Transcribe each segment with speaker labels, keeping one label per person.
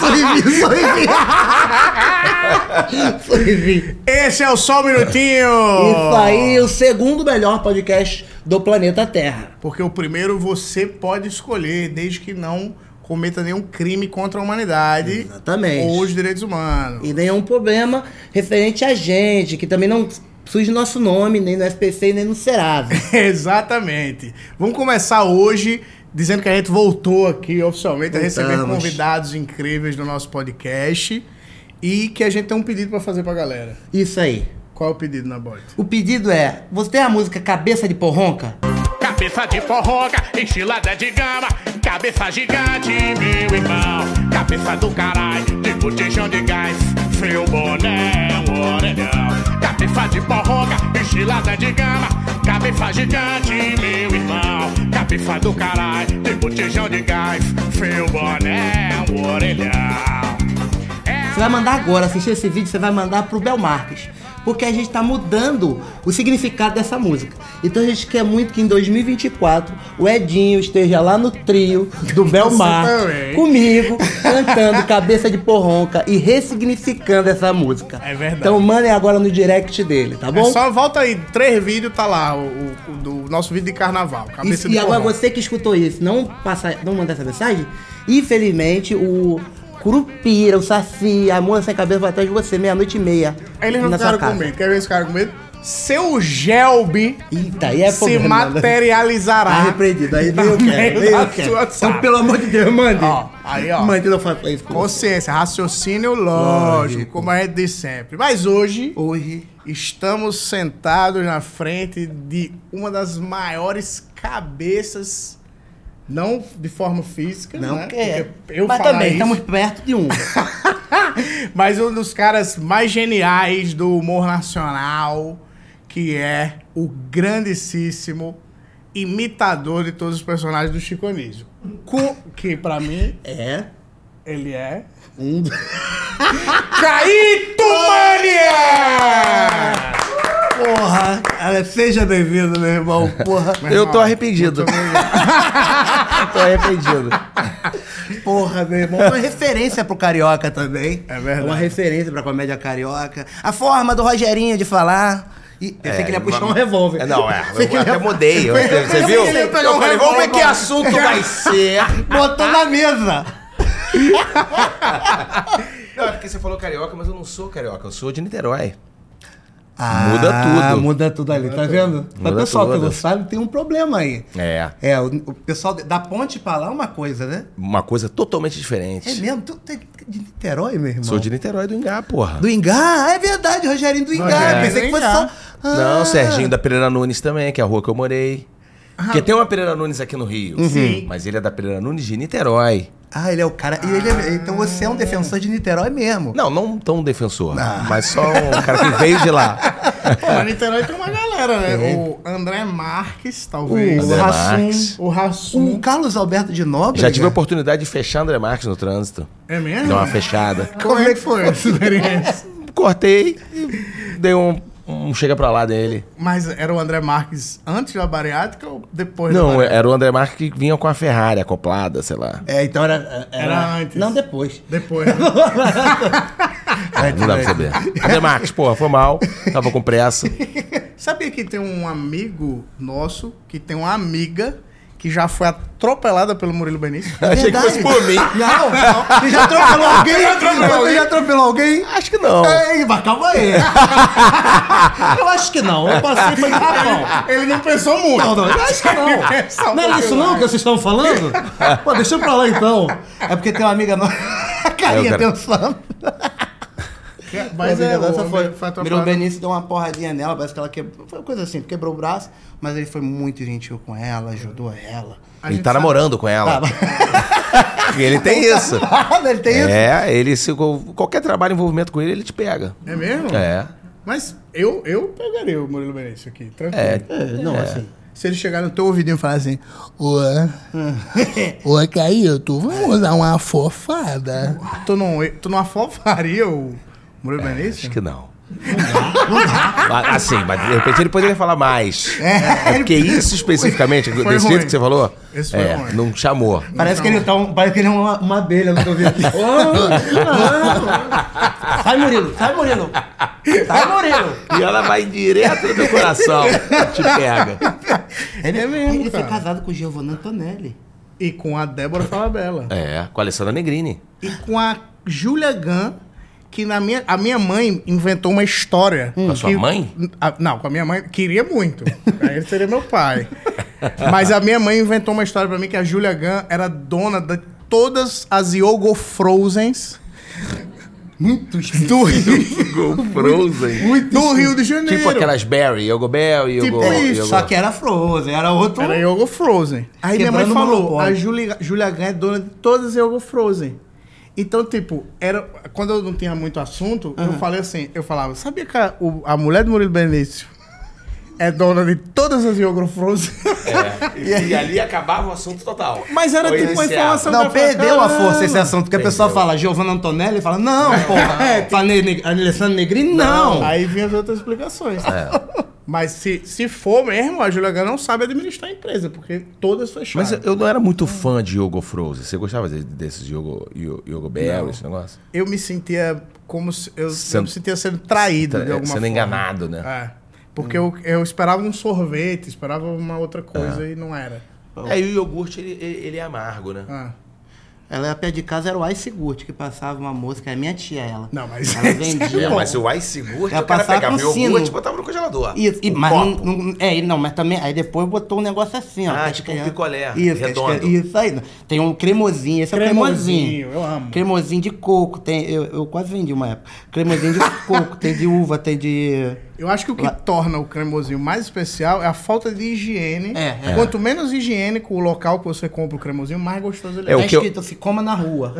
Speaker 1: Sorrivi, sorrivi. sorrivi.
Speaker 2: Esse é o Só um Minutinho!
Speaker 1: Isso aí, o segundo melhor podcast do planeta Terra.
Speaker 2: Porque o primeiro você pode escolher, desde que não cometa nenhum crime contra a humanidade
Speaker 1: Exatamente.
Speaker 2: ou os direitos humanos.
Speaker 1: E nenhum problema referente a gente, que também não surge nosso nome, nem no SPC, nem no Serasa.
Speaker 2: Exatamente. Vamos começar hoje dizendo que a gente voltou aqui oficialmente a receber
Speaker 1: Voltamos.
Speaker 2: convidados incríveis do nosso podcast e que a gente tem um pedido pra fazer pra galera.
Speaker 1: Isso aí.
Speaker 2: Qual é o pedido na bota?
Speaker 1: O pedido é: você tem a música Cabeça de Porronca?
Speaker 3: Cabeça de forroca, enchilada de gama, cabeça gigante, meu irmão. Cabeça do caralho, de botijão de gás, seu boné, é um orelhão. Cabeça de forroca, enchilada de gama, cabeça gigante, meu irmão. Cabeça do caralho, de botijão de gás, seu boné, é um orelhão.
Speaker 1: Você vai mandar agora, assistir esse vídeo, você vai mandar pro Bel Marques. Porque a gente tá mudando o significado dessa música. Então a gente quer muito que em 2024 o Edinho esteja lá no trio do Bel
Speaker 2: Você
Speaker 1: Marques
Speaker 2: também.
Speaker 1: comigo, cantando Cabeça de Porronca e ressignificando essa música.
Speaker 2: É verdade.
Speaker 1: Então mandem agora no direct dele, tá
Speaker 2: É
Speaker 1: bom?
Speaker 2: só volta aí, três vídeos tá lá, o, o- o do nosso vídeo de carnaval. Cabeça
Speaker 1: E, e
Speaker 2: de
Speaker 1: agora
Speaker 2: forroca.
Speaker 1: você que escutou isso, não, passa, não manda essa mensagem? Infelizmente, o Curupira, o Saci, a Moça Sem Cabeça vai atrás de você, meia-noite e meia.
Speaker 2: Aí Eles não
Speaker 1: na sua
Speaker 2: ficaram
Speaker 1: casa.
Speaker 2: com medo. Quer ver esse cara com medo? Seu Gelbe
Speaker 1: Eita, aí é
Speaker 2: se materializará.
Speaker 1: Tá repreendido, aí nem eu
Speaker 2: no meio
Speaker 1: quero, nem
Speaker 2: da
Speaker 1: eu quero.
Speaker 2: sua sala.
Speaker 1: Então, pelo amor de Deus, mande.
Speaker 2: Ó, aí, ó.
Speaker 1: Mande, não faça isso com você.
Speaker 2: Consciência, raciocínio lógico,
Speaker 1: Lógico.
Speaker 2: como a gente diz sempre. Mas hoje
Speaker 1: Hoje,
Speaker 2: estamos sentados na frente de uma das maiores cabeças, não de forma física,
Speaker 1: não
Speaker 2: né?
Speaker 1: quero.
Speaker 2: Porque Eu
Speaker 1: Mas
Speaker 2: falar
Speaker 1: também,
Speaker 2: isso,
Speaker 1: estamos perto de um.
Speaker 2: Mas um dos caras mais geniais do humor nacional, que é o grandíssimo imitador de todos os personagens do Chico Anísio. Co- que pra mim,
Speaker 1: é.
Speaker 2: ele é...
Speaker 1: Um...
Speaker 2: Caíto Mania!
Speaker 1: Porra, cara, Ah, seja bem-vindo, meu irmão. Porra,
Speaker 4: Eu tô arrependido. tô arrependido.
Speaker 1: porra, meu irmão. Uma referência pro carioca também.
Speaker 2: É verdade.
Speaker 1: Uma referência pra comédia carioca. A forma do Rogerinho de falar. E pensei que ele ia puxar um revólver.
Speaker 4: É, não, é.
Speaker 1: Pensei
Speaker 4: Eu
Speaker 1: que ele
Speaker 4: até
Speaker 1: ia-
Speaker 4: mudei. Eu,
Speaker 1: Eu
Speaker 4: você
Speaker 1: pensei
Speaker 4: viu?
Speaker 1: que ele ia pegar
Speaker 4: Eu
Speaker 1: um
Speaker 4: falei, vamos ver
Speaker 1: revólver.
Speaker 4: que assunto vai ser.
Speaker 1: Botou na mesa.
Speaker 4: Não, é porque você falou carioca, mas eu não sou carioca. Eu sou de Niterói.
Speaker 1: Ah,
Speaker 4: Muda tudo.
Speaker 1: Muda tudo ali, tá vendo? Mas
Speaker 4: Muda
Speaker 1: pessoal que
Speaker 4: tudo.
Speaker 1: não sabe, tem um problema aí.
Speaker 4: É.
Speaker 1: É, o, o pessoal da ponte pra lá é uma coisa, né?
Speaker 4: Uma coisa totalmente
Speaker 1: É
Speaker 4: diferente.
Speaker 1: mesmo? Tu tem de Niterói, meu irmão?
Speaker 4: sou de Niterói do Ingá, porra.
Speaker 1: Do Ingá? Ah, É verdade, Rogerinho do Ingá.
Speaker 2: Rogerinho
Speaker 1: Eu Pensei que
Speaker 2: do
Speaker 1: fosse
Speaker 2: Ingá.
Speaker 1: só... Ah. Ah.
Speaker 4: Não, Serginho da Pereira Nunes também, que é a rua que eu morei. Porque tem uma Pereira Nunes aqui no Rio.
Speaker 1: Uhum.
Speaker 4: Sim. Mas ele é da Pereira Nunes de Niterói.
Speaker 1: Ah, ele é o cara... e ele é- Então você é um defensor de Niterói mesmo.
Speaker 4: Não, não tão defensor.
Speaker 1: Ah.
Speaker 4: Mas só um cara que veio de lá.
Speaker 2: Pô, mas Niterói tem uma galera, né? O André Marques, talvez.
Speaker 1: Uhum. O Um
Speaker 4: André
Speaker 1: Rassum.
Speaker 4: Marques.
Speaker 2: O Rassum.
Speaker 1: O Carlos Alberto de Nóbrega...
Speaker 4: Já tive a oportunidade de fechar André Marques no trânsito.
Speaker 2: É mesmo?
Speaker 4: Deu uma fechada.
Speaker 2: Como é que foi essa experiência?
Speaker 4: Cortei e dei um, um chega pra lá dele.
Speaker 2: Mas era o André Marques antes da bariátrica ou depois da
Speaker 4: Não,
Speaker 2: bariátrica?
Speaker 4: era o André Marques que vinha com a Ferrari acoplada, sei lá.
Speaker 1: É, então era... Era,
Speaker 2: Era antes.
Speaker 1: Não, depois.
Speaker 2: Depois. né?
Speaker 4: É, não dá pra saber. André Marques, porra, foi mal. Tava com pressa.
Speaker 2: Sabia que tem um amigo nosso que tem uma amiga que já foi atropelada pelo Murilo Benício?
Speaker 4: Achei que
Speaker 1: É Verdade.
Speaker 4: fosse por mim.
Speaker 1: Não, não. Você já atropelou alguém?
Speaker 2: Já atropelou
Speaker 1: Você
Speaker 2: alguém?
Speaker 1: já atropelou alguém?
Speaker 4: Acho que não.
Speaker 1: Ei, mas calma aí. eu acho que não. Eu passei tá foi Japão.
Speaker 2: Ele Ah, não pensou muito.
Speaker 1: Não, não, eu acho que não. Não é isso não que vocês estão falando? Pô, deixa pra lá então. É porque tem uma amiga nossa. A
Speaker 4: É, o
Speaker 1: carinha
Speaker 4: cara-
Speaker 1: pensando.
Speaker 2: Mas
Speaker 1: Uma
Speaker 2: é,
Speaker 1: amiga
Speaker 2: o
Speaker 1: nossa
Speaker 2: foi,
Speaker 1: foi.
Speaker 2: foi
Speaker 1: Mirou
Speaker 2: atropelado.
Speaker 1: Benício deu uma porradinha nela, parece que ela quebrou. Foi uma coisa assim, quebrou o braço, mas ele foi muito gentil com ela, ajudou ela.
Speaker 4: Ele tá namorando com ela. Ele tem isso.
Speaker 1: ele tem isso.
Speaker 4: É, ele se qualquer trabalho envolvimento com ele, ele te pega.
Speaker 2: É mesmo?
Speaker 4: É.
Speaker 2: Mas eu, eu pegaria o Murilo Benício aqui, tranquilo.
Speaker 4: É.
Speaker 1: É, Não, assim.
Speaker 2: Se ele chegar no teu ouvidinho e falar assim,
Speaker 5: Ué. Ué, Caíto, vamos
Speaker 1: É.
Speaker 5: dar uma fofada.
Speaker 2: tu não, tu não afofaria o Murilo Benício?
Speaker 4: Acho que não. Ah, Assim, mas de repente ele poderia falar mais. É, porque isso especificamente,
Speaker 2: Foi
Speaker 4: desse
Speaker 2: ruim.
Speaker 4: jeito que você falou,
Speaker 2: Esse foi
Speaker 4: é,
Speaker 2: ruim.
Speaker 4: não chamou.
Speaker 1: Parece que, ele tá
Speaker 2: Então.
Speaker 1: um, parece que ele é uma, uma abelha no teu ouvido. sai, Murilo, sai, Murilo. Sai, Murilo.
Speaker 4: E ela vai direto no teu coração, te pega.
Speaker 1: Ele,
Speaker 2: É mesmo,
Speaker 1: ele foi
Speaker 2: cara.
Speaker 1: casado com o Giovanni Antonelli.
Speaker 2: E com a Débora Falabella.
Speaker 4: É, com a Alessandra Negrini.
Speaker 2: E com a Julia Gunn, que na minha, a minha mãe inventou uma história.
Speaker 4: Com a sua
Speaker 2: que-
Speaker 4: mãe?
Speaker 2: a- não, com a minha mãe queria muito. Aí ele seria meu pai. Mas a minha mãe inventou uma história pra mim que a Julia Gunn era dona de todas as Yogo Frozens
Speaker 1: Muito específico.
Speaker 2: do Rio,
Speaker 4: Go Frozen.
Speaker 2: do Rio de Janeiro.
Speaker 4: Tipo aquelas Berry, Yogo Berry, Yogo...
Speaker 2: Tipo isso,
Speaker 4: Yogo-
Speaker 1: Só que era Frozen, era outro.
Speaker 2: Era Yogo Frozen. Aí minha mãe
Speaker 1: Quebrando o
Speaker 2: falou,
Speaker 1: monopólio.
Speaker 2: a Julia, Julia Gann é dona de todas as Yogo Frozen. Então, tipo, era, quando eu não tinha muito assunto, eu falei assim, eu falava, sabia que a, o- a mulher do Murilo Benício é dona de todas as Yogo Frozen?
Speaker 4: É. E, e ali acabava o assunto total.
Speaker 2: Mas era
Speaker 4: Foi
Speaker 2: tipo uma
Speaker 4: iniciado.
Speaker 2: informação
Speaker 1: Não,
Speaker 2: Eu falei,
Speaker 1: perdeu a força esse
Speaker 2: "Caramba." É,
Speaker 1: assunto, porque a pessoa
Speaker 4: Perdeu.
Speaker 1: fala Giovanna Antonelli e fala, não, porra, pra Ne- Ne- Alessandro Negrini, não.
Speaker 2: Aí vinha as outras explicações.
Speaker 4: É.
Speaker 2: Mas se, se for mesmo, a Julia Gann não sabe administrar a empresa, porque todas fecharam.
Speaker 4: Mas eu- eu não era muito fã de Yogo Frozen. Você gostava de- desses Yogo, Yo- Yogo Berry, esse negócio?
Speaker 2: eu me sentia como se. Eu, eu
Speaker 4: Sendo-
Speaker 2: me sentia sendo traído
Speaker 4: Tra- é,
Speaker 2: de alguma
Speaker 4: sendo
Speaker 2: forma.
Speaker 4: enganado, né?
Speaker 2: É. Porque eu, eu esperava um sorvete, esperava uma outra coisa e não era.
Speaker 4: É, e o iogurte, ele, ele- ele é amargo, né?
Speaker 2: Ah,
Speaker 1: Ela a pé de casa era o Ice Gurt, que passava uma música, é minha tia ela.
Speaker 2: Não, mas-
Speaker 1: Ela
Speaker 4: É,
Speaker 1: vendia.
Speaker 4: mas o Ice Gurt,
Speaker 1: É
Speaker 4: o cara
Speaker 1: passar
Speaker 4: pegava o
Speaker 1: com sino.
Speaker 4: iogurte e botava no congelador.
Speaker 1: Isso, e,
Speaker 4: Um
Speaker 1: mas
Speaker 4: copo.
Speaker 1: não, não- é, e não, mas também. Aí depois botou um negócio assim, ó.
Speaker 4: Ah,
Speaker 1: que as
Speaker 4: tipo um
Speaker 1: crianças-
Speaker 4: picolé,
Speaker 1: Isso, que as
Speaker 4: redondo.
Speaker 1: cri- Isso aí. não. Tem um cremosinho, esse é o
Speaker 2: Cremosinho,
Speaker 1: cremosinho.
Speaker 2: eu amo.
Speaker 1: Cremosinho de coco, tem. Eu, eu quase vendi uma época. Cremosinho de coco, tem de uva, tem de.
Speaker 2: eu acho que o que
Speaker 1: Lá-
Speaker 2: torna o cremosinho mais especial é a falta de higiene.
Speaker 1: É, é.
Speaker 2: Quanto menos higiênico o local que você compra o cremosinho, mais gostoso ele é.
Speaker 4: É, o
Speaker 1: tá
Speaker 4: que eu- É.
Speaker 1: escrito assim, coma na rua.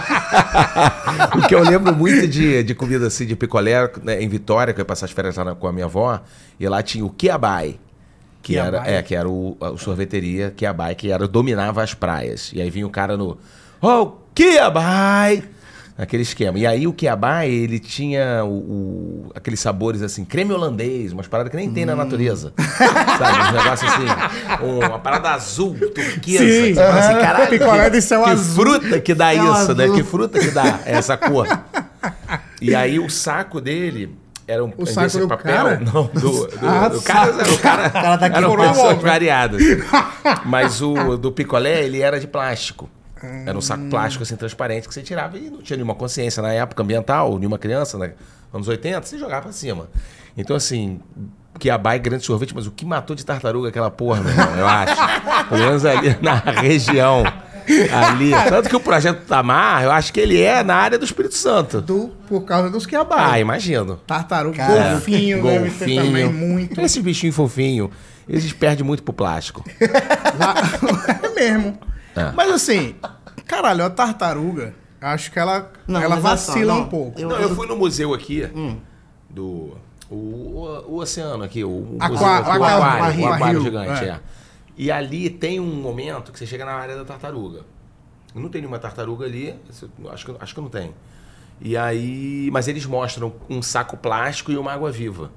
Speaker 4: O que eu lembro muito de, de comida assim, de picolé, né, em Vitória, que eu ia passar as férias lá na- com a minha avó, e lá tinha o quiabai. Que
Speaker 2: Quiabai.
Speaker 4: era, é, que era o, a o sorveteria quiabai, que era, dominava as praias. E aí vinha o cara no, oh, quiabai! Aquele esquema. E aí o quiabai, ele tinha o, o- aqueles sabores assim, creme holandês, umas paradas que nem tem
Speaker 2: Hum.
Speaker 4: na natureza. Sabe, uns negócios assim, um- uma parada azul, turquesa.
Speaker 2: Sim.
Speaker 4: que você fala assim, caralho,
Speaker 2: Picolé
Speaker 4: que-
Speaker 2: de céu
Speaker 4: que
Speaker 2: azul."
Speaker 4: fruta que
Speaker 2: É
Speaker 4: dá
Speaker 1: Céu
Speaker 2: um
Speaker 4: isso, né?
Speaker 1: azul.
Speaker 4: Que fruta que dá essa cor. E aí o saco dele era um
Speaker 2: O saco
Speaker 4: desse
Speaker 2: do cara?
Speaker 4: Não, do, do,
Speaker 2: Ah,
Speaker 4: do cara, o cara,
Speaker 1: cara
Speaker 2: tá
Speaker 1: daqui
Speaker 4: eram
Speaker 1: pro
Speaker 4: pessoas
Speaker 2: homem.
Speaker 4: variadas. Mas o do picolé, ele era de plástico. Era um
Speaker 2: Hum.
Speaker 4: saco plástico assim transparente que você tirava e não tinha nenhuma consciência na época ambiental, nenhuma criança, né? anos 80, você jogava pra cima. Então assim, que a Bai grande sorvete, mas o que matou de tartaruga aquela porra, meu irmão, eu acho. Pelo menos ali na região. Ali. Tanto que o projeto Tamar, eu acho que ele é na área do Espírito Santo.
Speaker 2: Do, por causa dos
Speaker 4: Ah,
Speaker 2: quiabá.
Speaker 4: imagino. É.
Speaker 2: Tartaruga,
Speaker 1: Cara,
Speaker 2: golfinho, deve ter também muito.
Speaker 4: Esses bichinhos fofinhos, eles perdem muito pro plástico.
Speaker 2: É mesmo.
Speaker 4: É.
Speaker 2: Mas assim, caralho, a tartaruga, acho que ela,
Speaker 1: Não,
Speaker 2: ela
Speaker 1: mas olha só,
Speaker 2: vacila
Speaker 1: não,
Speaker 2: um pouco.
Speaker 1: eu-
Speaker 4: Não, eu fui no museu aqui
Speaker 2: Hum.
Speaker 4: do. O, o- o oceano aqui, o, o
Speaker 2: Aqua-
Speaker 4: museu aqui, o
Speaker 2: aqua-
Speaker 4: aquário,
Speaker 2: barril,
Speaker 4: o aquário
Speaker 2: barril,
Speaker 4: gigante,
Speaker 2: é.
Speaker 4: é. E ali tem um momento que você chega na área da tartaruga. Não tem nenhuma tartaruga ali, isso- acho que, acho que não tem. E aí. Mas eles mostram um saco plástico e uma água viva.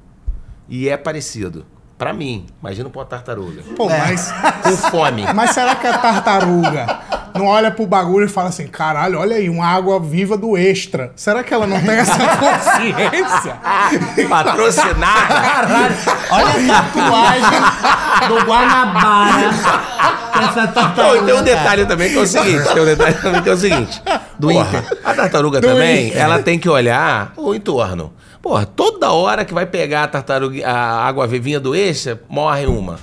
Speaker 4: E é parecido. Pra mim, imagina pra uma tartaruga.
Speaker 2: Pô, mas,
Speaker 4: Com fome.
Speaker 2: É. mas será que a tartaruga não olha pro bagulho e fala assim, caralho, olha aí, uma água viva do extra. Será que ela não tem essa consciência?
Speaker 4: Patrocinada.
Speaker 1: Caralho, olha a tatuagem do Guanabara.
Speaker 2: então
Speaker 1: Essa
Speaker 2: Tá,
Speaker 4: Não, e
Speaker 1: tatuagem.
Speaker 4: tem
Speaker 2: né,
Speaker 4: um detalhe também que é o seguinte, tem um detalhe também que é o seguinte.
Speaker 1: Do
Speaker 4: porra,
Speaker 1: Inter.
Speaker 4: a tartaruga também, ela tem que olhar o entorno. Porra, toda hora que vai pegar a tartaruga, a água vivinha do Eixa, morre uma.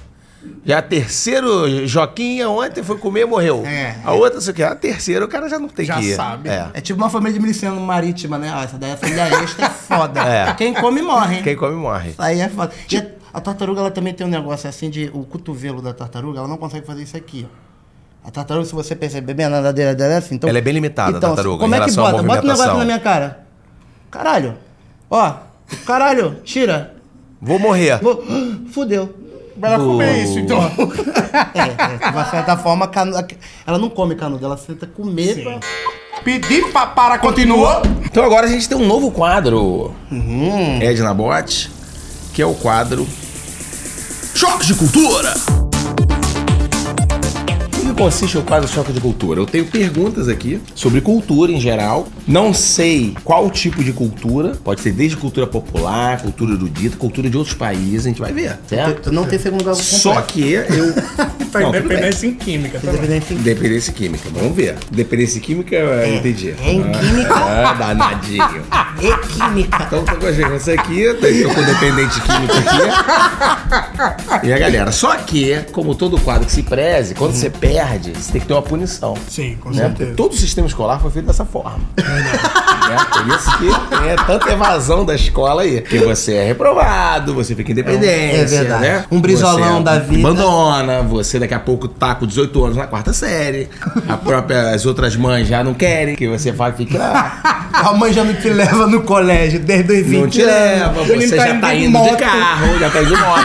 Speaker 4: Já a terceiro Joquinha ontem foi comer morreu.
Speaker 2: É.
Speaker 4: a outra, sei o que, a terceira o cara já não tem
Speaker 2: Já
Speaker 4: que ir.
Speaker 2: sabe.
Speaker 4: É.
Speaker 1: É tipo uma família de miliciano marítima, né? Ah, essa daí é família extra, é foda.
Speaker 4: É.
Speaker 1: Quem come morre, hein?
Speaker 4: Quem come morre.
Speaker 1: Isso aí é foda. E
Speaker 4: Tipo-
Speaker 1: a, a tartaruga, ela também tem um negócio assim de... O cotovelo da tartaruga, ela não consegue fazer isso aqui, ó. A tartaruga, se você perceber bem, a nadadeira dela é assim. Então,
Speaker 4: Ela é bem limitada, a
Speaker 1: então,
Speaker 4: tartaruga,
Speaker 1: Como
Speaker 4: em
Speaker 1: é que
Speaker 4: relação à
Speaker 1: bota? Bota um negócio
Speaker 4: movimentação.
Speaker 1: na minha cara. Caralho. Ó. Caralho. Tira.
Speaker 4: Vou morrer.
Speaker 1: Vou- Fudeu.
Speaker 2: Pra ela comer
Speaker 4: Do-
Speaker 2: isso, então.
Speaker 1: É, é, de uma certa forma, canu... ela não come canudo, ela tenta comer pra...
Speaker 2: Pedi pra para, continuou.
Speaker 4: Então agora a gente tem um novo quadro, Edna Bot, que é o quadro Choque de Cultura. Em que consiste o quadro Choque de Cultura? Eu tenho perguntas aqui sobre cultura em geral. Não sei qual tipo de cultura. Pode ser desde cultura popular, cultura erudita, cultura de outros países. A gente vai ver, certo?
Speaker 1: Tu não tem segundo lugar
Speaker 4: Só que eu...
Speaker 2: Tá
Speaker 4: Não, tudo bem.
Speaker 2: independência em química tá também.
Speaker 1: Independente.
Speaker 4: Dependência química, vamos ver. Dependência química, eu entendi.
Speaker 1: É. em química.
Speaker 4: Ah, danadinho.
Speaker 1: E química.
Speaker 4: Então tô com a gente, você aqui, tá- tô com o dependente químico aqui. E a galera, só que, como todo quadro que se preze, quando você perde, você tem que ter uma punição.
Speaker 2: Sim, com
Speaker 4: Né? Porque
Speaker 2: certeza.
Speaker 4: Todo o sistema escolar foi feito dessa forma.
Speaker 1: É
Speaker 4: né? Por isso que é tanta evasão da escola aí. Que você é reprovado, você fica independente.
Speaker 1: É verdade.
Speaker 4: Né?
Speaker 1: Um brisolão da vida.
Speaker 4: Abandona, você daqui a pouco tá com 18 anos na quarta série. A própria, as outras mães já não querem, que você vai ficar.
Speaker 1: A mãe já não te leva no colégio desde os 20
Speaker 4: Não te leva,
Speaker 2: O menino
Speaker 4: você
Speaker 2: tá
Speaker 4: já tá
Speaker 2: indo de
Speaker 4: indo
Speaker 2: moto.
Speaker 4: de carro, já tá indo de moto.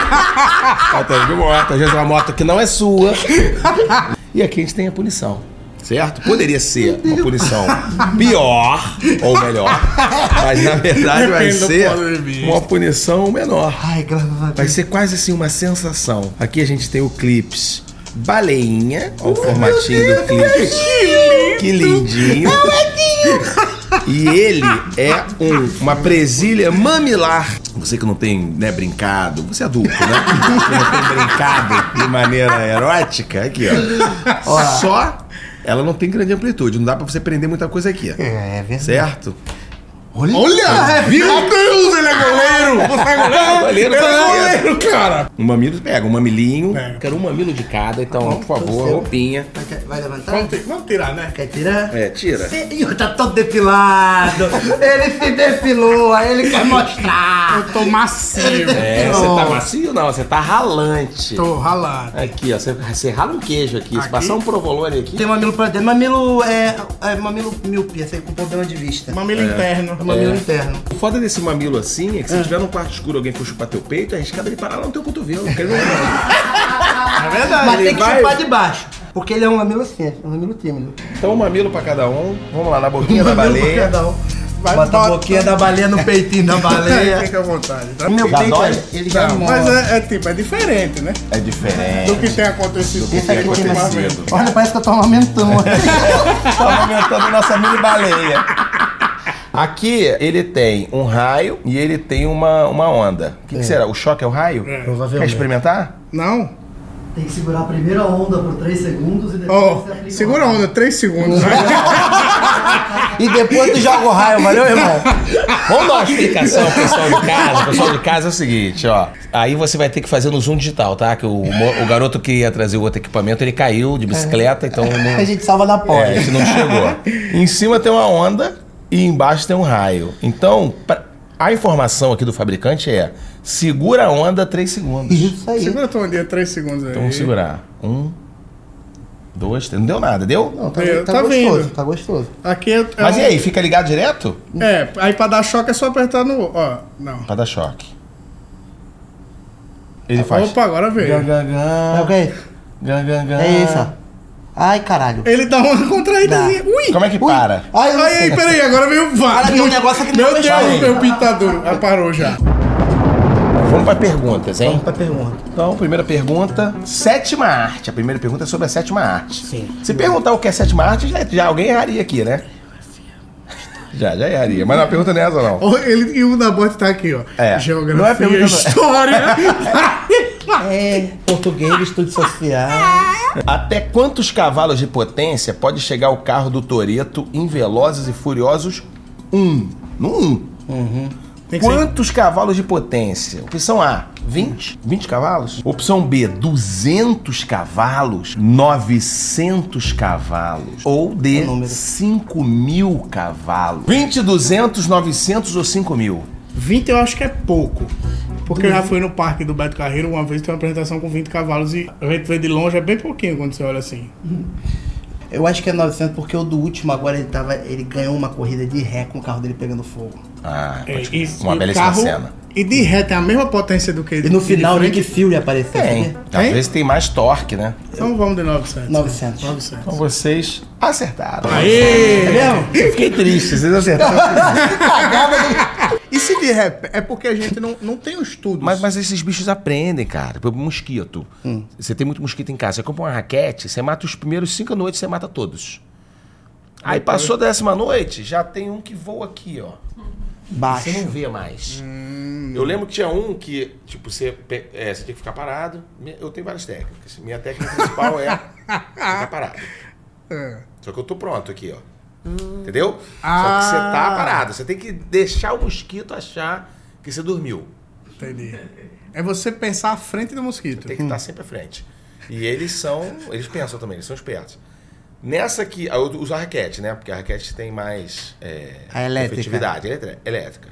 Speaker 4: já tá indo de moto, às vezes é uma moto que não é sua. E aqui a gente tem a punição. Certo? Poderia ser uma punição pior ou melhor, mas na verdade vai
Speaker 2: Depende do
Speaker 4: ser
Speaker 2: ponto de vista.
Speaker 4: uma punição menor.
Speaker 1: Ai, graças a
Speaker 4: Vai
Speaker 1: Deus.
Speaker 4: ser quase assim uma sensação. Aqui a gente tem o clips baleinha, olha o formatinho do clips. Que lindinho.
Speaker 2: É um
Speaker 4: E ele é um- uma presilha mamilar. Você que não tem, né, brincado, você é adulto, né? Que não tem brincado de maneira erótica, aqui, ó. Só ela não tem grande amplitude, não dá pra você prender muita coisa aqui.
Speaker 1: É verdade.
Speaker 4: Certo?
Speaker 2: Olha! Meu Deus, ele é goleiro! Você é goleiro? ele
Speaker 4: Goleiro,
Speaker 2: é
Speaker 4: goleiro.
Speaker 2: goleiro, cara!
Speaker 4: Um mamilo, pega, um mamilinho.
Speaker 2: Pega. Tá
Speaker 4: Quero um mamilo de cada, então, por favor,
Speaker 1: seu.
Speaker 4: roupinha.
Speaker 1: Vai, quer- vai levantar?
Speaker 2: Vamos, ter- vamos tirar, né?
Speaker 1: Quer tirar?
Speaker 4: É, tira.
Speaker 1: Senhor, tá todo depilado. ele se depilou, aí ele quer mostrar.
Speaker 2: Eu tô macio.
Speaker 4: É, você tá macio ou não? Você tá ralante.
Speaker 2: Tô ralado.
Speaker 4: Aqui, ó. Você, você rala um queijo aqui. Se
Speaker 2: Aqui?
Speaker 4: passar um provolone aqui.
Speaker 1: Tem mamilo pra dentro. Mamilo é, é mamilo míope, esse aí com problema de vista.
Speaker 4: É.
Speaker 1: É
Speaker 2: Mamilo interno.
Speaker 1: Mamilo interno.
Speaker 4: O foda desse mamilo assim é que se
Speaker 2: Ah.
Speaker 4: tiver num quarto escuro alguém for chupar teu peito, é arriscado ele parar lá no teu cotovelo. Quer dizer,
Speaker 2: É verdade.
Speaker 1: Mas tem que
Speaker 4: vai-
Speaker 1: chupar de baixo. Porque ele é um mamilo assim, é um mamilo tímido. é
Speaker 4: então, um mamilo pra cada um. Vamos lá, na boquinha da
Speaker 2: Vai
Speaker 4: baleia.
Speaker 1: Bota a
Speaker 2: botar-
Speaker 1: boquinha da baleia no peitinho da
Speaker 2: É,
Speaker 1: baleia.
Speaker 2: Fica à vontade. Tá?
Speaker 1: O meu
Speaker 4: Já
Speaker 1: peito,
Speaker 4: dói?
Speaker 1: ele já
Speaker 2: Não,
Speaker 1: mora.
Speaker 2: mas é, é tipo, é diferente, né?
Speaker 4: É diferente.
Speaker 2: Do que tem acontecido com
Speaker 1: Esse aqui tem mais...
Speaker 4: acontecido.
Speaker 1: Olha, parece que eu tô amamentando.
Speaker 4: Tá aumentando nossa mini baleia. Aqui ele tem um raio e ele tem uma, uma onda. O que, que será? O choque é o raio? Quer experimentar?
Speaker 2: Não?
Speaker 6: Tem que segurar a primeira onda por 3 segundos e depois
Speaker 2: Ó,
Speaker 6: você aplica
Speaker 2: segura a onda, 3 segundos. né?
Speaker 1: e depois tu joga o raio, valeu, irmão?
Speaker 4: Vamos dar uma explicação pro pessoal de casa. O pessoal de casa é o seguinte, ó. Aí você vai ter que fazer no Zoom digital, tá? Que o, mo- o garoto que ia trazer o outro equipamento, ele caiu de bicicleta, então não,
Speaker 1: A gente salva na porta.
Speaker 4: é, a gente não chegou. Em cima tem uma onda e embaixo tem um raio. Então, pra- a informação aqui do fabricante é segura a onda 3 segundos.
Speaker 1: Isso aí.
Speaker 2: Segura a tua ondinha, 3 segundos aí.
Speaker 4: Então vamos segurar. Um, dois, três. Não deu nada, deu?
Speaker 1: Não, tá,
Speaker 2: Eu-
Speaker 1: tá
Speaker 2: tá
Speaker 1: gostoso,
Speaker 2: vindo.
Speaker 1: tá gostoso.
Speaker 2: Aqui eu,
Speaker 4: Mas e aí, fica ligado direto?
Speaker 2: É, aí pra dar choque é só apertar no. Ó, não.
Speaker 4: Pra dar choque. Ele faz.
Speaker 2: Opa, agora veio.
Speaker 1: É o quê? É isso, ó. Ai, caralho.
Speaker 2: Ele dá uma contraídazinha. Ui!
Speaker 4: Como é que para?
Speaker 1: Ai, eu não
Speaker 2: Ai, ai,
Speaker 1: sei.
Speaker 2: peraí, agora veio o VAR.
Speaker 1: Cara, tem um negócio aqui que
Speaker 2: Meu
Speaker 1: não
Speaker 2: Deus,
Speaker 1: deixa eu
Speaker 2: meu pintador. Ah, parou já.
Speaker 4: Vamos para perguntas, hein?
Speaker 1: Outra pergunta.
Speaker 4: Então, primeira pergunta, sétima arte. A primeira pergunta é sobre a sétima arte.
Speaker 1: Sim.
Speaker 4: Se perguntar o que é sétima arte, já, já alguém erraria aqui, né? Já, já erraria. Mas não, a pergunta não é essa, não.
Speaker 2: Ó, Ele, e o da bot tá aqui, ó.
Speaker 4: É. Não é
Speaker 2: Geografia,
Speaker 4: pergunta, não.
Speaker 2: história. Ah!
Speaker 1: É, português, estudo social.
Speaker 4: Até quantos cavalos de potência pode chegar o carro do Toreto em Velozes e Furiosos 1? No 1.
Speaker 2: Uhum. Tem que ser-
Speaker 4: Quantos cavalos de potência? Opção A, 20. 20 cavalos. Opção B, 200 cavalos. 900 cavalos. Ou
Speaker 2: É
Speaker 4: D, 5 mil cavalos. 20, 200, 900 ou 5 mil?
Speaker 2: 20 eu acho que é pouco. Porque eu já fui no parque do Beto Carreiro uma vez, tem uma apresentação com 20 cavalos e a gente vê de longe, é bem pouquinho quando você olha assim.
Speaker 1: Eu acho que é 900 porque o do último agora ele tava, ele ganhou uma corrida de ré com o carro dele pegando fogo.
Speaker 4: Ah,
Speaker 2: É,
Speaker 4: pode-
Speaker 2: isso,
Speaker 4: uma
Speaker 2: e o
Speaker 4: belíssima
Speaker 2: carro-
Speaker 4: cena.
Speaker 2: E de ré tem a mesma potência do que
Speaker 1: E no final o Nick Fury apareceu.
Speaker 4: Tem.
Speaker 1: sabia?
Speaker 2: Tá
Speaker 4: Talvez tem mais torque, né?
Speaker 2: Então vamos de 900.
Speaker 1: 900.
Speaker 2: 900.
Speaker 4: Então vocês acertaram.
Speaker 1: É mesmo?
Speaker 4: Eu fiquei triste, vocês acertaram.
Speaker 2: E se de ré? É porque a gente não, não tem os estudos.
Speaker 4: mas, mas esses bichos aprendem, cara. Por exemplo, Mosquito. Você tem muito mosquito em casa. Você compra uma raquete, você mata os primeiros cinco noites, você mata todos. Aí passou a décima noite, já tem um que voa aqui, ó.
Speaker 1: Baixo.
Speaker 4: Você não vê mais. Eu lembro que tinha um que, tipo, você, pe- é, você tinha que ficar parado. Minha- Eu tenho várias técnicas. Minha técnica principal é ficar parado. Só que eu tô pronto aqui, ó. Entendeu? Só que você tá parado. Você tem que deixar o mosquito achar que você dormiu.
Speaker 2: Entendi. É você pensar à frente do mosquito.
Speaker 4: Tem que estar sempre à frente. E eles são. Eles pensam também, eles são espertos. Nessa aqui, eu uso a raquete, né? Porque a raquete tem mais. É,
Speaker 1: A elétrica.
Speaker 4: efetividade, eletri- elétrica.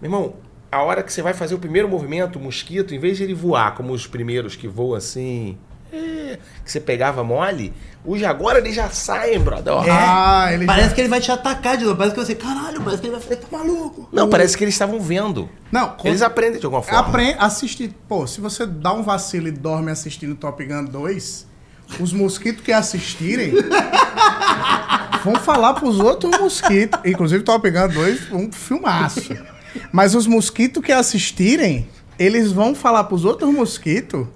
Speaker 4: Meu irmão, a hora que você vai fazer o primeiro movimento, o mosquito, em vez de ele voar como os primeiros que voam assim. é, que você pegava mole, hoje agora eles já saem, brother. ó.
Speaker 2: Ah, ele
Speaker 1: É. Parece que ele vai te atacar de novo. Parece que você, caralho, parece que ele vai falar, tá maluco.
Speaker 4: Não, parece que eles estavam vendo.
Speaker 2: Não,
Speaker 4: Eles
Speaker 2: quando-
Speaker 4: aprendem de alguma forma.
Speaker 2: Apre- assistir. Pô, se você dá um vacilo e dorme assistindo Top Gun 2, os mosquitos que assistirem vão falar pros outros mosquitos. Inclusive, Top Gun 2, um filmaço. Mas os mosquitos que assistirem, eles vão falar pros outros mosquitos.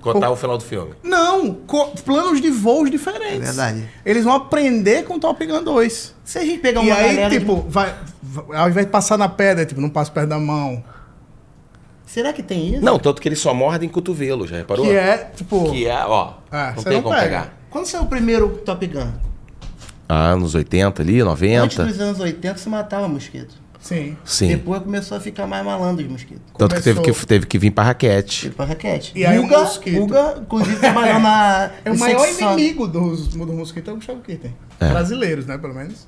Speaker 4: Contar o final do filme.
Speaker 2: Não, co- planos de voos diferentes.
Speaker 1: É verdade.
Speaker 2: Eles vão aprender com Top Gun 2.
Speaker 1: Se a gente pegar uma
Speaker 2: E aí,
Speaker 1: galera de-
Speaker 2: tipo, vai, vai- ao invés de passar na pedra, tipo, não passa perto da mão.
Speaker 1: Será que tem isso?
Speaker 4: Não, tanto que eles só mordem cotovelo, já reparou?
Speaker 2: Que é, tipo.
Speaker 4: Que é, ó.
Speaker 2: Ah,
Speaker 4: não
Speaker 2: você
Speaker 4: tem
Speaker 2: não
Speaker 4: como
Speaker 2: pega.
Speaker 4: pegar.
Speaker 1: Quando saiu o primeiro Top Gun?
Speaker 4: Ah, anos 80 ali,
Speaker 1: Antes
Speaker 4: 90.
Speaker 1: dos anos 80 se matava mosquito.
Speaker 2: Sim.
Speaker 4: Sim.
Speaker 1: Depois começou a ficar mais malandro os mosquitos.
Speaker 4: Tanto que teve,
Speaker 2: começou-
Speaker 4: que teve que vir pra raquete.
Speaker 1: Tipo a raquete.
Speaker 2: E aí o
Speaker 1: Guga,
Speaker 2: mosquito.
Speaker 1: Guga, inclusive, trabalhou na.
Speaker 2: É o
Speaker 1: em
Speaker 2: maior
Speaker 1: secção-
Speaker 2: inimigo dos, do mosquito é o Gustavo Kitten. Brasileiros, né, pelo menos.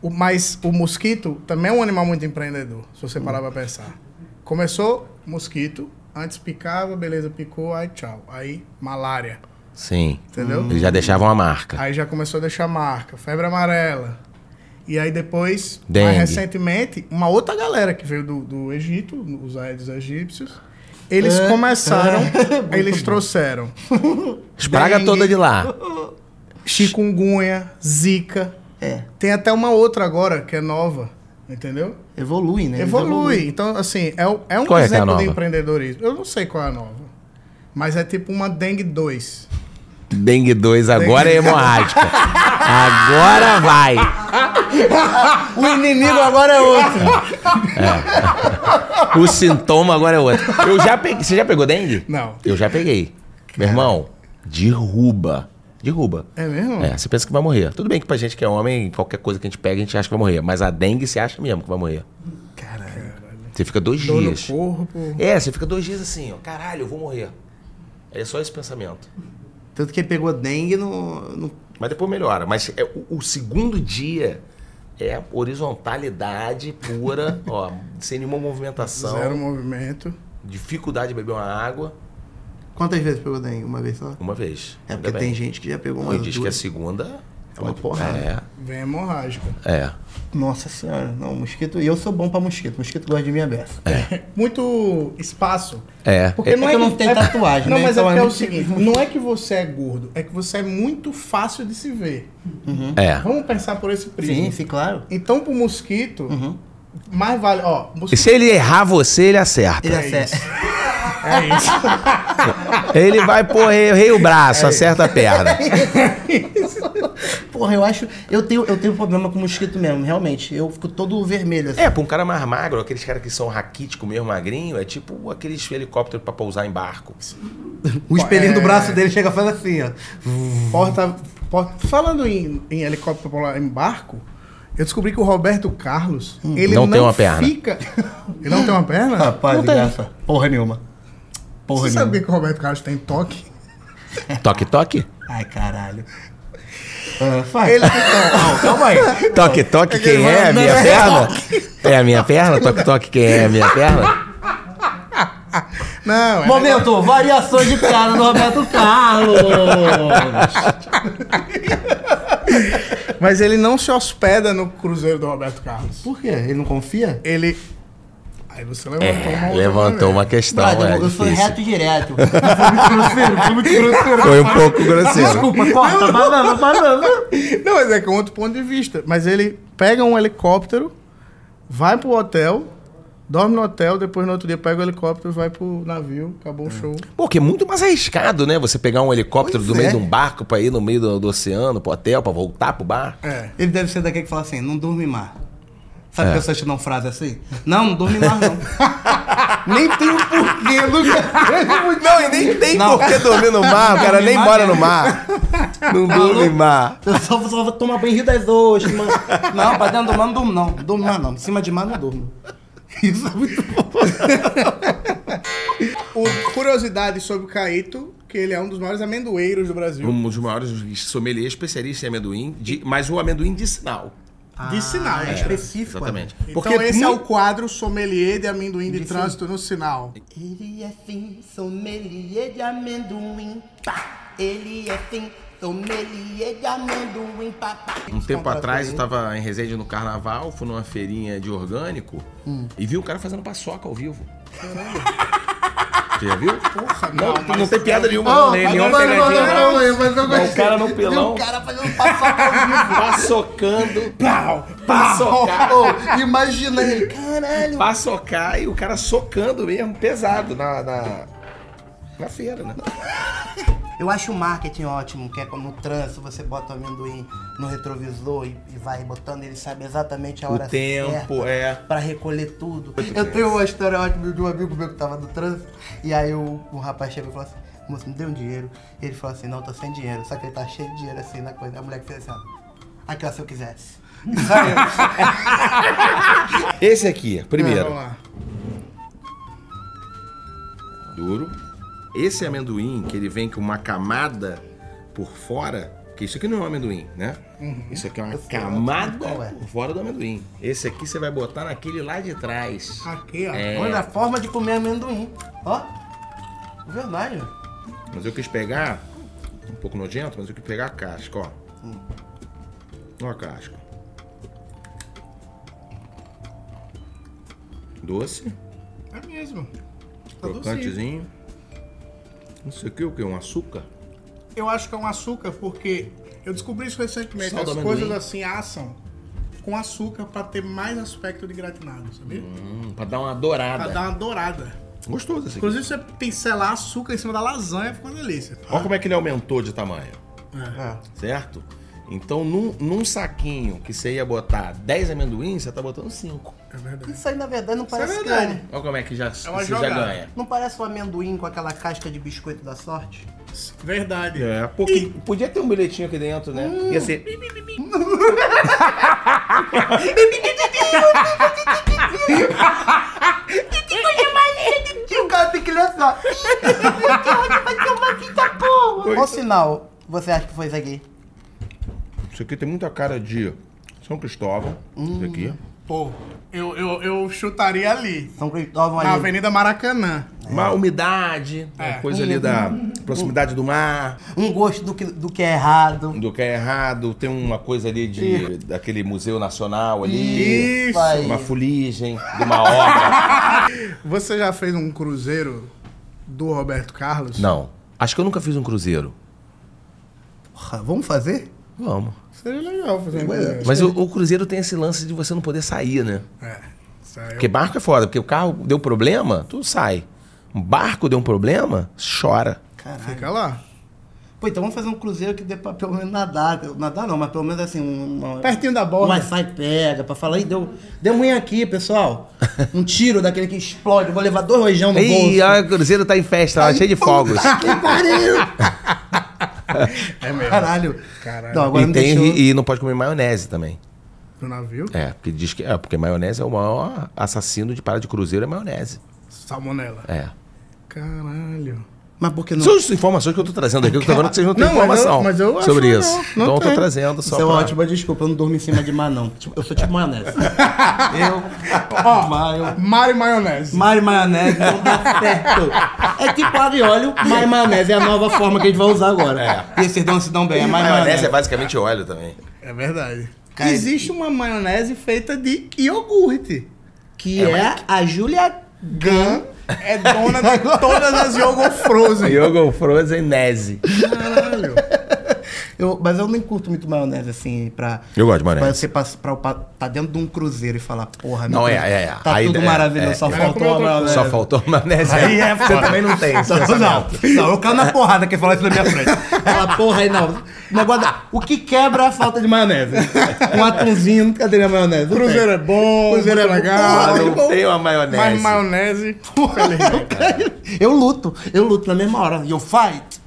Speaker 2: O, mas o mosquito também é um animal muito empreendedor, se você parar pra pensar. Começou mosquito, antes picava, beleza, picou, aí tchau. Aí malária,
Speaker 4: Sim.
Speaker 2: entendeu?
Speaker 4: Eles já deixavam a marca.
Speaker 2: Aí já começou a deixar marca, febre amarela. E aí depois, mais
Speaker 4: Dengue.
Speaker 2: recentemente, uma outra galera que veio do, do Egito, os aedes egípcios, eles começaram, eles trouxeram
Speaker 4: Espraga
Speaker 2: Dengue.
Speaker 4: toda de lá.
Speaker 2: chikungunya, zika.
Speaker 1: É.
Speaker 2: Tem até uma outra agora que é nova, entendeu?
Speaker 1: Evolui, né? Eles
Speaker 2: Evolui.
Speaker 1: evoluem.
Speaker 2: Então, assim, é, o- é um
Speaker 4: Qual é que é a
Speaker 2: exemplo de
Speaker 4: nova?
Speaker 2: empreendedorismo. Eu não sei qual é a nova. Mas é tipo uma dengue 2.
Speaker 4: Dengue 2 agora é hemorrágica. Agora vai.
Speaker 1: O inimigo agora é outro.
Speaker 4: O sintoma agora é outro. Eu já peguei. Você já pegou dengue?
Speaker 2: Não.
Speaker 4: Eu já peguei. Meu irmão, derruba. Derruba.
Speaker 2: É mesmo?
Speaker 4: É, você pensa que vai morrer. Tudo bem que pra gente que é homem, qualquer coisa que a gente pega, a gente acha que vai morrer. Mas a dengue você acha mesmo que vai morrer. Caralho. Você fica dois
Speaker 2: Dor no
Speaker 4: dias.
Speaker 2: corpo.
Speaker 4: É, você fica dois dias assim, ó. Caralho, eu vou morrer. É só esse pensamento.
Speaker 1: Tanto que ele pegou dengue no. no-
Speaker 4: Mas depois melhora. Mas é, o, o segundo dia é horizontalidade pura, ó, sem nenhuma movimentação,
Speaker 1: Então
Speaker 2: Zero movimento.
Speaker 4: dificuldade de beber uma água.
Speaker 1: Quantas vezes pegou dengue? Uma vez só?
Speaker 4: Uma vez.
Speaker 1: É
Speaker 4: Ainda
Speaker 1: porque
Speaker 4: bem.
Speaker 1: tem gente que já pegou uma
Speaker 4: E diz que assim. a
Speaker 1: duas.
Speaker 4: segunda
Speaker 1: É uma porrada.
Speaker 2: Vem hemorrágica.
Speaker 4: É, é.
Speaker 1: Nossa senhora, não, mosquito. E eu sou bom pra mosquito. Mosquito gosta de minha beça. É.
Speaker 2: Muito espaço.
Speaker 4: É.
Speaker 1: É que eu não tenho tatuagem,
Speaker 2: Não,
Speaker 1: né?
Speaker 2: mas
Speaker 1: Então
Speaker 2: é,
Speaker 1: é
Speaker 2: porque é o
Speaker 1: muito-
Speaker 2: seguinte. Não é que você é gordo. É que você é muito fácil de se ver.
Speaker 4: É.
Speaker 2: Vamos pensar por esse prisma.
Speaker 1: Sim, Uhum. sim, claro.
Speaker 2: Então, pro mosquito, mais vale... Ó,
Speaker 4: E
Speaker 2: mosquito
Speaker 4: se ele errar você, ele acerta.
Speaker 1: Ele
Speaker 2: É
Speaker 1: acerta.
Speaker 2: é isso.
Speaker 4: Ele vai, pô, errei o braço,
Speaker 1: É.
Speaker 4: acerta a perna.
Speaker 1: Porra, eu acho. Eu tenho, eu tenho problema com mosquito mesmo, realmente. Eu fico todo vermelho assim.
Speaker 4: É, pra um cara mais magro, aqueles caras que são raquítico mesmo, magrinho, é tipo aqueles helicópteros pra pousar em barco.
Speaker 1: O espelhinho do braço dele chega e faz assim, ó.
Speaker 2: Porta, porta- falando em, em helicóptero popular em barco, eu descobri que o Roberto Carlos, ele
Speaker 4: Não
Speaker 2: não,
Speaker 4: tem uma perna.
Speaker 2: fica... Ele não tem uma perna?
Speaker 1: Hum. Rapaz,
Speaker 2: não
Speaker 1: de
Speaker 2: tem.
Speaker 1: graça. Porra nenhuma. Porra
Speaker 2: Você
Speaker 1: nenhuma.
Speaker 2: sabia que o Roberto Carlos tem toque?
Speaker 4: Toque, toque?
Speaker 1: Ai, caralho. Ah, faz.
Speaker 2: Ele-
Speaker 1: Não, calma aí.
Speaker 4: Toque, toque, quem é a minha perna? É a minha perna? Toque, toque, quem é a minha perna?
Speaker 2: Não, é
Speaker 1: Momento, variações de piada do Roberto Carlos.
Speaker 2: mas ele não se hospeda no cruzeiro do Roberto Carlos.
Speaker 1: Por quê? Ele não confia?
Speaker 2: Ele... Aí você
Speaker 4: É,
Speaker 2: levantou uma outra
Speaker 4: Levantou
Speaker 2: também.
Speaker 4: uma questão,
Speaker 1: Brother,
Speaker 4: é
Speaker 1: eu fui
Speaker 4: difícil.
Speaker 1: reto e direto. Foi muito grosseiro, foi muito grosseiro.
Speaker 4: Foi um pouco grosseiro.
Speaker 1: Desculpa, corta, banana, banana.
Speaker 2: Não, mas é que é um outro ponto de vista. Mas ele pega um helicóptero, vai pro hotel, dorme no hotel, depois no outro dia pega o helicóptero, vai pro navio, acabou
Speaker 1: Hum.
Speaker 2: o show.
Speaker 4: Pô, que é muito mais arriscado, né? Você pegar um helicóptero do
Speaker 2: Pois
Speaker 4: meio
Speaker 2: é.
Speaker 4: de um barco pra ir no meio do, do oceano, pro hotel, pra voltar pro barco.
Speaker 2: É.
Speaker 1: Ele deve ser daquele que fala assim, não dorme mais.
Speaker 4: É.
Speaker 1: Sabe pessoas que dão frase assim? Não, não dorme mais não. Nem tem o porquê, nunca.
Speaker 4: Não, e nem tem
Speaker 1: Não.
Speaker 4: por que dormir no mar, o cara
Speaker 1: Dormir
Speaker 4: nem
Speaker 1: mar
Speaker 4: mora no
Speaker 1: mesmo.
Speaker 4: mar. Não dorme em mar.
Speaker 1: Eu só, só vou tomar banho em Rio das Ostras, mano. Não, pra dentro do mar não durmo não. Não durmo mais não. Em cima de mar não durmo. Isso é muito bom.
Speaker 2: O- curiosidade sobre o Caíto, que ele é um dos maiores amendoeiros do Brasil.
Speaker 4: Um dos maiores sommeliers especialista em amendoim, de- mas o amendoim de sinal.
Speaker 2: de sinal,
Speaker 1: É
Speaker 2: né?
Speaker 1: específico.
Speaker 4: Exatamente.
Speaker 1: né?
Speaker 2: Então
Speaker 4: Ah, Porque
Speaker 2: esse é
Speaker 4: mu-
Speaker 2: o quadro sommelier de amendoim de, trânsito no sinal.
Speaker 1: Ele é fim, sommelier de amendoim. Pá. Ele é fim, sommelier de amendoim. Pá, pá.
Speaker 4: Um tempo atrás eu tava em Resende no carnaval, fui numa feirinha de orgânico e vi um cara fazendo paçoca ao vivo. Você já viu? Porra, não, não, tem piada nenhuma, não, nem nenhuma pegadinha, não. O cara no pelão,
Speaker 1: O cara fazendo paçoca ao vivo.
Speaker 4: paçocando,
Speaker 2: Pau!
Speaker 4: paçocar,
Speaker 1: Ô, imagina ele, caralho.
Speaker 4: paçocar e o cara socando mesmo, pesado, na, na, na feira, né?
Speaker 1: Eu acho o marketing ótimo, que é como no trânsito, você bota o amendoim no retrovisor e, e vai botando, ele sabe exatamente a
Speaker 4: O
Speaker 1: hora
Speaker 4: tempo,
Speaker 1: certa
Speaker 4: é.
Speaker 1: pra recolher tudo. Eu tenho uma história ótima de um amigo meu que tava no trânsito, e aí o, o rapaz chegou e falou assim, moço, me dê um dinheiro. Ele falou assim, não, tô sem dinheiro. Só que ele tá cheio de dinheiro assim na coisa. A mulher que fez assim, ó, aqui ó, se eu quisesse.
Speaker 4: Esse aqui, primeiro.
Speaker 2: Vamos lá.
Speaker 4: Duro. Esse amendoim, que ele vem com uma camada por fora, que isso aqui não é um amendoim, né?
Speaker 2: Uhum.
Speaker 4: Isso aqui é uma camada
Speaker 1: qual é.
Speaker 4: por fora do amendoim. Esse aqui você vai botar naquele lá de trás.
Speaker 2: Aqui, ó.
Speaker 4: É.
Speaker 1: Olha a forma de comer amendoim. Ó, verdade.
Speaker 4: Mas eu quis pegar, um pouco nojento, mas eu quis pegar a casca, ó.
Speaker 2: Hum.
Speaker 4: Ó a casca. Doce,
Speaker 2: É mesmo. Tá docinho.
Speaker 4: crocantezinho. Isso aqui é o quê? Um açúcar?
Speaker 2: Eu acho que é um açúcar, porque eu descobri isso recentemente.
Speaker 4: Sal do
Speaker 2: as
Speaker 4: amendoim.
Speaker 2: coisas assim assam com açúcar pra ter mais aspecto de gratinado, sabia?
Speaker 4: Hum, pra dar uma
Speaker 2: Pra
Speaker 4: dourada.
Speaker 2: dar uma dourada.
Speaker 4: Gostoso esse aqui.
Speaker 2: Inclusive, você pincelar açúcar em cima da lasanha fica uma delícia.
Speaker 4: Olha como é que ele aumentou de tamanho,
Speaker 1: É.
Speaker 4: certo? Então, num, num saquinho que você ia botar 10 amendoins, você tá botando 5.
Speaker 2: É verdade.
Speaker 1: Isso aí, na verdade, não parece que
Speaker 2: verdade.
Speaker 1: é um-
Speaker 4: Olha como é que já,
Speaker 2: uma
Speaker 4: você já
Speaker 2: jogada.
Speaker 4: ganha.
Speaker 1: Não parece um amendoim com aquela casca de biscoito da sorte?
Speaker 2: Verdade.
Speaker 4: É, porque podia ter um bilhetinho aqui dentro, né? Ia ser.
Speaker 1: E o cara tem que ler só. Qual sinal você acha que foi isso aqui?
Speaker 4: Isso aqui tem muita cara de São Cristóvão. Isso aqui.
Speaker 2: Pô, eu, eu, eu chutaria ali.
Speaker 1: São Cristóvão
Speaker 2: Na
Speaker 1: ali.
Speaker 2: Avenida Maracanã.
Speaker 4: Uma umidade, uma
Speaker 2: É.
Speaker 4: coisa ali da proximidade do mar,
Speaker 1: Um gosto do que, do que é errado.
Speaker 4: do que é errado. Tem uma coisa ali de, daquele Museu Nacional ali.
Speaker 2: Isso.
Speaker 1: Vai.
Speaker 4: Uma fuligem, de uma obra.
Speaker 2: Você já fez um cruzeiro do Roberto Carlos?
Speaker 4: Não, acho que eu nunca fiz um cruzeiro.
Speaker 1: Porra, vamos fazer?
Speaker 4: Vamos.
Speaker 2: Seria legal fazer um cruzeiro.
Speaker 4: Mas o, o cruzeiro tem esse lance de você não poder sair, né?
Speaker 2: É. Saiu.
Speaker 4: Porque barco é foda, porque o carro deu problema, tu sai. Um barco deu um problema, chora.
Speaker 1: Caralho.
Speaker 2: Fica lá.
Speaker 1: Pô, então vamos fazer um cruzeiro que dê pra pelo menos nadar. Nadar não, mas pelo menos assim, um- uma...
Speaker 2: Pertinho da
Speaker 1: O
Speaker 2: borda.
Speaker 1: Wi-Fi pega pra falar, "Ih, deu, deu ruim aqui, pessoal. Um tiro daquele que explode, vou levar dois rojão no
Speaker 4: Ih,
Speaker 1: bolso.
Speaker 4: olha, o cruzeiro tá em festa, lá, cheio de fogos.
Speaker 1: Que pariu!
Speaker 2: É mesmo.
Speaker 1: Caralho.
Speaker 2: Caralho.
Speaker 1: Não, agora
Speaker 4: E,
Speaker 1: me
Speaker 4: tem,
Speaker 1: deixou...
Speaker 4: e não pode comer maionese também.
Speaker 2: No navio?
Speaker 4: É, porque diz que. É, porque maionese é o maior assassino de parada de cruzeiro, é maionese.
Speaker 2: Salmonela.
Speaker 4: É.
Speaker 2: Caralho.
Speaker 1: Mas por que não?
Speaker 4: São as informações que eu tô trazendo aqui, que eu tô falando que vocês não têm
Speaker 2: Não, mas
Speaker 4: informação
Speaker 2: eu- mas eu acho
Speaker 4: sobre
Speaker 2: legal.
Speaker 4: isso.
Speaker 2: Não
Speaker 4: então eu
Speaker 2: tem.
Speaker 4: tô trazendo só
Speaker 1: Isso é
Speaker 4: pra-
Speaker 1: uma ótima desculpa, eu não durmo em cima de mar, não. Tipo, Eu sou tipo maionese. eu.
Speaker 2: Ó,
Speaker 1: Maio.
Speaker 2: Mário e maionese.
Speaker 1: Mar e maionese não dá certo. É tipo avióleo, mar e maionese é a nova forma que a gente vai usar agora. E esses dons se dão bem, é mar e
Speaker 4: Maionese
Speaker 1: maionese.
Speaker 4: é basicamente óleo também.
Speaker 2: É verdade.
Speaker 1: Cara,
Speaker 2: Existe uma maionese feita de iogurte.
Speaker 1: que é, a Julia Gunn.
Speaker 2: É dona de todas as Yogo Frozen.
Speaker 4: Yogo Frozen Nese.
Speaker 2: Caralho.
Speaker 1: Eu- mas eu nem curto muito maionese, assim, pra...
Speaker 4: Eu gosto de maionese.
Speaker 1: Pra você pass- pra eu pa- tá dentro de um cruzeiro e falar, porra,
Speaker 4: Não,
Speaker 1: meu
Speaker 4: é,
Speaker 1: Deus,
Speaker 4: é, é.
Speaker 1: Tá
Speaker 4: Aí
Speaker 1: tudo
Speaker 4: é,
Speaker 1: maravilhoso,
Speaker 4: é,
Speaker 1: só
Speaker 4: é.
Speaker 1: faltou a maionese.
Speaker 4: Só faltou maionese. Aí é Você também não tem esse
Speaker 1: Não, não,
Speaker 4: pensamento.
Speaker 1: não, eu caio na porrada quem falar isso na minha frente. Fala, porra, aí não. O negócio da- O que quebra é a falta de maionese. Um atumzinho, cadê minha maionese? Não tem.
Speaker 2: Cruzeiro é bom,
Speaker 1: Cruzeiro
Speaker 2: Cruzeiro é
Speaker 1: é
Speaker 2: legal.
Speaker 1: bom.
Speaker 4: Mas Ah, não tem uma maionese.
Speaker 2: Mas maionese.
Speaker 1: Eu luto, eu luto na mesma hora. E eu fight.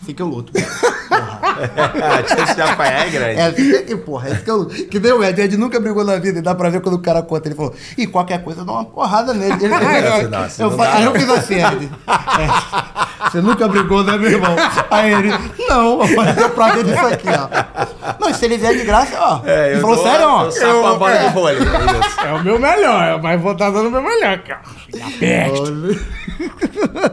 Speaker 1: Assim que eu luto.
Speaker 4: A chance de apanhar é grande.
Speaker 1: É assim que, porra, é isso que eu luto. Que deu, o Ed, Ed nunca brigou na vida. E dá pra ver quando o cara conta. Ele falou, e qualquer coisa eu dou uma porrada nele. Ele,
Speaker 4: Não, não, assim
Speaker 1: eu,
Speaker 4: não
Speaker 1: fa-
Speaker 4: dá,
Speaker 1: aí eu
Speaker 4: não.
Speaker 1: fiz assim, Ed. É, você nunca brigou, né, meu irmão? Aí ele, não, mas deu pra ver disso aqui, ó. Não, e se ele vier de graça, ó.
Speaker 4: É,
Speaker 1: ele falou,
Speaker 4: dou-
Speaker 1: sério, ó.
Speaker 4: Eu sapo a bola de vôlei.
Speaker 2: É o meu melhor, mas vou estar dando o meu melhor. cara.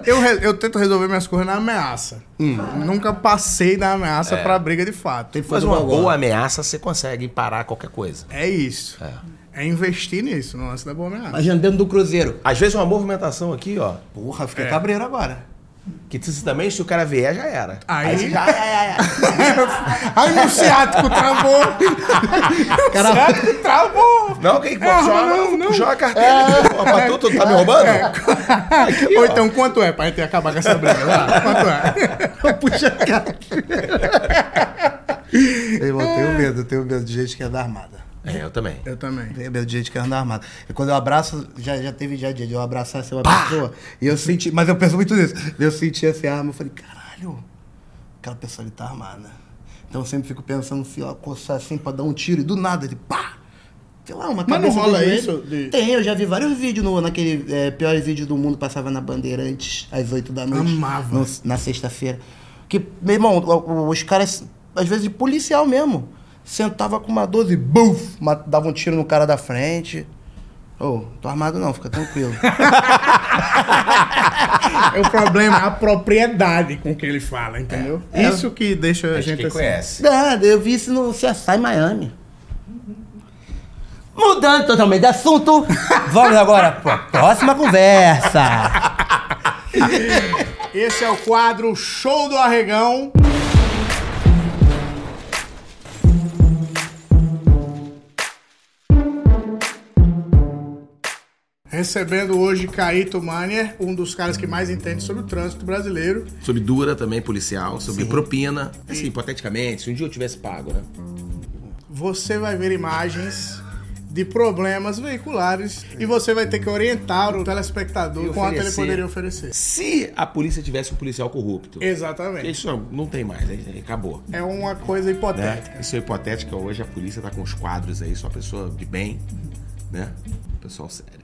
Speaker 2: Eu, re- eu tento resolver minhas coisas na ameaça. Nunca passei da ameaça pra briga de fato.
Speaker 4: Mas uma boa ameaça, você consegue parar qualquer coisa.
Speaker 2: É isso. É. investir nisso, no lance da boa ameaça.
Speaker 1: Imagina dentro do Cruzeiro.
Speaker 4: Às vezes uma movimentação aqui, ó,
Speaker 1: Porra, eu
Speaker 4: É.
Speaker 1: fiquei cabreiro agora.
Speaker 4: que se também, se o cara vier, já era.
Speaker 2: Aí,
Speaker 1: Já, já, já, já.
Speaker 2: aí meu ciático travou.
Speaker 1: Cara-
Speaker 2: ciático travou.
Speaker 4: Não, quem que
Speaker 2: Ah,
Speaker 4: joga,
Speaker 2: não, não.
Speaker 4: joga a carteira. Pô, pra tu, tu tá me roubando? Aqui,
Speaker 2: Ou
Speaker 4: ó.
Speaker 2: então, quanto é pra gente acabar com essa briga? Lá, quanto é?
Speaker 1: Meu irmão, eu tenho medo, eu tenho medo de gente que anda armada.
Speaker 4: É, eu também.
Speaker 2: Eu também.
Speaker 1: Tenho medo de gente que anda armada. E quando eu abraço, já, já teve já dia de eu abraçar assim, uma pessoa, e eu senti, mas eu penso muito nisso. Eu senti essa arma, eu falei, caralho, aquela pessoa ali tá armada. Então eu sempre fico pensando se ó, coçar assim pra dar um tiro e do nada ele pá! Sei lá, uma
Speaker 2: Mas não
Speaker 1: cabeça do
Speaker 2: rola
Speaker 1: joelho.
Speaker 2: isso de-
Speaker 1: Tem, eu já vi vários vídeos no, naquele é, pior vídeo do mundo, passava na Bandeirantes às 8 da noite.
Speaker 2: Amava.
Speaker 1: no- na sexta-feira. Que, meu irmão, o- o- os caras, às vezes, de policial mesmo. Sentava com uma 12 e buf, ma- dava um tiro no cara da frente. Ô, tô armado não, fica tranquilo.
Speaker 2: É o problema, a propriedade com que ele fala, entendeu? Isso que deixa a
Speaker 4: A gente
Speaker 2: gente
Speaker 4: que
Speaker 2: assim.
Speaker 4: conhece.
Speaker 1: Nada, eu vi isso no CSI Miami. Mudando totalmente de assunto, vamos agora pra próxima conversa.
Speaker 2: Esse é o quadro Show do Arregão. Recebendo hoje Caíto Manier, um dos caras que mais entende sobre o trânsito brasileiro.
Speaker 4: Sobre dura também, policial, sobre propina. Assim, hipoteticamente, se um dia eu tivesse pago, né?
Speaker 2: Você vai ver imagens de problemas veiculares e você vai ter que orientar o telespectador
Speaker 4: E
Speaker 2: quanto ele
Speaker 4: oferecer.
Speaker 2: poderia oferecer.
Speaker 4: Se a polícia tivesse um policial corrupto,
Speaker 2: Exatamente.
Speaker 4: isso não tem mais, aí- aí acabou.
Speaker 2: É uma coisa
Speaker 4: né?
Speaker 2: hipotética.
Speaker 4: Isso é hipotético. Hoje a polícia tá com os quadros aí, só pessoa de bem, né? Pessoal sério.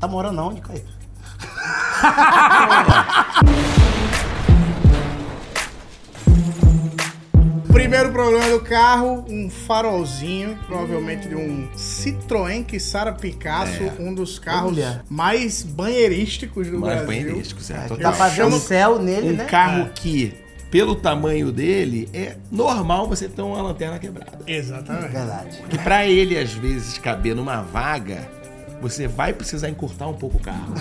Speaker 1: Tá morando onde, Caio?
Speaker 2: Primeiro problema do carro, um farolzinho, provavelmente de um Citroën Sara Picasso, um dos carros
Speaker 1: É. Olha.
Speaker 2: mais banheirísticos do
Speaker 4: Mas
Speaker 2: Brasil.
Speaker 4: banheirístico, certo?
Speaker 1: Tá
Speaker 4: Total.
Speaker 1: fazendo céu nele,
Speaker 4: um
Speaker 1: né?
Speaker 4: carro que, pelo tamanho dele, é normal você ter uma lanterna quebrada.
Speaker 2: Exatamente.
Speaker 1: Verdade.
Speaker 4: Que pra ele, às vezes, caber numa vaga, você vai precisar encurtar um pouco o carro.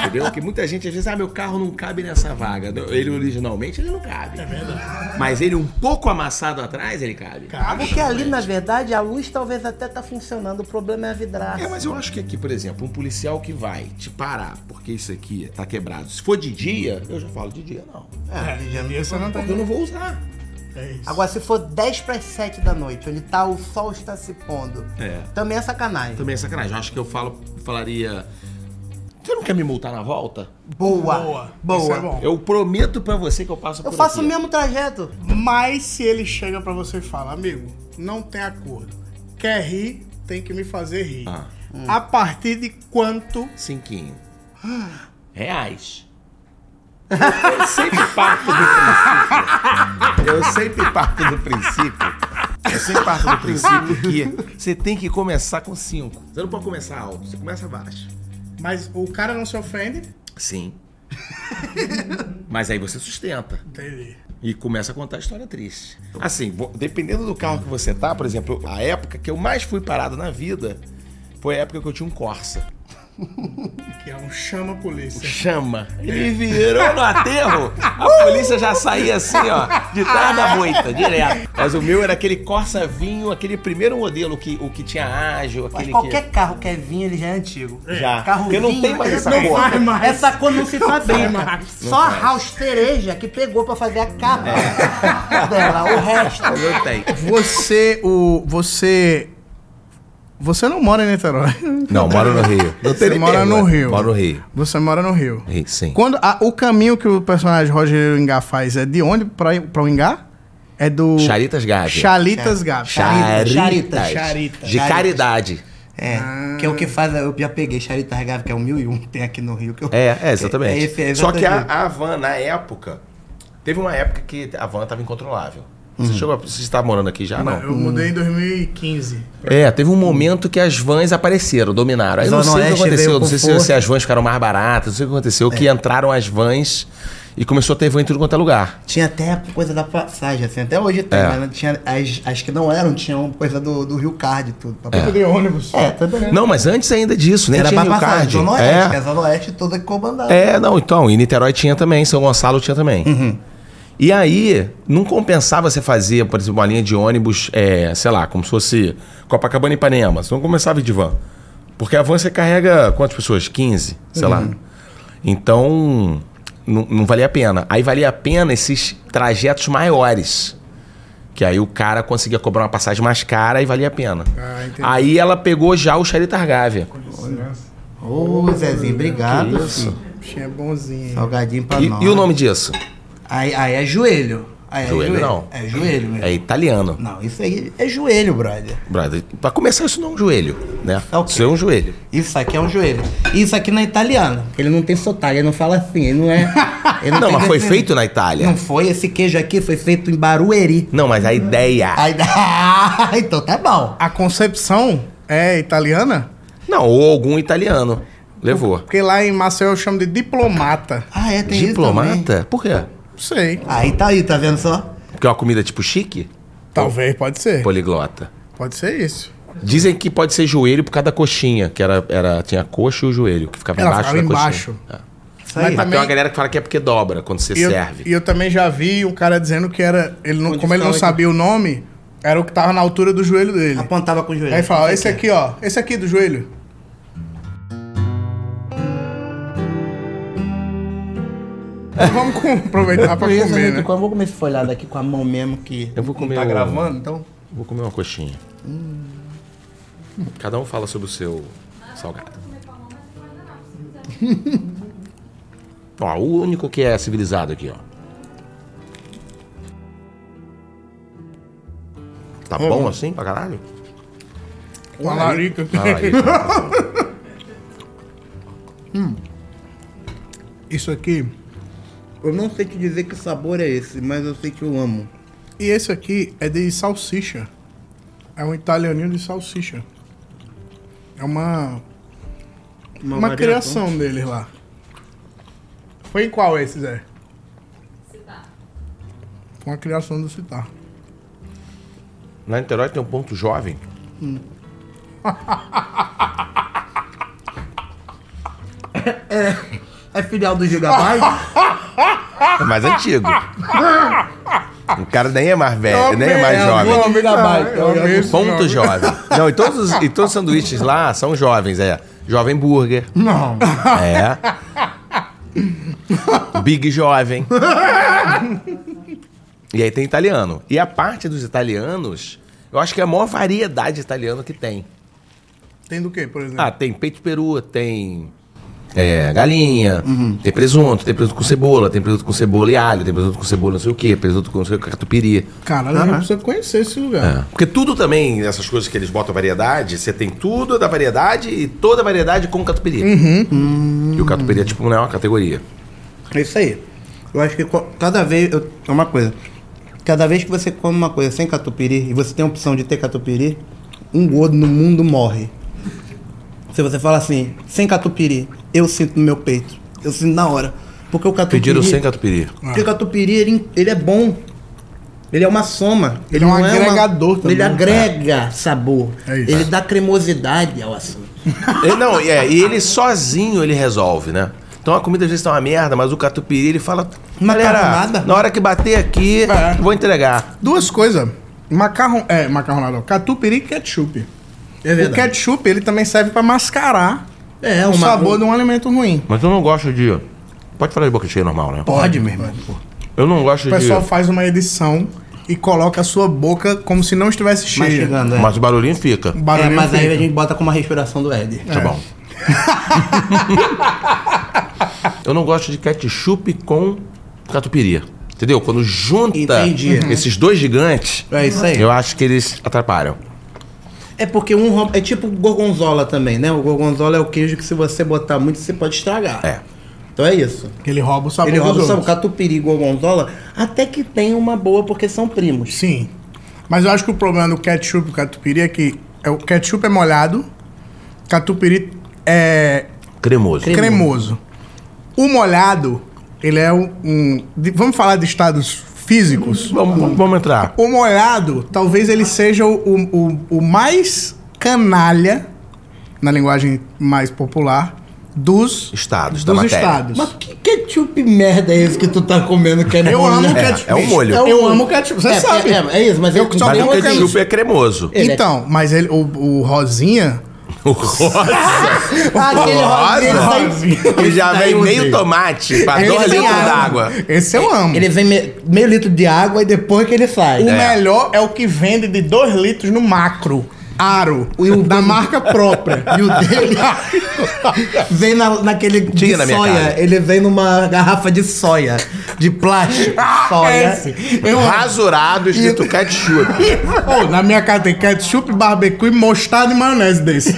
Speaker 4: Entendeu? Porque muita gente às vezes, ah, meu carro não cabe nessa vaga. Ele originalmente ele não cabe. É verdade. Mas ele um pouco amassado atrás, ele cabe.
Speaker 1: Porque ali, na verdade, a luz talvez até tá funcionando, o problema é a vidraça.
Speaker 4: É, mas eu acho que aqui, por exemplo, um policial que vai te parar porque isso aqui tá quebrado. Se for de dia, eu já falo de dia, não.
Speaker 1: É,
Speaker 2: E essa não tá
Speaker 4: Porque eu não vou usar.
Speaker 2: É isso.
Speaker 1: Agora, se for 10 para 7 da noite, onde tá, o sol está se pondo,
Speaker 4: É.
Speaker 1: também é sacanagem.
Speaker 4: Também é sacanagem. Eu acho que eu falo, falaria. Você não quer me multar na volta?
Speaker 1: Boa.
Speaker 2: Boa.
Speaker 1: Boa.
Speaker 2: Isso é bom.
Speaker 4: Eu prometo pra você que eu passo por
Speaker 1: Eu faço o
Speaker 4: aqui.
Speaker 1: mesmo trajeto.
Speaker 2: Mas se ele chega pra você e fala, amigo, não tem acordo. Quer rir, tem que me fazer rir.
Speaker 4: Ah.
Speaker 2: A partir de quanto
Speaker 4: Cinquinho. Reais. Eu sempre parto do princípio. Eu sempre parto do princípio. Eu sempre parto do princípio que você tem que começar com cinco. Você não pode começar alto, você começa baixo.
Speaker 2: Mas o cara não se ofende?
Speaker 4: Sim. Mas aí você sustenta
Speaker 2: Entendi.
Speaker 4: e começa a contar a história triste. Assim, vo- dependendo do carro que você tá, por exemplo, a época que eu mais fui parado na vida Foi a época que eu tinha um Corsa.
Speaker 2: Que é um chama polícia.
Speaker 4: Chama. Ele virou no aterro, a polícia já saía assim, ó, de trás da moita, direto. Mas o meu era aquele Corsa vinho, aquele primeiro modelo, que, o que tinha ágil,
Speaker 1: Mas
Speaker 4: aquele
Speaker 1: qualquer
Speaker 4: que...
Speaker 1: carro que é vinho, ele já é antigo.
Speaker 4: Já.
Speaker 1: Carro
Speaker 4: Porque não
Speaker 1: vinho,
Speaker 4: tem mais essa
Speaker 1: não
Speaker 4: cor.
Speaker 1: faz mais.
Speaker 2: mais.
Speaker 1: Essa cor não se fabrica. Só a
Speaker 4: faz.
Speaker 1: raustereja que pegou pra fazer a capa dela. O resto.
Speaker 4: Não tem.
Speaker 2: Você, o. Você. Você não mora em Niterói.
Speaker 4: Não, moro no Rio. Não
Speaker 2: Você
Speaker 4: nem
Speaker 2: mora
Speaker 4: pergunta.
Speaker 2: no Rio.
Speaker 4: Moro no Rio.
Speaker 2: Você mora no Rio.
Speaker 4: Rio, Sim.
Speaker 2: Quando, a- o caminho que o personagem Rogério Ingá faz é de onde pra, pra o Ingá? É do.
Speaker 4: Charitas Gávea.
Speaker 2: Chalitas Gávea.
Speaker 4: Charitas.
Speaker 1: Charitas.
Speaker 2: Charitas.
Speaker 4: De caridade.
Speaker 1: É, que é o que faz. Eu já peguei Charita Gávea, que é o 1001 que tem aqui no Rio. Que eu-
Speaker 4: É, é, exatamente.
Speaker 1: É esse- é
Speaker 4: Só que a,
Speaker 1: exatamente.
Speaker 4: a van, na época, teve uma época que a van tava incontrolável. Você, chegou a- você está morando aqui já? Uhum. Não.
Speaker 2: Eu mudei em 2015.
Speaker 4: É, teve um momento que as vans apareceram, dominaram. Aí eu não
Speaker 1: Zona
Speaker 4: sei o
Speaker 1: Oeste
Speaker 4: que aconteceu,
Speaker 1: veio
Speaker 4: não
Speaker 1: com
Speaker 4: sei se,
Speaker 1: força. É.
Speaker 4: se as vans ficaram mais baratas, não sei o que aconteceu, que entraram as vans e começou a ter van em tudo quanto é lugar.
Speaker 1: Tinha até a coisa da passagem, assim. Até hoje tem,
Speaker 4: É.
Speaker 1: mas não tinha, as, as que não eram, tinham coisa do, do Rio Card e tudo. Pra
Speaker 2: Tudo de ônibus.
Speaker 1: É, também.
Speaker 4: Não, mas antes ainda disso, nem
Speaker 1: Era
Speaker 4: tinha
Speaker 1: pra
Speaker 4: Rio
Speaker 1: passar,
Speaker 4: Card.
Speaker 1: Zona Oeste, que é a
Speaker 4: É,
Speaker 1: Zona Oeste toda que
Speaker 2: Tá.
Speaker 1: comandava.
Speaker 4: é, não, então, e Niterói tinha também, São Gonçalo tinha também.
Speaker 2: Uhum.
Speaker 4: E aí, não compensava você fazer, por exemplo, uma linha de ônibus, é, sei lá, como se fosse Copacabana e Ipanema. Você não começava a ir de van. Porque a van você carrega quantas pessoas? 15, sei lá.
Speaker 2: Uhum.
Speaker 4: Então, não, não valia a pena. Aí valia a pena esses trajetos maiores. Que aí o cara conseguia cobrar uma passagem mais cara e valia a pena.
Speaker 2: Ah, entendi.
Speaker 4: aí ela pegou já o Charitas Gávea.
Speaker 1: Ô, Zezinho, obrigado. filho.
Speaker 2: Tinha é bonzinho. hein?
Speaker 1: Salgadinho pra
Speaker 4: E,
Speaker 1: nós.
Speaker 4: e o nome disso?
Speaker 1: Aí, aí é joelho. Aí é
Speaker 4: Joelho não.
Speaker 1: É joelho mesmo.
Speaker 4: É italiano.
Speaker 1: Não, isso aí é joelho, brother.
Speaker 4: Brother, pra começar, isso não é um joelho, né?
Speaker 1: É o quê?
Speaker 4: Isso é um joelho.
Speaker 1: Isso aqui é um joelho. Isso aqui não é italiano. Ele não tem sotaque, ele não fala assim, ele não é. ele
Speaker 4: Não,
Speaker 1: tem
Speaker 4: mas foi
Speaker 1: definido.
Speaker 4: feito na Itália.
Speaker 1: Não foi, esse queijo aqui foi feito em Barueri.
Speaker 4: Não, mas a ideia.
Speaker 1: Aí, ah, então tá bom.
Speaker 2: A concepção é italiana?
Speaker 4: Não, ou algum italiano. Levou.
Speaker 2: Porque lá em Maceió eu chamo de diplomata.
Speaker 1: Ah, é, tem isso também.
Speaker 4: Diplomata? Por quê?
Speaker 2: Não sei.
Speaker 1: Aí tá aí, tá vendo só?
Speaker 4: Porque é uma comida tipo chique?
Speaker 2: Talvez, pode ser.
Speaker 4: Poliglota.
Speaker 2: Pode ser isso.
Speaker 4: Dizem que pode ser joelho por causa da coxinha, que era, era, tinha a coxa e o joelho, que ficava
Speaker 2: Ela
Speaker 4: embaixo
Speaker 2: ficava
Speaker 4: da coxinha.
Speaker 2: embaixo.
Speaker 4: É.
Speaker 1: Isso
Speaker 2: Mas
Speaker 1: aí.
Speaker 4: Mas
Speaker 2: Também-
Speaker 4: tem uma galera que fala que é porque dobra quando você
Speaker 2: E eu,
Speaker 4: serve.
Speaker 2: e eu também já vi um cara dizendo que era. Ele não,
Speaker 1: Onde
Speaker 2: como ele não
Speaker 1: ficava
Speaker 2: sabia o nome, era o que tava na altura do joelho dele.
Speaker 1: Apontava com o joelho.
Speaker 2: Aí fala, ó, esse aqui, ó. Esse aqui do joelho. Então Vamos com- aproveitar pra
Speaker 1: Por isso,
Speaker 2: comer,
Speaker 1: gente,
Speaker 2: né?
Speaker 1: eu vou comer esse folhado aqui com a mão mesmo que
Speaker 4: Eu vou comer
Speaker 1: não tá
Speaker 4: o-
Speaker 1: gravando, então.
Speaker 4: Vou comer uma coxinha. Cada um fala sobre o seu salgado. ó, o único que é civilizado aqui, ó. Tá bom assim pra caralho?
Speaker 2: Com a larica.
Speaker 4: Vai lá, aí.
Speaker 2: Isso aqui.
Speaker 1: Eu não sei te dizer que sabor é esse, mas eu sei que eu amo.
Speaker 2: E esse aqui é de salsicha. É um italianinho de salsicha. É uma. Uma,
Speaker 1: variação.
Speaker 2: criação deles lá. Foi em qual esse, Zé? Foi uma criação do Citar.
Speaker 4: Na Niterói tem um ponto jovem.
Speaker 1: É filial do Gigabyte?
Speaker 4: É mais antigo. O cara nem é mais velho, nem é mais jovem.
Speaker 1: do Gigabyte.
Speaker 2: É o mesmo
Speaker 4: Ponto
Speaker 2: nome.
Speaker 4: jovem. Não, e todos, os, e todos os sanduíches lá são jovens, é. Jovem Burger.
Speaker 1: Não.
Speaker 4: É. Big Jovem. E aí tem italiano. E a parte dos italianos, eu acho que é a maior variedade de italiano que tem.
Speaker 2: Tem do que, por exemplo?
Speaker 4: Ah, tem peito de peru, tem é, galinha, tem presunto, tem presunto com cebola, tem presunto com cebola e alho, tem presunto com cebola não sei o quê, presunto com não sei o quê, catupiry.
Speaker 7: Ah.
Speaker 2: Caralho, a gente precisa conhecer esse lugar.
Speaker 4: É. Porque tudo também, essas coisas que eles botam variedade, você tem tudo da variedade e toda variedade com catupiry. E o catupiry é tipo não é uma categoria.
Speaker 1: É isso aí. Eu acho que co- cada vez. eu- É uma coisa. Cada vez que você come uma coisa sem catupiry e você tem a opção de ter catupiry, um gordo no mundo morre. Se você fala assim, sem catupiry, eu sinto no meu peito. Eu sinto na hora. Porque o catupiry.
Speaker 4: Pediram sem catupiry.
Speaker 1: Porque o catupiry, ele, ele é bom. Ele é uma soma.
Speaker 2: Ele é um
Speaker 1: não
Speaker 2: agregador também.
Speaker 1: Ele agrega sabor.
Speaker 2: É isso.
Speaker 1: Ele dá cremosidade ao assunto.
Speaker 4: Ele, não, e é, e ele sozinho ele resolve, né? Então a comida às vezes tá uma merda, mas o catupiry ele fala.
Speaker 1: Não tá
Speaker 4: Galera,
Speaker 1: nada."
Speaker 4: na hora que bater aqui,
Speaker 2: É.
Speaker 4: vou entregar.
Speaker 2: Duas coisas. Macarrão. É, macarronado. ó. Catupiry e ketchup.
Speaker 7: É
Speaker 2: o
Speaker 7: verdade.
Speaker 2: ketchup ele também serve pra mascarar
Speaker 7: É,
Speaker 2: o
Speaker 7: uma-
Speaker 2: sabor de um alimento ruim.
Speaker 4: Mas eu não gosto de. Pode falar de boca cheia normal, né?
Speaker 7: Pode, meu irmão.
Speaker 4: Eu não gosto
Speaker 2: O pessoal faz uma edição e coloca a sua boca como se não estivesse cheia.
Speaker 1: Mastigando, é.
Speaker 4: Mas o barulhinho fica.
Speaker 2: O
Speaker 1: É,
Speaker 2: barulhinho
Speaker 1: mas aí
Speaker 2: fica.
Speaker 1: a gente bota com uma respiração do Éder.
Speaker 4: Tá bom. eu não gosto de ketchup com catupiry. Entendeu? Quando junta
Speaker 1: Entendi. Uhum.
Speaker 4: esses dois gigantes,
Speaker 1: É isso aí.
Speaker 4: eu acho que eles atrapalham.
Speaker 1: É porque um rom- é tipo gorgonzola também, né? O gorgonzola é o queijo que se você botar muito você pode estragar.
Speaker 4: É.
Speaker 1: Então é isso.
Speaker 2: Que ele rouba o sabor
Speaker 1: Ele
Speaker 2: dos
Speaker 1: rouba sabe,
Speaker 2: outros.
Speaker 1: catupiry e gorgonzola, até que tem uma boa porque são primos.
Speaker 2: Sim. Mas eu acho que o problema do ketchup e catupiry é que é, o ketchup é molhado, catupiry é
Speaker 4: Cremoso.
Speaker 2: cremoso. O molhado, ele é um. um- de- vamos falar de estados físicos?
Speaker 4: Vamos, vamos- vamos entrar.
Speaker 2: O molhado, talvez ele seja o, o, o mais canalha, na linguagem mais popular, dos,
Speaker 4: Estados da
Speaker 2: dos
Speaker 4: matéria.
Speaker 2: estados.
Speaker 1: Mas que ketchup merda é esse que tu tá comendo que é
Speaker 2: Eu amo
Speaker 1: né?
Speaker 2: ketchup.
Speaker 4: é um molho.
Speaker 2: Eu, amo ketchup, você
Speaker 1: é,
Speaker 2: sabe.
Speaker 1: É, é, é isso, mas
Speaker 2: Eu
Speaker 1: eu
Speaker 2: que só
Speaker 4: Mas o
Speaker 2: Alguma
Speaker 4: ketchup é cremoso.
Speaker 1: Ele é-
Speaker 2: Então, mas ele, o, o rosinha...
Speaker 4: O rosa.
Speaker 1: Aquele rosinha, ele sai- Tá um
Speaker 4: Ele já vem meio tomate pra
Speaker 2: Esse
Speaker 4: dois
Speaker 2: eu
Speaker 4: litros
Speaker 2: amo.
Speaker 4: d'água.
Speaker 2: Esse eu amo.
Speaker 1: Ele é vem me- meio litro de água e depois que ele sai.
Speaker 2: O
Speaker 4: É.
Speaker 2: melhor é o que vende de 2 litros no macro. Aro. da marca própria.
Speaker 1: E o dele
Speaker 2: é
Speaker 1: vem na, naquele de
Speaker 4: Tira na minha
Speaker 1: soia.
Speaker 4: cara.
Speaker 1: Ele vem numa garrafa de soia, de plástico.
Speaker 4: Ah,
Speaker 2: É
Speaker 1: soia.
Speaker 4: é.
Speaker 1: um-
Speaker 4: Rasurado, escrito ketchup.
Speaker 2: Pô, na minha casa tem ketchup, barbecue, mostarda e maionese desse.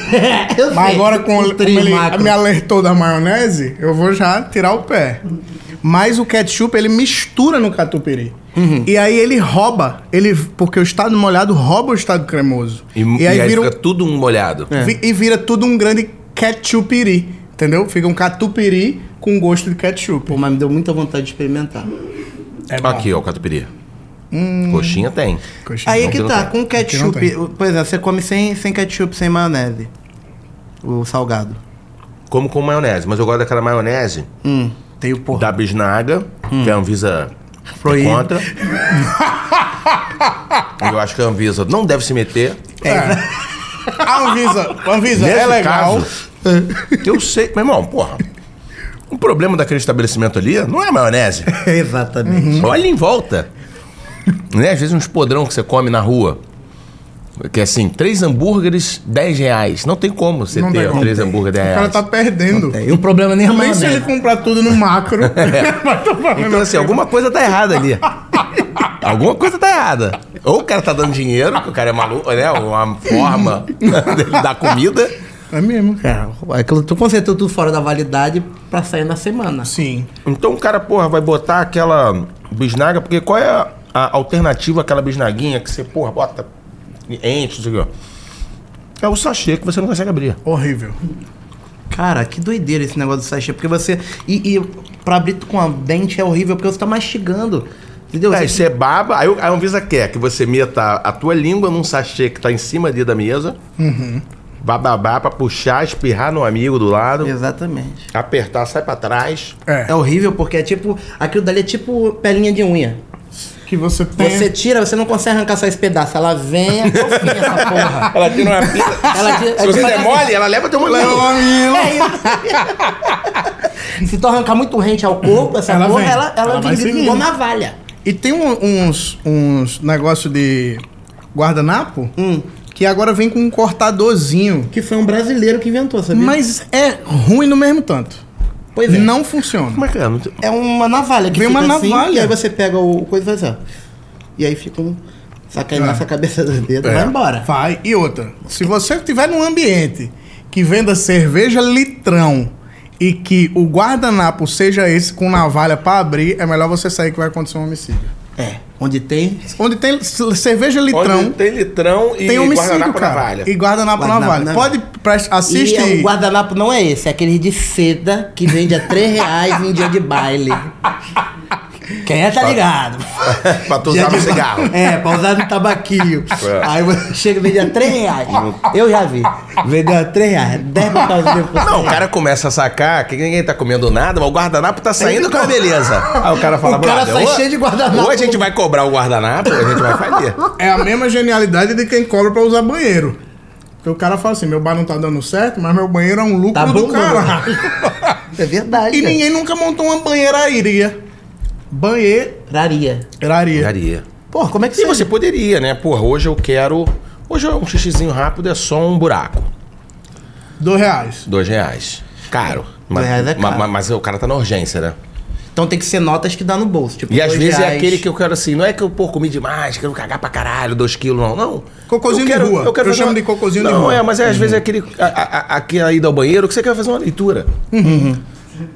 Speaker 1: Eu
Speaker 2: Mas
Speaker 1: sei,
Speaker 2: agora com,
Speaker 4: Um
Speaker 1: o
Speaker 2: como
Speaker 1: tri
Speaker 2: ele
Speaker 1: macro.
Speaker 2: me alertou da maionese, eu vou já tirar o pé. Mas o ketchup, ele mistura no catupiry.
Speaker 4: Uhum.
Speaker 2: E aí ele rouba, ele, porque o estado molhado rouba o estado cremoso.
Speaker 4: E, e aí,
Speaker 2: vira um- É.
Speaker 4: fica tudo um molhado.
Speaker 2: Vi- E vira tudo um grande ketchupiri, entendeu? Fica um catupiry com gosto de ketchup.
Speaker 1: Pô, mas me deu muita vontade de experimentar.
Speaker 4: Aqui, ó, o catupiry.
Speaker 2: Hum.
Speaker 4: Coxinha tem.
Speaker 1: Aí
Speaker 4: Não,
Speaker 1: que
Speaker 4: não
Speaker 1: tá,
Speaker 4: tem.
Speaker 1: com ketchup. Por exemplo, você come sem, sem ketchup, sem maionese. O salgado.
Speaker 4: Como com maionese, mas eu gosto daquela maionese
Speaker 1: Tem o porra.
Speaker 4: da bisnaga,
Speaker 2: Hum.
Speaker 4: que a Anvisa
Speaker 1: Proíbe.
Speaker 4: é contra. eu acho que a Anvisa não deve se meter.
Speaker 2: A Ah, um Anvisa, a Anvisa
Speaker 4: Nesse
Speaker 2: é legal.
Speaker 4: caso, eu sei. Meu irmão, porra. O problema daquele estabelecimento ali não é a maionese.
Speaker 1: Exatamente.
Speaker 2: Uhum.
Speaker 4: Olha em volta. Né? Às vezes uns podrão que você come na rua. Que é assim, três hambúrgueres, 10 reais. Não tem como você
Speaker 2: Não tem
Speaker 4: ter
Speaker 2: como.
Speaker 4: três hambúrgueres, 10
Speaker 2: O cara
Speaker 4: reais.
Speaker 2: tá perdendo.
Speaker 1: E o problema nem é a
Speaker 2: Nem se ele
Speaker 1: maionese.
Speaker 2: comprar tudo no macro.
Speaker 1: É.
Speaker 2: Mas tô falando.
Speaker 4: Então, assim, alguma coisa tá errada ali. alguma coisa tá errada. Ou o cara tá dando dinheiro, que o cara é maluco, né? Uma forma dele dar comida.
Speaker 2: É mesmo.
Speaker 1: Cara, aquilo tu consertou tudo fora da validade pra sair na semana.
Speaker 2: Sim.
Speaker 4: Então o cara, porra, vai botar aquela bisnaga, porque qual é a, a alternativa àquela bisnaguinha que você, porra, bota, enche, não sei o quê, ó. É o sachê que você não consegue abrir.
Speaker 2: Horrível.
Speaker 1: Cara, que doideira esse negócio do sachê. Porque você. E, e pra abrir com a dente é horrível, porque você tá mastigando. Entendeu?
Speaker 4: Aí
Speaker 1: Você-
Speaker 4: É, você baba, aí o- a Anvisa quer que você meta a tua língua num sachê que tá em cima ali da mesa, Uhum. vá babar pra puxar, espirrar no amigo do lado,
Speaker 1: Exatamente.
Speaker 4: apertar, sai pra trás.
Speaker 1: É horrível porque é tipo. Aquilo dali é tipo pelinha de unha.
Speaker 2: Que você tem.
Speaker 1: Você tira, você não consegue arrancar só esse pedaço. Ela vem, é fofinha essa porra.
Speaker 4: Ela tira uma pinta.
Speaker 1: Ela assim. tira,
Speaker 4: Se você der mole, ela leva teu mamilo.
Speaker 1: É isso. Se tu arrancar muito rente ao corpo, essa
Speaker 2: Ela
Speaker 1: porra,
Speaker 2: vem.
Speaker 1: ela, ela,
Speaker 2: Ela vai
Speaker 1: vem
Speaker 2: seguindo.
Speaker 1: igual navalha.
Speaker 2: E tem um- uns, uns negócio de guardanapo
Speaker 1: Hum.
Speaker 2: que agora vem com um cortadorzinho.
Speaker 1: Que foi um brasileiro que inventou, sabia?
Speaker 2: Mas é ruim no mesmo tanto.
Speaker 1: Pois é.
Speaker 2: Não funciona.
Speaker 4: Como é que é? Não tem-
Speaker 1: É uma navalha que
Speaker 2: Vem
Speaker 1: fica
Speaker 2: uma
Speaker 1: assim,
Speaker 2: navalha.
Speaker 1: e aí você pega o coisa e faz assim, ó. E aí fica um... Saca aí nossa cabeça dos dedos,
Speaker 4: É.
Speaker 1: vai embora.
Speaker 2: Vai. E outra, se você tiver num ambiente que venda cerveja litrão e que o guardanapo seja esse com navalha pra abrir, é melhor você sair que vai acontecer um homicídio.
Speaker 1: É, onde tem...
Speaker 2: Onde tem c- cerveja litrão,
Speaker 4: Onde
Speaker 2: tem, um
Speaker 4: tem litrão e
Speaker 2: homicídio,
Speaker 4: na
Speaker 2: cara.
Speaker 4: valha.
Speaker 2: E guardanapo,
Speaker 1: Guardanapo
Speaker 2: navalha.
Speaker 1: na-
Speaker 2: Pode presta, assiste
Speaker 1: E é um o
Speaker 2: aí.
Speaker 1: guardanapo não é esse, é aquele de seda que vende a 3 reais em dia de baile. Quem é, tá ligado.
Speaker 4: pra tu usar no cigarro.
Speaker 1: É, pra usar no tabaquinho.
Speaker 4: É.
Speaker 1: Aí você chega e vende a 3 reais. Eu já vi. Vendeu a 3 reais. 10 botãozinhos por
Speaker 4: Não, o cara começa a sacar que ninguém tá comendo nada, mas o guardanapo tá saindo com a beleza. Aí o cara fala,
Speaker 1: O cara
Speaker 4: "Brother,
Speaker 1: sai
Speaker 4: ou-
Speaker 1: cheio de guardanapo."
Speaker 4: Ou a gente vai cobrar o guardanapo, ou a gente vai falir.
Speaker 2: É a mesma genialidade de quem cobra pra usar banheiro. Porque o cara fala assim, meu bar não tá dando certo, mas meu banheiro é um lucro
Speaker 1: Tá
Speaker 2: do
Speaker 1: bombando.
Speaker 2: caralho.
Speaker 1: É verdade.
Speaker 2: E
Speaker 1: cara.
Speaker 2: ninguém nunca montou uma banheiraria. Banheiraria.
Speaker 1: Traria.
Speaker 4: Daria.
Speaker 1: Pô, como é que
Speaker 4: E você poderia, né? Porra, hoje eu quero. Hoje é um xixizinho rápido, é só um buraco.
Speaker 2: Dois reais.
Speaker 4: Dois reais. Caro. Mas,
Speaker 1: reais é
Speaker 4: ma-
Speaker 1: caro.
Speaker 4: ma- mas o cara tá na urgência, né?
Speaker 1: Então tem que ser notas que dá no bolso. Tipo,
Speaker 4: E às
Speaker 1: dois
Speaker 4: vezes é
Speaker 1: reais.
Speaker 4: aquele que eu quero assim, não é que eu pô, comi demais, quero cagar pra caralho, dois quilos, não. Não.
Speaker 2: Cocôzinho
Speaker 4: Eu
Speaker 2: de
Speaker 4: quero-
Speaker 2: rua.
Speaker 4: Eu, quero
Speaker 2: Eu
Speaker 4: fazer
Speaker 2: chamo
Speaker 4: uma-
Speaker 2: de cocôzinho de
Speaker 4: Não,
Speaker 2: rua. Uhum.
Speaker 4: é, mas é, às vezes é aquele. a- a- a- Aquela ida ao banheiro que você quer fazer uma leitura.
Speaker 2: Uhum.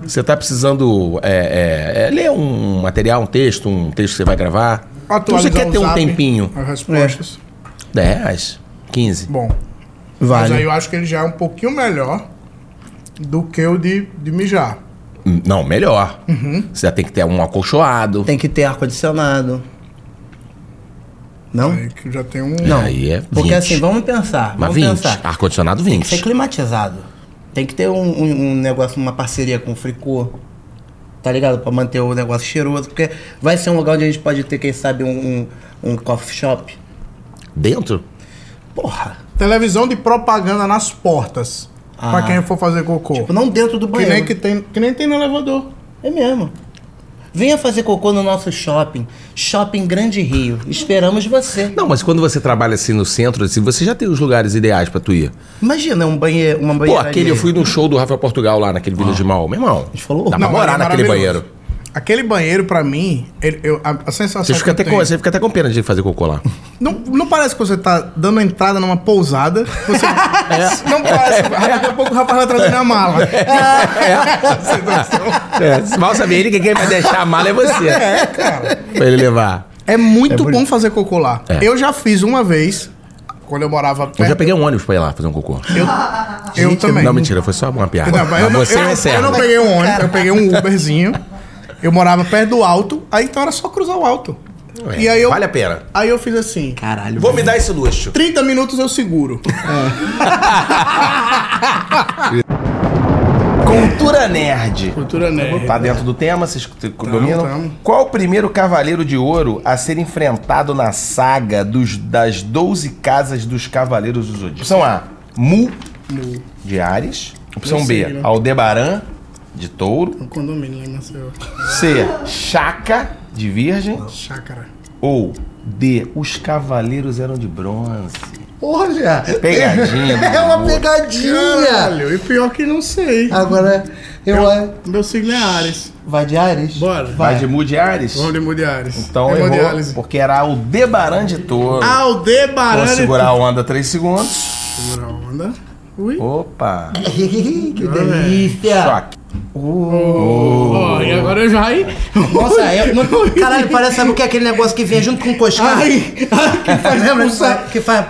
Speaker 4: Você tá precisando é, é, é, ler um material, um texto, um texto que você vai gravar. Então você
Speaker 2: Atualizar
Speaker 4: quer
Speaker 2: o
Speaker 4: ter um
Speaker 2: zap,
Speaker 4: tempinho.
Speaker 2: As respostas.
Speaker 4: 10 reais, 15.
Speaker 2: Bom, mas aí
Speaker 1: É. Vale.
Speaker 2: eu acho que ele já é um pouquinho melhor do que o de, de mijar.
Speaker 4: Hum, Não, melhor.
Speaker 2: Uhum.
Speaker 4: Você já tem que ter um acolchoado.
Speaker 1: Tem que ter ar-condicionado. Não?
Speaker 2: Aí que já tem um...
Speaker 1: Não.
Speaker 4: Aí é
Speaker 1: Porque
Speaker 4: 20.
Speaker 1: assim, vamos pensar.
Speaker 4: Mas Ah,
Speaker 1: vamos
Speaker 4: 20.
Speaker 1: pensar.
Speaker 4: Ar-condicionado
Speaker 1: Tem que ser
Speaker 4: 20.
Speaker 1: é climatizado. Tem que ter um, um- um negócio, uma parceria com o Fricô. Tá ligado? Pra manter o negócio cheiroso. Porque vai ser um lugar onde a gente pode ter, quem sabe, um, um, um coffee shop.
Speaker 4: Dentro?
Speaker 1: Porra.
Speaker 2: Televisão de propaganda nas portas.
Speaker 1: Ah.
Speaker 2: Pra quem for fazer cocô.
Speaker 1: Tipo, não dentro do
Speaker 2: que,
Speaker 1: banheiro.
Speaker 2: nem que, tem, que nem tem no elevador.
Speaker 1: É mesmo. Venha fazer cocô no nosso shopping. Shopping Grande Rio. Esperamos você.
Speaker 4: Não, mas quando você trabalha assim no centro, assim, você já tem os lugares ideais pra tu ir.
Speaker 1: Imagina um banheiro, uma
Speaker 4: Pô,
Speaker 1: banheira.
Speaker 4: aquele eu fui no show do Rafa Portugal lá naquele
Speaker 2: Ah.
Speaker 4: Vila de Mal, meu irmão.
Speaker 1: gente falou,
Speaker 4: dá pra
Speaker 1: não,
Speaker 4: morar
Speaker 2: é
Speaker 4: naquele
Speaker 2: maravilhoso.
Speaker 4: banheiro.
Speaker 2: Aquele banheiro, pra mim, ele- eu- a, a sensação.
Speaker 4: Você
Speaker 2: que
Speaker 4: fica,
Speaker 2: eu
Speaker 4: até com,
Speaker 2: tenho-
Speaker 4: você fica até com pena de fazer cocô lá.
Speaker 2: Não, não parece que você tá dando entrada numa pousada. Você, Não parece. Daqui a pouco o rapaz vai trazer minha mala.
Speaker 4: É, mal sabia ele que quem vai deixar a mala é você. É, cara. Pra ele levar.
Speaker 2: É muito bom fazer cocô lá.
Speaker 4: É.
Speaker 2: Eu já fiz uma vez, quando eu morava perto.
Speaker 4: Eu já peguei um ônibus pra ir lá fazer um cocô.
Speaker 2: É. Eu também.
Speaker 4: Não, mentira, foi só uma piada.
Speaker 2: Não, mas eu,
Speaker 4: Mas
Speaker 2: não,
Speaker 4: você
Speaker 2: eu,
Speaker 4: é
Speaker 2: não- eu
Speaker 4: servo.
Speaker 2: não peguei um ônibus, eu peguei um Uberzinho. Eu morava perto do alto, aí então era só cruzar o alto.
Speaker 4: É,
Speaker 2: e aí eu,
Speaker 4: Vale a pena.
Speaker 2: Aí eu fiz assim.
Speaker 1: Caralho.
Speaker 4: Vou me dar esse luxo.
Speaker 2: 30 minutos eu seguro.
Speaker 4: Cultura nerd.
Speaker 2: Cultura nerd.
Speaker 4: Tá dentro do tema, vocês t- dominam?
Speaker 2: É. tamo.
Speaker 4: Qual o primeiro cavaleiro de ouro a ser enfrentado na saga dos, das 12 casas dos cavaleiros do Zodíaco? Opção A, Mu, de Ares. Opção B, Aldebaran, de Touro.
Speaker 2: Um condomínio lá em Maceió.
Speaker 4: C, Chaka, de Virgem.
Speaker 2: Chácara.
Speaker 4: Ou D, os cavaleiros eram de bronze.
Speaker 1: Porra, já.
Speaker 4: Pegadinha do
Speaker 1: É uma
Speaker 4: Gugu.
Speaker 1: pegadinha.
Speaker 2: Caralho, e pior que não sei.
Speaker 1: Agora, eu...
Speaker 2: Meu signo é Ares.
Speaker 1: Vai de Ares?
Speaker 2: Bora.
Speaker 4: Vai
Speaker 1: Vai.
Speaker 4: de Mu de Ares?
Speaker 2: Vamos de Mu de Ares.
Speaker 4: Então
Speaker 2: é Mu de
Speaker 4: errou,
Speaker 2: Ares.
Speaker 4: porque era Aldebaran de Touro. Vou
Speaker 2: Aldebaran.
Speaker 4: segurar a onda 3 segundos.
Speaker 2: Segura a onda. Ui.
Speaker 4: Opa!
Speaker 1: que
Speaker 2: Tá.
Speaker 1: delícia.
Speaker 4: Choque.
Speaker 2: Ó, e agora eu já aí.
Speaker 1: Nossa,
Speaker 2: é um
Speaker 1: eu... não- Caralho, parece sabe o que é aquele negócio que vem junto com o coscar?
Speaker 2: Ai, ai, que faz
Speaker 1: Lembra?
Speaker 2: pulsar.
Speaker 1: Que faz...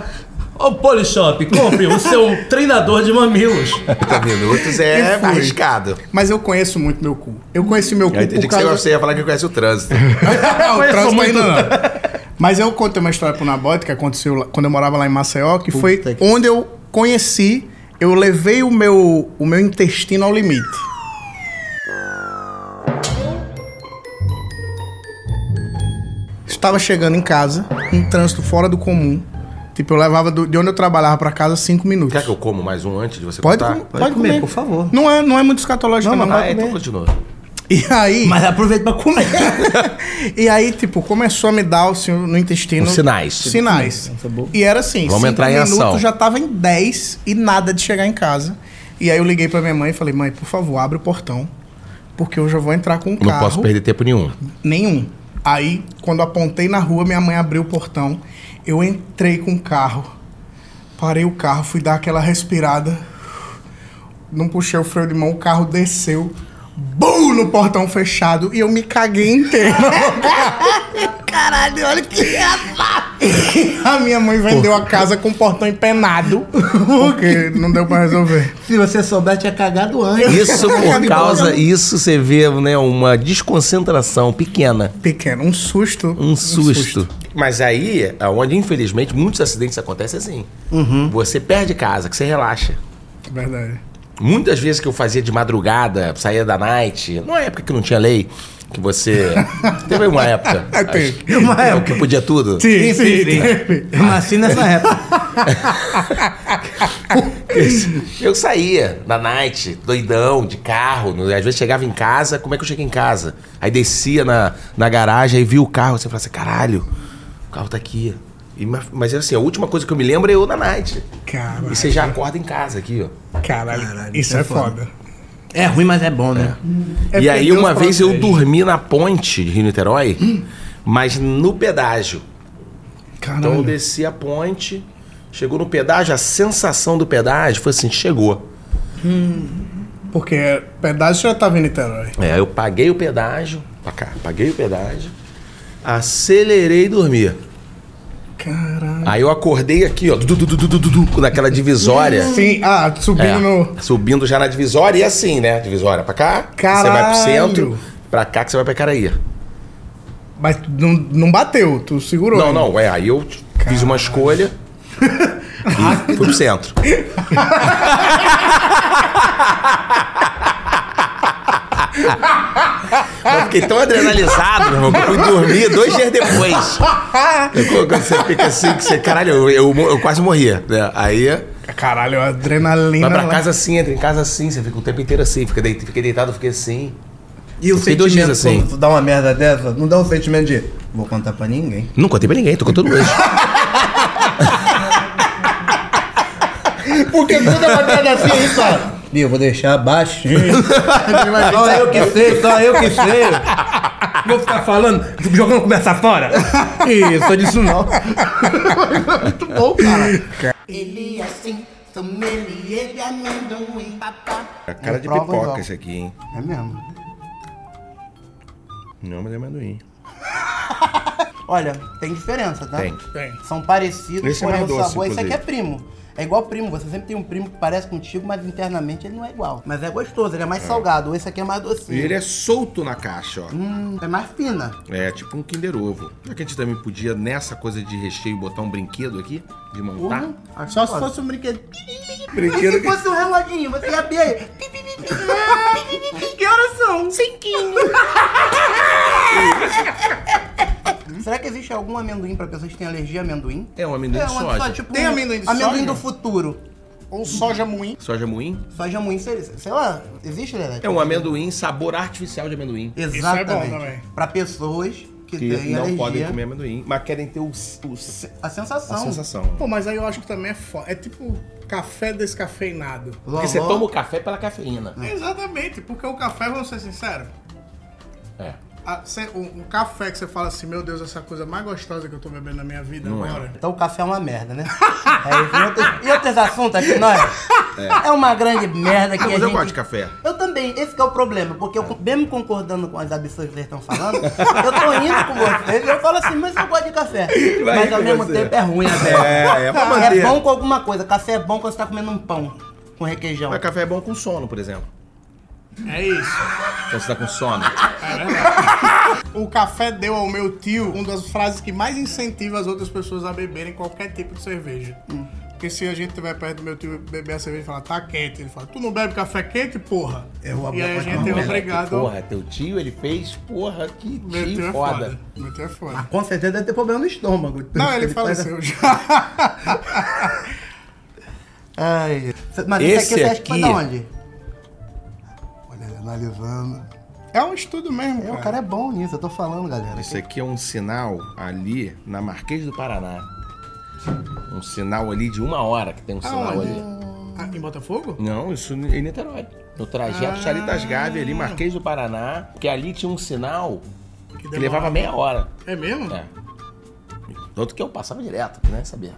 Speaker 7: Ô Polishop, compre o seu treinador de mamilos.
Speaker 4: 30 minutos é
Speaker 2: E fui. Mas eu conheço muito meu cu. Eu conheci meu cu
Speaker 4: Eu entendi
Speaker 2: por
Speaker 4: que você-
Speaker 2: causa...
Speaker 4: você ia falar que conhece o trânsito.
Speaker 2: não, o
Speaker 7: conheço
Speaker 2: trânsito
Speaker 7: muito.
Speaker 2: ainda não. Mas eu contei uma história pro Nabote que aconteceu lá- quando eu morava lá em Maceió, que foi
Speaker 1: que-
Speaker 2: onde eu conheci, eu levei o meu, o meu intestino ao limite. Estava chegando em casa, um trânsito fora do comum. Tipo, eu levava do- de onde eu trabalhava pra casa cinco minutos.
Speaker 4: Quer que eu como mais um antes de você
Speaker 2: Pode,
Speaker 4: contar?
Speaker 2: com- pode comer,
Speaker 1: por favor.
Speaker 2: Não é, não é muito escatológico, não.
Speaker 4: Ah, então continua.
Speaker 2: E aí...
Speaker 1: Mas aproveita pra comer.
Speaker 2: E aí, tipo, começou a me dar assim, no intestino.
Speaker 4: Os sinais.
Speaker 2: Sinais. E era assim,
Speaker 4: Vamos
Speaker 2: cinco
Speaker 4: entrar em
Speaker 2: minutos,
Speaker 4: ação.
Speaker 2: já tava em 10 e nada de chegar em casa. E aí eu liguei pra minha mãe e falei, mãe, por favor, abre o portão. Porque eu já vou entrar com o
Speaker 4: Não
Speaker 2: carro.
Speaker 4: posso perder tempo nenhum.
Speaker 2: Nenhum. Aí, quando apontei na rua, minha mãe abriu o portão. Eu entrei com o carro. Parei o carro, fui dar aquela respirada. Não puxei o freio de mão, o carro desceu. Bum! No portão fechado e eu me caguei inteiro.
Speaker 1: Caralho, olha que
Speaker 2: a minha mãe vendeu a casa com o portão empenado. Porque não deu pra resolver.
Speaker 1: Se você souber, tinha cagado antes.
Speaker 4: Isso por causa, isso você vê, né, uma desconcentração pequena,
Speaker 2: Pequeno, um susto.
Speaker 4: um susto. Mas aí, onde infelizmente muitos acidentes acontecem assim. Você perde casa, que você relaxa.
Speaker 2: Verdade.
Speaker 4: Muitas vezes que eu fazia de madrugada, saía da night, numa época que não tinha lei, que você. Teve uma época.
Speaker 2: Teve.
Speaker 4: acho,
Speaker 1: Uma época.
Speaker 4: Que podia tudo.
Speaker 2: Sim, sim,
Speaker 1: Eu nasci assim nessa época.
Speaker 4: Eu saía na night, doidão, de carro. no- Às vezes chegava em casa, como é que eu cheguei em casa? Aí descia na, na garagem, aí via o carro, você falava assim, caralho, o carro tá aqui. E ma- mas era assim, a última coisa que eu me lembro é eu na night.
Speaker 2: Caralho.
Speaker 4: E você já acorda em casa aqui, ó.
Speaker 2: Caralho, isso é, foda.
Speaker 1: É ruim, mas é bom, né?
Speaker 2: É
Speaker 4: e aí
Speaker 2: perder
Speaker 4: uma
Speaker 2: os
Speaker 4: vez eu
Speaker 2: prazeres.
Speaker 4: dormi na ponte de Rio Niterói, mas no pedágio. Então eu
Speaker 2: Caralho.
Speaker 4: desci a ponte, chegou no pedágio, a sensação do pedágio foi assim, chegou.
Speaker 2: Porque pedaço já tava em Niterói.
Speaker 4: É, eu paguei o pedágio, pra cá, paguei o pedágio, acelerei e dormi.
Speaker 2: Caralho.
Speaker 4: Aí eu acordei aqui, ó, du, du, du, du, du, du, du, naquela divisória.
Speaker 2: Sim, ah, subindo
Speaker 4: É,
Speaker 2: no.
Speaker 4: Subindo já na divisória e assim, né? Divisória pra cá, que você vai pro
Speaker 2: Caralho.
Speaker 4: centro, pra cá que você vai pra Caraí.
Speaker 2: Mas tu não, não bateu, tu segurou.
Speaker 4: Não,
Speaker 2: ainda.
Speaker 4: não, é, aí eu fiz uma escolha e fui pro centro. Eu fiquei tão adrenalizado, meu irmão, que eu fui dormir dois dias depois. Eu- Quando você fica assim, que você, caralho, eu, eu, eu quase morria. né? Aí
Speaker 2: Caralho, a adrenalina.
Speaker 4: vai pra
Speaker 2: lá.
Speaker 4: casa assim, entra em casa assim, você fica o tempo inteiro assim, fica deit- fiquei deitado, fiquei assim.
Speaker 8: E o
Speaker 4: Fiquei dois
Speaker 8: sentimento,
Speaker 4: dias assim.
Speaker 8: quando tu dá uma merda dessa, não dá um sentimento de vou contar pra ninguém.
Speaker 4: Não contei pra ninguém, tô contando hoje.
Speaker 8: Porque toda uma merda assim, aí fala. "Ih, Eu vou deixar baixinho. só eu que sei, só eu que sei. Vou ficar falando, jogando conversa fora. Isso, eu disse não.
Speaker 1: Ele
Speaker 2: é
Speaker 1: assim, sommelier de
Speaker 2: assim.
Speaker 1: amendoim, papá.
Speaker 4: É cara de
Speaker 5: prova,
Speaker 4: pipoca
Speaker 5: não.
Speaker 4: esse aqui, hein?
Speaker 5: É mesmo.
Speaker 4: Não, mas é amendoim.
Speaker 1: Olha, tem diferença, tá?
Speaker 4: Tem.
Speaker 2: Tem.
Speaker 1: São parecidos,
Speaker 4: Esse é
Speaker 1: porém
Speaker 4: mais
Speaker 1: o
Speaker 4: doce,
Speaker 1: sabor, esse aqui é
Speaker 4: inclusive.
Speaker 1: primo. É igual primo, você sempre tem um primo que parece contigo, mas internamente ele não é igual. Mas é gostoso, ele é mais salgado. Esse aqui é mais
Speaker 4: E
Speaker 1: docinho.
Speaker 4: ele é solto na caixa, ó.
Speaker 1: Hum, é mais fina.
Speaker 4: É, tipo um Kinder Ovo. Será que a gente também podia, nessa coisa de recheio, botar um brinquedo aqui? De montar?
Speaker 1: Uhum. Acho
Speaker 2: Só
Speaker 1: que
Speaker 2: se
Speaker 1: pode.
Speaker 2: fosse um brinquedo.
Speaker 1: E se fosse um reloginho, você ia abrir aí. Pi, pi, pi, pi, pi. que horas são? Cinquinho. Será que existe algum amendoim pra pessoas que têm alergia a amendoim?
Speaker 4: É um amendoim de
Speaker 1: uma-
Speaker 4: soja.
Speaker 1: só, tipo,
Speaker 2: Tem
Speaker 1: um-
Speaker 2: amendoim de
Speaker 1: Amendoim
Speaker 2: soja?
Speaker 1: do futuro.
Speaker 2: Ou soja moinho.
Speaker 4: Soja moinho?
Speaker 1: Soja moinho, sei, sei lá, existe, né?
Speaker 4: É um amendoim, sabor artificial de amendoim.
Speaker 1: Exatamente.
Speaker 2: é bom também.
Speaker 1: Pra pessoas que,
Speaker 4: Que
Speaker 1: têm
Speaker 4: não
Speaker 1: alergia,
Speaker 4: podem comer amendoim, mas querem ter o, o-
Speaker 1: a sensação.
Speaker 4: a sensação.
Speaker 2: Pô, mas aí eu acho que também é foda. É tipo café descafeinado.
Speaker 4: Porque você
Speaker 1: Vovó-
Speaker 4: toma o café pela cafeína.
Speaker 2: Exatamente, porque o café, vamos ser sinceros.
Speaker 4: É.
Speaker 2: a- cê- o, o café que você fala assim, meu Deus, essa coisa mais gostosa que eu tô bebendo na minha vida
Speaker 4: Não é.
Speaker 2: agora.
Speaker 1: Então o café é uma merda, né? É isso. e, outros, e outros assuntos aqui, nós? É. uma grande merda que
Speaker 4: Não,
Speaker 1: a
Speaker 4: Ah, mas eu
Speaker 1: gente...
Speaker 4: gosto de café.
Speaker 1: Eu também, esse que é o problema, porque eu, mesmo concordando com as absurdas que vocês estão falando, eu tô indo com vocês e eu falo assim, mas eu gosto de café.
Speaker 4: Vai
Speaker 1: mas ao
Speaker 4: com
Speaker 1: mesmo
Speaker 4: você.
Speaker 1: tempo é ruim até.
Speaker 4: É, é pra manter.
Speaker 1: bom com alguma coisa. Café é bom quando você tá comendo um pão com requeijão.
Speaker 4: Mas café é bom com sono, por exemplo.
Speaker 2: É isso.
Speaker 4: Quando você tá com sono.
Speaker 2: O café deu ao meu tio uma das frases que mais incentiva as outras pessoas a beberem qualquer tipo de cerveja. Porque se a gente estiver perto do meu tio beber a cerveja e falar, tá quente, ele fala, tu não bebe café quente, porra?
Speaker 8: Eu vou
Speaker 2: e aí a
Speaker 8: abrir a
Speaker 2: gente é
Speaker 8: porta.
Speaker 2: obrigado.
Speaker 4: Porra, teu tio, ele fez, porra, que
Speaker 2: Meu tio
Speaker 4: tio
Speaker 2: é
Speaker 4: foda.
Speaker 2: foda. Meu tio é foda.
Speaker 8: Com certeza deve ter problema no estômago.
Speaker 2: Não, ele assim, faleceu já.
Speaker 1: Ai. Mas esse
Speaker 4: Esse
Speaker 1: aqui você acha que foi
Speaker 4: aqui-
Speaker 1: da onde?
Speaker 8: Olha, ele analisando.
Speaker 2: é um estudo mesmo,
Speaker 1: É,
Speaker 2: cara.
Speaker 1: o cara é bom nisso, eu tô falando, galera.
Speaker 4: Isso aqui é um sinal ali na Marquês do Paraná. Um sinal ali de uma hora que tem um sinal
Speaker 2: Aonde?
Speaker 4: ali.
Speaker 2: Ah, em Botafogo?
Speaker 4: Não, isso em Niterói. No trajeto Charitas Gávea, ali, Marquês do Paraná, que ali tinha um sinal que,
Speaker 2: demorava.
Speaker 4: levava meia hora.
Speaker 2: É mesmo?
Speaker 4: É. Tanto que eu passava direto, né? Sabia.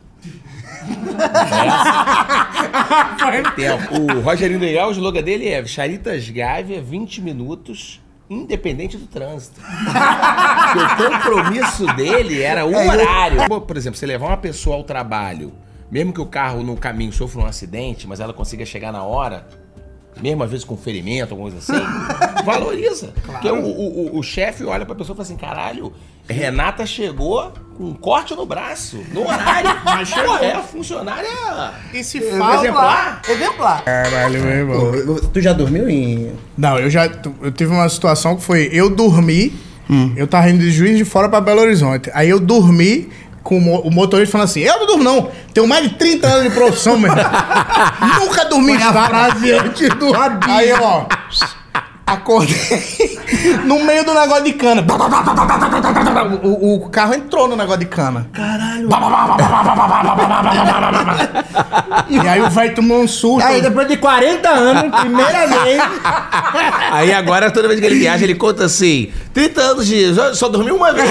Speaker 4: Tempo. O Rogerinho Leal, o slogan dele é Charitas Gávea, 20 minutos, independente do trânsito. Porque o compromisso dele era o horário. Pô, Por exemplo, você levar uma pessoa ao trabalho, mesmo que o carro no caminho sofra um acidente, mas ela consiga chegar na hora, mesmo às vezes com ferimento, alguma coisa assim, valoriza. Porque o, o- o- o chefe olha pra pessoa e fala assim: caralho, Renata chegou com um corte no braço, no horário. Mas Pô, é, a funcionária.
Speaker 2: E se fala.
Speaker 4: exemplar.
Speaker 9: Exemplar.
Speaker 2: Caralho, meu irmão.
Speaker 1: Pô, tu já dormiu em.
Speaker 2: Não, eu já. tu- Eu tive uma situação que foi. Eu dormi. Eu tava indo de juiz de fora pra Belo Horizonte. Aí eu dormi com o mo- o motorista falando assim: Eu não durmo, não. Tenho mais de 30 anos de profissão, meu irmão. Nunca dormi em fora. antes do rabinho. Aí, ó. Acordei no meio do negócio de cana. O, o carro entrou no negócio de cana. Caralho. E aí o velho tomou um susto.
Speaker 1: Aí, depois de 40 anos, primeira vez.
Speaker 4: Aí agora, toda vez que ele viaja, ele conta assim: 30 anos de. Só, só dormi uma vez.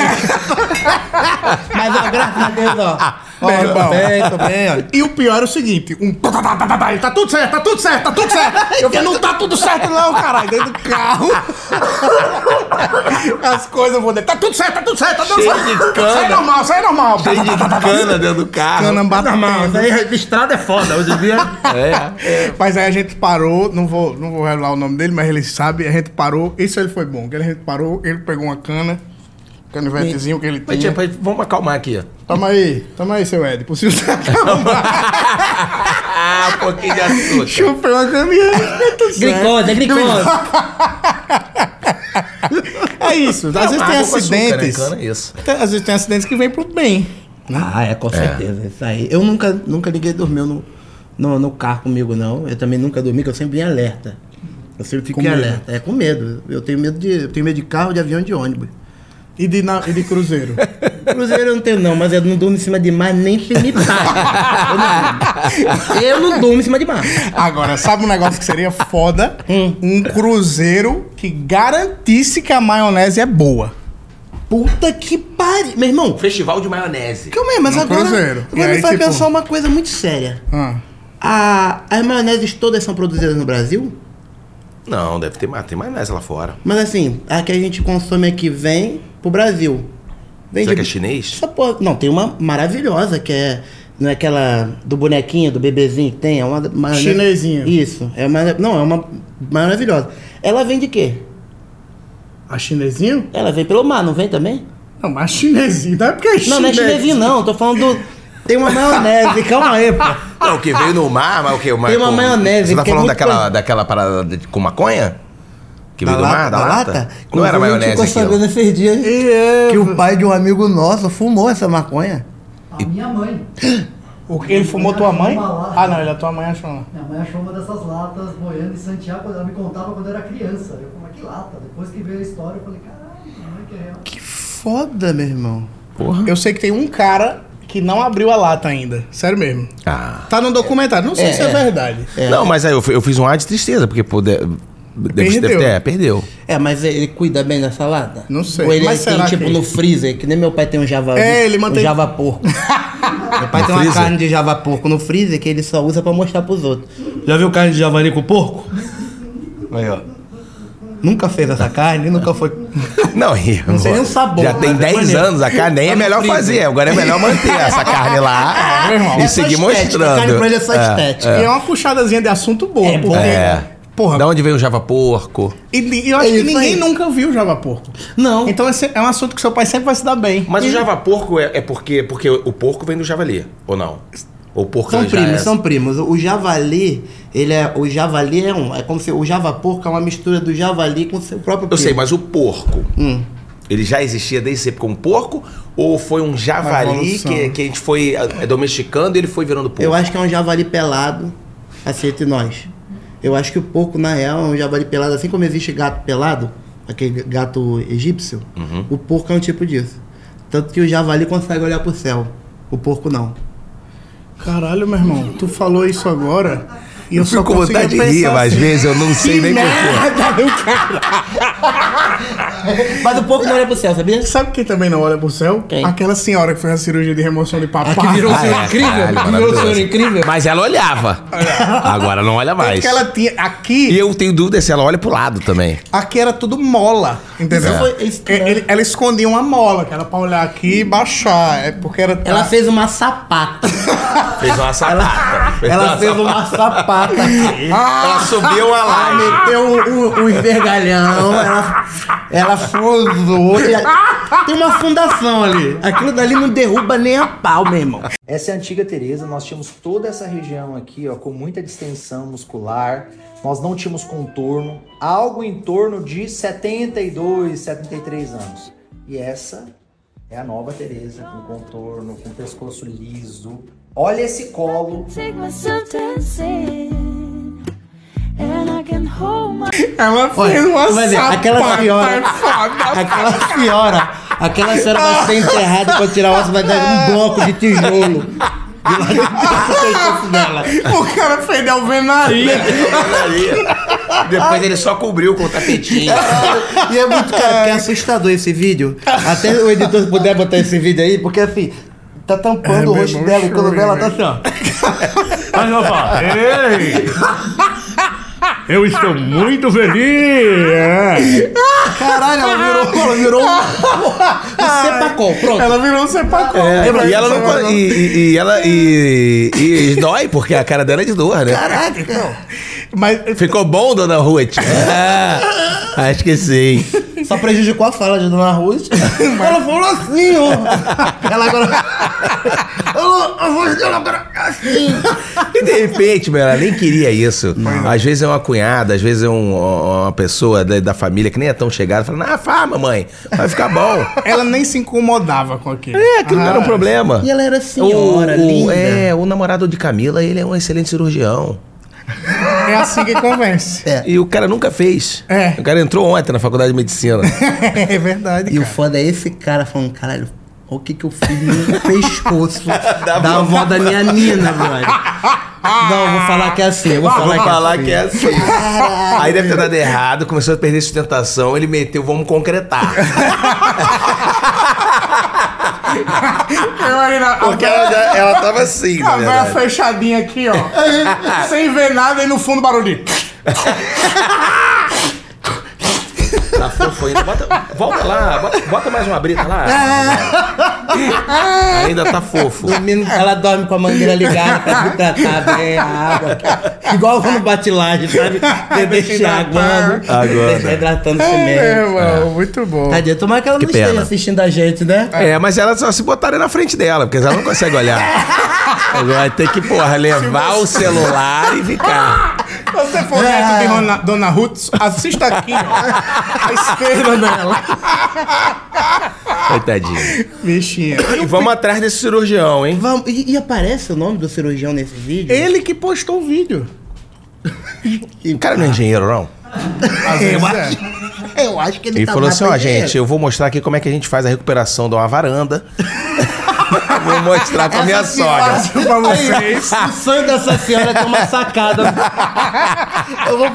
Speaker 1: Mas, ó, graças a Deus, ó. Ó,
Speaker 2: Meu irmão.
Speaker 1: tô bem, tô bem, ó.
Speaker 2: E o pior é o seguinte, um tá, tá, tá, tá, tá, tá, tá tudo certo, tá tudo certo, tá tudo certo. Eu falei, não tá tudo certo não, caralho, dentro do carro. As coisas vão dentro, tá tudo certo, tá tudo certo, tá tudo
Speaker 4: Cheio
Speaker 2: certo.
Speaker 4: de cana.
Speaker 2: Sai normal, sai normal.
Speaker 4: Cheio de cana dentro do carro.
Speaker 2: Cana
Speaker 1: Normal, isso
Speaker 2: batendo.
Speaker 1: aí, estrada é foda. Hoje em dia.
Speaker 4: É.
Speaker 2: Mas aí a gente parou, não vou, não vou revelar o nome dele, mas ele sabe, a gente parou, isso ele foi bom, que a gente parou, ele pegou uma cana, canivetezinho que ele
Speaker 4: Mas,
Speaker 2: tinha.
Speaker 4: tipo, vamos acalmar aqui.
Speaker 2: Toma aí, toma aí, seu Ed, por se você acabar,
Speaker 4: Ah, um pouquinho de açúcar.
Speaker 2: chupei uma caminhada, tá tudo certo.
Speaker 1: Glicose, é glicose.
Speaker 2: É isso, às vezes tem acidentes.
Speaker 4: Cana, é isso.
Speaker 2: Tem- Às vezes tem acidentes que vêm pro bem.
Speaker 1: Ah, é, com certeza. Isso aí. Eu nunca, nunca ninguém dormiu no, no, no carro comigo, não. Eu também nunca dormi, que eu sempre vim alerta. Eu sempre fico
Speaker 2: Com
Speaker 1: em
Speaker 2: medo.
Speaker 1: alerta. É com medo. Eu tenho medo de. Eu tenho medo de carro, de avião e de ônibus.
Speaker 2: E de, na- e de cruzeiro.
Speaker 1: Cruzeiro eu não tenho, não, mas eu não durmo em cima de mar nem penitar. Eu não durmo em cima de mar.
Speaker 2: Agora, sabe um negócio que seria foda? Um cruzeiro que garantisse que a maionese é boa.
Speaker 1: Puta que pariu. Meu irmão,
Speaker 4: Festival de maionese.
Speaker 1: calma aí, mas
Speaker 2: No
Speaker 1: agora.
Speaker 2: cruzeiro. E
Speaker 1: Agora
Speaker 2: aí,
Speaker 1: me faz
Speaker 2: tipo-
Speaker 1: pensar uma coisa muito séria.
Speaker 2: Ah.
Speaker 1: A- as maioneses todas são produzidas no Brasil?
Speaker 4: Não, deve ter ma- tem maionese lá fora.
Speaker 1: Mas assim, a que a gente consome aqui vem pro Brasil. Vem
Speaker 4: Será que é chinês?
Speaker 1: Essa porra- Não, tem uma maravilhosa que é. Não é aquela do bonequinho, do bebezinho que tem? É uma maionese.
Speaker 2: Chinesinha.
Speaker 1: Isso. É uma, não, é uma maravilhosa. Ela vem de quê?
Speaker 2: A chinesinho?
Speaker 1: Ela vem pelo mar, não vem também?
Speaker 2: Não, mas chinesinho, não é porque é
Speaker 1: Não, não é chinesinho, não. Tô falando do. Tem uma maionese, calma aí, pô.
Speaker 4: Não, o que veio no mar, mas o que?
Speaker 1: Tem uma maionese
Speaker 4: Você tá
Speaker 1: que é
Speaker 4: falando
Speaker 1: muito
Speaker 4: daquela,
Speaker 1: pan-
Speaker 4: daquela parada de- com maconha? Que veio do mar, da, lata? Não
Speaker 1: Inclusive,
Speaker 4: era
Speaker 1: A gente
Speaker 4: maionese
Speaker 1: ficou sabendo
Speaker 4: aquilo.
Speaker 1: esses dias que o pai de um amigo nosso fumou essa maconha.
Speaker 6: A minha mãe.
Speaker 2: O que, ele fumou tua mãe?
Speaker 6: Uma lá.
Speaker 2: Ah, não, ele é tua mãe achando.
Speaker 6: Minha mãe achou uma dessas latas boiando em Santiago. Ela me contava quando eu era criança. Eu falei, que lata? Depois que veio a história, eu falei, caralho, minha mãe que é real.
Speaker 1: Que foda, meu irmão.
Speaker 2: Eu sei que tem um cara que não abriu a lata ainda. Sério mesmo.
Speaker 4: Ah.
Speaker 2: Tá no documentário, não sei
Speaker 1: É,
Speaker 2: se é,
Speaker 1: é.
Speaker 2: verdade.
Speaker 4: Não, mas aí eu, eu fiz um ar de tristeza, porque pô, de- deve, deve
Speaker 2: Perdeu.
Speaker 4: ter, é, perdeu.
Speaker 1: É, mas ele cuida bem da salada?
Speaker 2: Não sei,
Speaker 1: Ou ele
Speaker 2: mas
Speaker 1: tem
Speaker 2: será
Speaker 1: tipo
Speaker 2: que-
Speaker 1: no freezer, que nem meu pai tem um java
Speaker 2: É, ele mantém-
Speaker 1: um java porco. meu pai
Speaker 4: No
Speaker 1: tem uma
Speaker 4: freezer?
Speaker 1: carne de java porco no freezer que ele só usa pra mostrar pros outros.
Speaker 10: Já viu carne de javali com porco?
Speaker 1: Nunca fez essa carne, nunca foi.
Speaker 4: Não, e-
Speaker 1: Não sei nem o sabor,
Speaker 4: Já tem
Speaker 1: mas é
Speaker 4: 10
Speaker 1: maneiro.
Speaker 4: anos, a carne nem é
Speaker 1: Tá no
Speaker 4: melhor
Speaker 1: freezer.
Speaker 4: fazer. Agora é melhor manter essa carne lá e
Speaker 1: É só
Speaker 4: seguir
Speaker 1: estética,
Speaker 4: mostrando.
Speaker 1: A carne pra ele é só estética.
Speaker 2: E é uma puxadazinha de assunto boa, porque.
Speaker 4: É.
Speaker 2: Porra,
Speaker 4: Da onde veio o Java Porco?
Speaker 2: e, e eu acho
Speaker 1: É
Speaker 2: que
Speaker 1: isso
Speaker 2: ninguém
Speaker 1: aí.
Speaker 2: nunca viu o Java Porco.
Speaker 1: Não.
Speaker 2: Então esse é um assunto que seu pai sempre vai se dar bem.
Speaker 4: Mas o Java Porco é, é porque, porque o porco vem do javali, ou não? Ou o porco
Speaker 1: São
Speaker 4: já é-
Speaker 1: primos, são primos. O javali, ele é. O javali é um. É como se o java porco é uma mistura do javali com o seu próprio
Speaker 4: Eu sei,
Speaker 1: primo. Hum.
Speaker 4: mas o porco, ele já existia desde sempre como porco? Ou foi um
Speaker 2: Uma
Speaker 4: javali
Speaker 2: evolução.
Speaker 4: que, que a gente foi ah, domesticando e ele foi virando porco?
Speaker 1: Eu acho que é um javali pelado, assim, entre nós. Eu acho que o porco, na real, é um javali pelado, assim como existe gato pelado, aquele gato egípcio,
Speaker 2: Uhum.
Speaker 1: o porco é um tipo disso. Tanto que o javali consegue olhar pro céu. O porco não.
Speaker 2: Caralho, meu irmão, tu falou isso agora e eu, só
Speaker 4: fico com
Speaker 2: consigo
Speaker 1: assim.
Speaker 2: assim,
Speaker 4: vontade de
Speaker 2: pensar
Speaker 4: rir, mas
Speaker 2: assim,
Speaker 4: às vezes eu não sei
Speaker 2: que
Speaker 4: nem porquê.
Speaker 2: merda do cara.
Speaker 1: Mas o porco não olha pro céu, sabia?
Speaker 2: Sabe quem também não olha pro céu?
Speaker 1: Quem?
Speaker 2: Aquela senhora que fez a cirurgia de remoção de papada.
Speaker 11: que
Speaker 4: Ah, é.
Speaker 11: virou um senhor incrível.
Speaker 4: caralho,
Speaker 11: que virou um senhor
Speaker 4: maravilhoso.
Speaker 11: incrível.
Speaker 4: Mas ela olhava. Agora não olha mais.
Speaker 2: que ela tinha.
Speaker 4: E
Speaker 2: Aqui,
Speaker 4: eu tenho dúvida se ela olha pro lado também.
Speaker 2: aqui era tudo mola, entendeu?
Speaker 1: Isso foi- isso-
Speaker 2: É, ele- ela escondia uma mola, que era pra olhar aqui e baixar. É porque era.
Speaker 1: Ela fez uma sapata.
Speaker 4: Fez uma sapata. Fez
Speaker 1: Ela
Speaker 4: uma
Speaker 1: fez
Speaker 4: sapata.
Speaker 1: uma sapata. Ah!
Speaker 4: Ela subiu uma
Speaker 1: Ela
Speaker 4: laje.
Speaker 1: meteu um, um, um esvergalhão, ela, ela fundou. e a- Tem uma fundação ali. Aquilo dali não derruba nem a pau, meu irmão.
Speaker 12: Essa é a antiga Teresa, nós tínhamos toda essa região aqui, ó, com muita distensão muscular. Nós não tínhamos contorno, algo em torno de 72, 73 anos. E essa é a nova Teresa, com contorno, com pescoço liso. Olha esse colo.
Speaker 2: Ela fez
Speaker 1: Olha,
Speaker 2: uma
Speaker 1: vai ver,
Speaker 2: sapata
Speaker 1: aquela senhora-
Speaker 2: foda.
Speaker 1: Aquela senhora, aquela senhora vai ser enterrada e quando tirar o osso vai dar um bloco de tijolo. E lá dentro do pescoço dela.
Speaker 2: O cara fez de alvenaria.
Speaker 4: Depois ele só cobriu com o tapetinho.
Speaker 1: E é muito, cara, porque é assustador esse vídeo. Até o editor se puder botar esse vídeo aí, porque assim, tá tampando
Speaker 2: É,
Speaker 1: o
Speaker 2: meu
Speaker 1: rosto
Speaker 2: irmão,
Speaker 1: dela e quando
Speaker 2: chore,
Speaker 1: vê ela tá
Speaker 2: velho.
Speaker 1: assim, ó.
Speaker 7: Mas eu falo, ei! Eu estou muito feliz!
Speaker 1: Caralho, ela virou, ela virou um, um sepacol, pronto.
Speaker 2: Ela virou um sepacol.
Speaker 1: É,
Speaker 4: e ela não. E, e- e ela. E, e dói, porque a cara dela é de dor, né?
Speaker 2: Caraca, não. Mas
Speaker 4: Ficou bom, dona
Speaker 1: É.
Speaker 4: Ruth? Ah, acho que sim.
Speaker 1: Só prejudicou a fala de Dona Ruth. ela falou assim, ó. Ela agora. assim.
Speaker 4: E de repente, meu, ela nem queria isso. Às vezes é uma cunhada, às vezes é um- uma pessoa da, da família que nem é tão chegada, falando, ah, fala, mamãe, vai ficar bom.
Speaker 2: ela nem se incomodava com aquilo.
Speaker 4: É, aquilo não era um problema.
Speaker 1: Ah. E ela era
Speaker 4: O-
Speaker 1: senhora,
Speaker 4: o-
Speaker 1: linda.
Speaker 4: É, o namorado de Camila, ele é um excelente cirurgião.
Speaker 2: É assim que convence.
Speaker 4: E o cara nunca fez.
Speaker 2: É.
Speaker 4: O cara entrou ontem na faculdade de medicina.
Speaker 2: É verdade,
Speaker 1: E o
Speaker 2: cara.
Speaker 1: foda é esse cara falando, caralho, olha o que que eu fiz no pescoço da, avó da minha nina, brother. Não, eu vou falar que é assim, eu vou falar
Speaker 4: Vou
Speaker 1: que é
Speaker 4: falar
Speaker 1: assim.
Speaker 4: que é assim. Aí deve ter dado errado, começou a perder sustentação, ele meteu, vamos concretar.
Speaker 2: Eu aí na-
Speaker 4: Porque
Speaker 2: a-
Speaker 4: ela, já- ela tava assim,
Speaker 2: a
Speaker 4: na
Speaker 2: velha
Speaker 4: verdade.
Speaker 2: fechadinha aqui, ó. sem ver nada e no fundo barulho.
Speaker 4: Tá fofo ainda. Bota, volta lá, bota, bota mais uma brita lá. Ainda tá fofo.
Speaker 1: Dormindo- Ela dorme com a mangueira ligada pra hidratar bem a água. é Igual quando bate laje, sabe? Você deixa a água,
Speaker 4: Aguando.
Speaker 1: deixa hidratando o
Speaker 2: É,
Speaker 1: cimento.
Speaker 2: irmão, muito bom.
Speaker 4: Tá-
Speaker 1: Tadinha, tomara que ela
Speaker 4: Que
Speaker 1: não esteja
Speaker 4: pena.
Speaker 1: assistindo a gente, né?
Speaker 4: É, mas ela só se botarem na frente dela, porque ela não consegue olhar. Agora vai ter que, porra, levar o celular e ficar.
Speaker 2: Se você for neto de
Speaker 1: Ah.
Speaker 2: Rona- Dona Ruth, assista aqui, ó. A esquerda dela.
Speaker 4: Coitadinho.
Speaker 2: Bichinha.
Speaker 4: E vamos atrás desse cirurgião, hein?
Speaker 1: Vamos, e, e aparece o nome do cirurgião nesse vídeo?
Speaker 2: Ele que postou o vídeo.
Speaker 4: O cara não é engenheiro, não?
Speaker 2: Às vezes é.
Speaker 1: Eu acho que ele
Speaker 4: Ele
Speaker 1: tá
Speaker 4: falou
Speaker 1: lá
Speaker 4: assim,
Speaker 1: pra
Speaker 4: ó,
Speaker 1: engenheiro.
Speaker 4: gente, eu vou mostrar aqui como é que a gente faz a recuperação de uma varanda. vou mostrar pra minha sogra.
Speaker 2: Fácil pra vocês.
Speaker 1: O sonho dessa senhora é ter uma sacada. eu vou...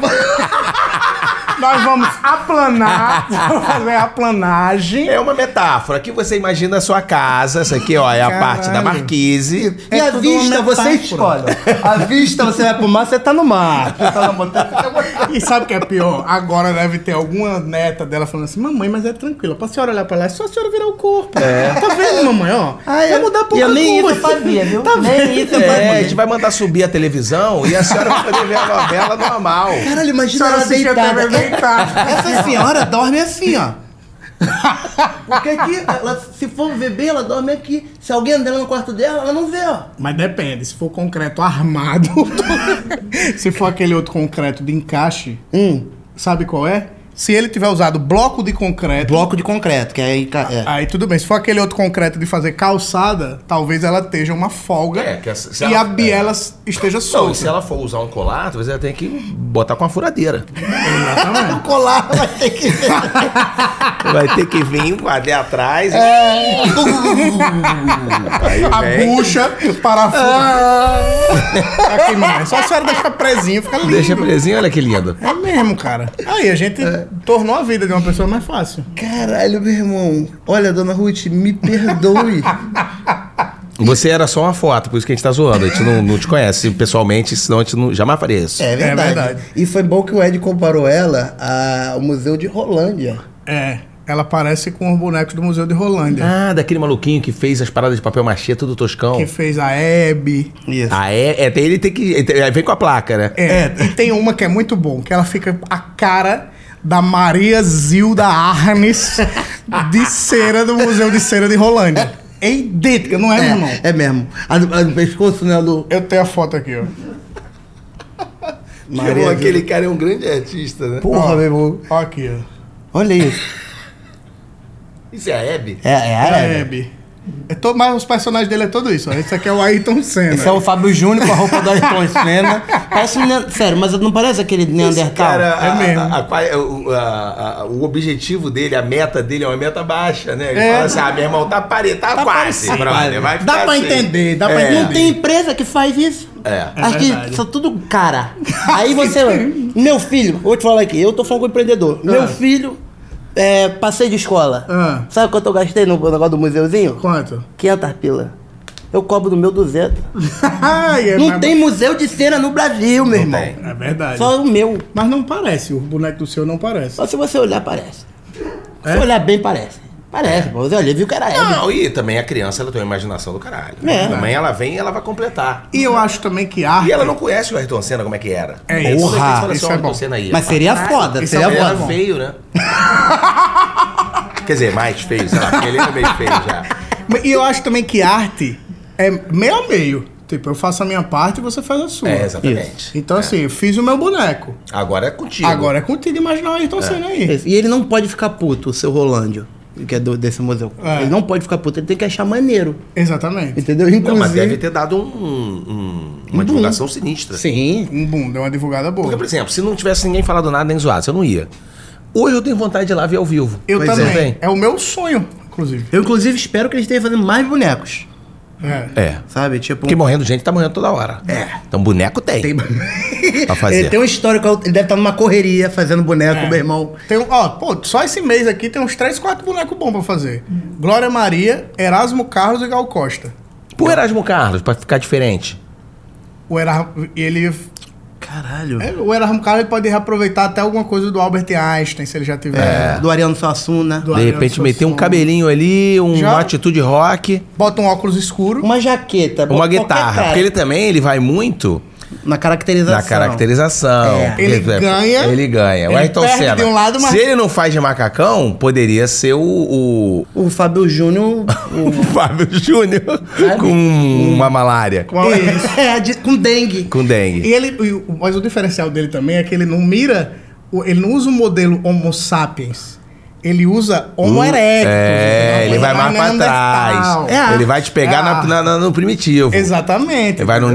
Speaker 2: Nós vamos aplanar. Vamos fazer a planagem.
Speaker 4: É uma metáfora. Aqui você imagina a sua casa. Essa aqui, ó, é a parte da marquise.
Speaker 1: E a
Speaker 2: tudo uma
Speaker 1: vista, você escolhe.
Speaker 2: metáfora.
Speaker 1: A vista, você vai pro mar, você tá no mar. Você tá na montanha, você tá na montanha.
Speaker 2: E sabe o que é pior? Agora deve ter alguma neta dela falando assim: mamãe, mas é tranquila, pra senhora olhar pra lá, é só a senhora virar o corpo. Tá vendo, mamãe? Ó, vai mudar pouca
Speaker 1: E É. Ah, eu nem
Speaker 2: coisa.
Speaker 1: isso sabia, viu?
Speaker 2: Tá
Speaker 1: nem
Speaker 2: vendo?
Speaker 1: isso eu
Speaker 4: É, a
Speaker 1: sabia.
Speaker 4: gente vai mandar subir a televisão e a senhora vai poder ver a novela normal.
Speaker 1: Caralho,
Speaker 2: A
Speaker 1: imagina
Speaker 2: senhora
Speaker 1: ela
Speaker 2: assistia a TV
Speaker 1: deitada.
Speaker 2: deitada.
Speaker 1: Essa senhora dorme assim, ó. Porque aqui, ela, se for beber, ela dorme aqui. Se alguém andando no quarto dela, ela não vê, ó.
Speaker 2: Mas depende, se for concreto armado, se for aquele outro concreto de encaixe,
Speaker 1: Hum.
Speaker 2: sabe qual é? Se ele tiver usado bloco de concreto.
Speaker 1: Bloco de concreto, que aí. ca- É.
Speaker 2: Aí tudo bem, se for aquele outro concreto de fazer calçada, talvez ela esteja uma folga
Speaker 4: É, que se- se
Speaker 2: e
Speaker 4: ela- é.
Speaker 2: a biela esteja
Speaker 4: Não,
Speaker 2: solta.
Speaker 4: e se ela for usar um colar, talvez ela tenha que botar com a furadeira.
Speaker 1: Colar vai ter que ver.
Speaker 4: Vai ter que vir ali atrás.
Speaker 2: A
Speaker 4: é
Speaker 2: bucha, parafuso.
Speaker 4: Ah.
Speaker 2: É Tá queimando. Só a senhora deixar presinho, fica lindo.
Speaker 4: Deixa presinho, olha que lindo.
Speaker 2: É mesmo, cara. Aí a gente tornou a vida de uma pessoa mais fácil.
Speaker 8: Caralho, meu irmão. Olha, dona Ruth, me perdoe.
Speaker 4: Você era só uma foto, por isso que a gente tá zoando. A gente não, não te conhece pessoalmente, senão a gente não, jamais faria isso.
Speaker 8: É verdade.
Speaker 2: verdade.
Speaker 8: E foi bom que o Ed comparou ela ao Museu de Rolândia.
Speaker 2: É, ela parece com os bonecos do Museu de Rolândia.
Speaker 4: Ah, daquele maluquinho que fez as paradas de papel machê, tudo toscão.
Speaker 2: Que fez a Hebe.
Speaker 8: Isso.
Speaker 4: Ah, é? é tem- ele tem que. ele tem- aí vem com a placa, né?
Speaker 2: É, e tem uma que é muito bom, que ela fica a cara da Maria Zilda Arnes de cera do Museu de Cera de Rolândia. É idêntica, não é, meu irmão?
Speaker 8: É, é mesmo. A do, a do pescoço, né, do...
Speaker 2: Eu tenho a foto aqui, ó.
Speaker 8: Maria Zilda.
Speaker 4: cara é um grande artista, né?
Speaker 8: Porra, meu irmão.
Speaker 2: Ó aqui, ó.
Speaker 8: Olha isso.
Speaker 4: Isso é a Hebe?
Speaker 8: É, é a
Speaker 2: A
Speaker 8: Hebe.
Speaker 2: Hebe. É todo, mas os personagens dele é tudo isso, ó. Esse aqui é o Ayrton Senna.
Speaker 1: Esse é o Fábio Júnior com a roupa da Ayrton Senna. Parece um... ne- Sério, mas não parece aquele Neandertal?
Speaker 4: Cara, a-
Speaker 2: É mesmo.
Speaker 4: a- a- qual é o- a- a- o objetivo dele, a meta dele é uma meta baixa, né? Ele
Speaker 2: É.
Speaker 4: fala assim, ah, meu irmão, tá, pare... tá, quase.
Speaker 2: parecido.
Speaker 4: brother, vai
Speaker 2: Dá
Speaker 4: ficar
Speaker 2: pra
Speaker 4: assim."
Speaker 2: entender, dá pra
Speaker 4: É.
Speaker 1: Não tem empresa que faz isso.
Speaker 4: É.
Speaker 1: Acho que são tudo cara. Aí você. meu filho, vou te falar aqui, eu tô falando com empreendedor. Meu filho, é, passei de escola.
Speaker 2: Ah.
Speaker 1: Sabe quanto eu gastei no negócio do museuzinho?
Speaker 2: Quanto?
Speaker 1: 500 pila. Eu cobro do meu 200.
Speaker 2: Ai, é
Speaker 1: não
Speaker 2: mais-
Speaker 1: tem museu de cera no Brasil, meu irmão.
Speaker 4: tem.
Speaker 2: É verdade.
Speaker 1: Só o meu.
Speaker 2: Mas não parece, o boneco do seu não parece.
Speaker 1: Só se você olhar, parece.
Speaker 2: É?
Speaker 1: Se olhar bem, parece. Parece, pô. Você olha, viu que era ela.
Speaker 4: Não, e também a criança, ela tem uma imaginação do caralho.
Speaker 1: É.
Speaker 4: Também ela vem e ela vai completar.
Speaker 2: E eu acho também que arte.
Speaker 4: E ela não conhece o Ayrton Senna como é que era.
Speaker 2: É
Speaker 4: Aí
Speaker 2: isso.
Speaker 4: quando
Speaker 2: Porra,
Speaker 4: ele fala assim,
Speaker 2: isso
Speaker 4: "Ó,
Speaker 2: é
Speaker 4: Ayrton
Speaker 2: bom.
Speaker 4: Senna aí,
Speaker 1: Mas seria foda,
Speaker 2: isso
Speaker 1: seria
Speaker 2: é
Speaker 4: Era
Speaker 1: foda.
Speaker 4: feio, né? Quer dizer, mais feio, sei lá, porque ele era meio feio já.
Speaker 2: E eu acho também que arte é meio a meio. Tipo, eu faço a minha parte e você faz a sua.
Speaker 4: É, exatamente.
Speaker 2: Então, assim, eu fiz o meu boneco.
Speaker 4: Agora é contigo.
Speaker 2: Agora é contigo imaginar o Ayrton Senna aí.
Speaker 1: Isso. E ele não pode ficar puto, o seu Rolândio, que é do- desse museu.
Speaker 2: É.
Speaker 1: Ele não pode ficar puto, ele tem que achar maneiro.
Speaker 2: Exatamente.
Speaker 1: Entendeu?
Speaker 4: Não, mas deve
Speaker 1: Inclusive.
Speaker 4: ter dado um- um- uma divulgação sinistra.
Speaker 1: Sim.
Speaker 2: Um boom, deu uma divulgada boa.
Speaker 4: Porque, por exemplo, se não tivesse ninguém falado nada nem zoado, eu não ia. Hoje eu tenho vontade de ir lá ver ao vivo.
Speaker 2: Eu
Speaker 4: Pois
Speaker 2: também.
Speaker 4: É.
Speaker 2: É. o meu sonho, inclusive.
Speaker 1: Eu, inclusive, espero que eles estejam fazendo mais bonecos.
Speaker 2: É.
Speaker 4: É.
Speaker 1: Sabe? Tipo.
Speaker 4: Porque morrendo gente tá morrendo toda hora. É. Então boneco tem. Tem pra fazer.
Speaker 1: Ele tem um histórico, ele deve estar numa correria fazendo boneco,
Speaker 2: É.
Speaker 1: meu irmão.
Speaker 2: Tem um, ó, pô, só esse mês aqui tem uns 3, 4 bonecos bons pra fazer. Glória Maria, Erasmo Carlos e Gal Costa.
Speaker 4: Pô, Erasmo Carlos, pra ficar diferente.
Speaker 2: O Erasmo, ele
Speaker 1: Caralho.
Speaker 2: É, o Erasmo Carlos pode reaproveitar até alguma coisa do Albert Einstein, se ele já tiver.
Speaker 1: Do Ariano Suassuna.
Speaker 2: Do-
Speaker 4: É. De repente
Speaker 2: Olha,
Speaker 4: meter um
Speaker 2: só-
Speaker 4: cabelinho ali, um-
Speaker 2: Já-
Speaker 4: uma atitude rock,
Speaker 2: Bota um óculos escuro.
Speaker 1: Uma jaqueta.
Speaker 4: uma
Speaker 1: qualquer
Speaker 4: guitarra.
Speaker 1: cara.
Speaker 4: Porque ele também ele vai muito
Speaker 1: Na caracterização.
Speaker 4: na caracterização.
Speaker 1: É.
Speaker 4: Porque,
Speaker 2: Ele
Speaker 4: é,
Speaker 2: ganha-
Speaker 4: Ele ganha. O
Speaker 2: ele
Speaker 4: Ayrton
Speaker 2: perde
Speaker 4: Senna.
Speaker 2: de um lado, mas-
Speaker 4: Se ele não faz de macacão, poderia ser o- o,
Speaker 1: O Fábio Júnior.
Speaker 4: o Fábio Júnior com uma malária.
Speaker 2: Qual é isso?
Speaker 1: é, de- com dengue.
Speaker 4: Com dengue.
Speaker 2: E ele, e o- mas o diferencial dele também é que ele não mira, o- ele não usa o modelo Homo sapiens. Ele usa Homo erectus.
Speaker 4: É,
Speaker 2: entendeu?
Speaker 4: ele vai mais pra
Speaker 2: Neandertal.
Speaker 4: trás. ele vai te pegar na-
Speaker 2: É.
Speaker 4: na- na- no primitivo.
Speaker 2: Exatamente.
Speaker 4: Ele vai no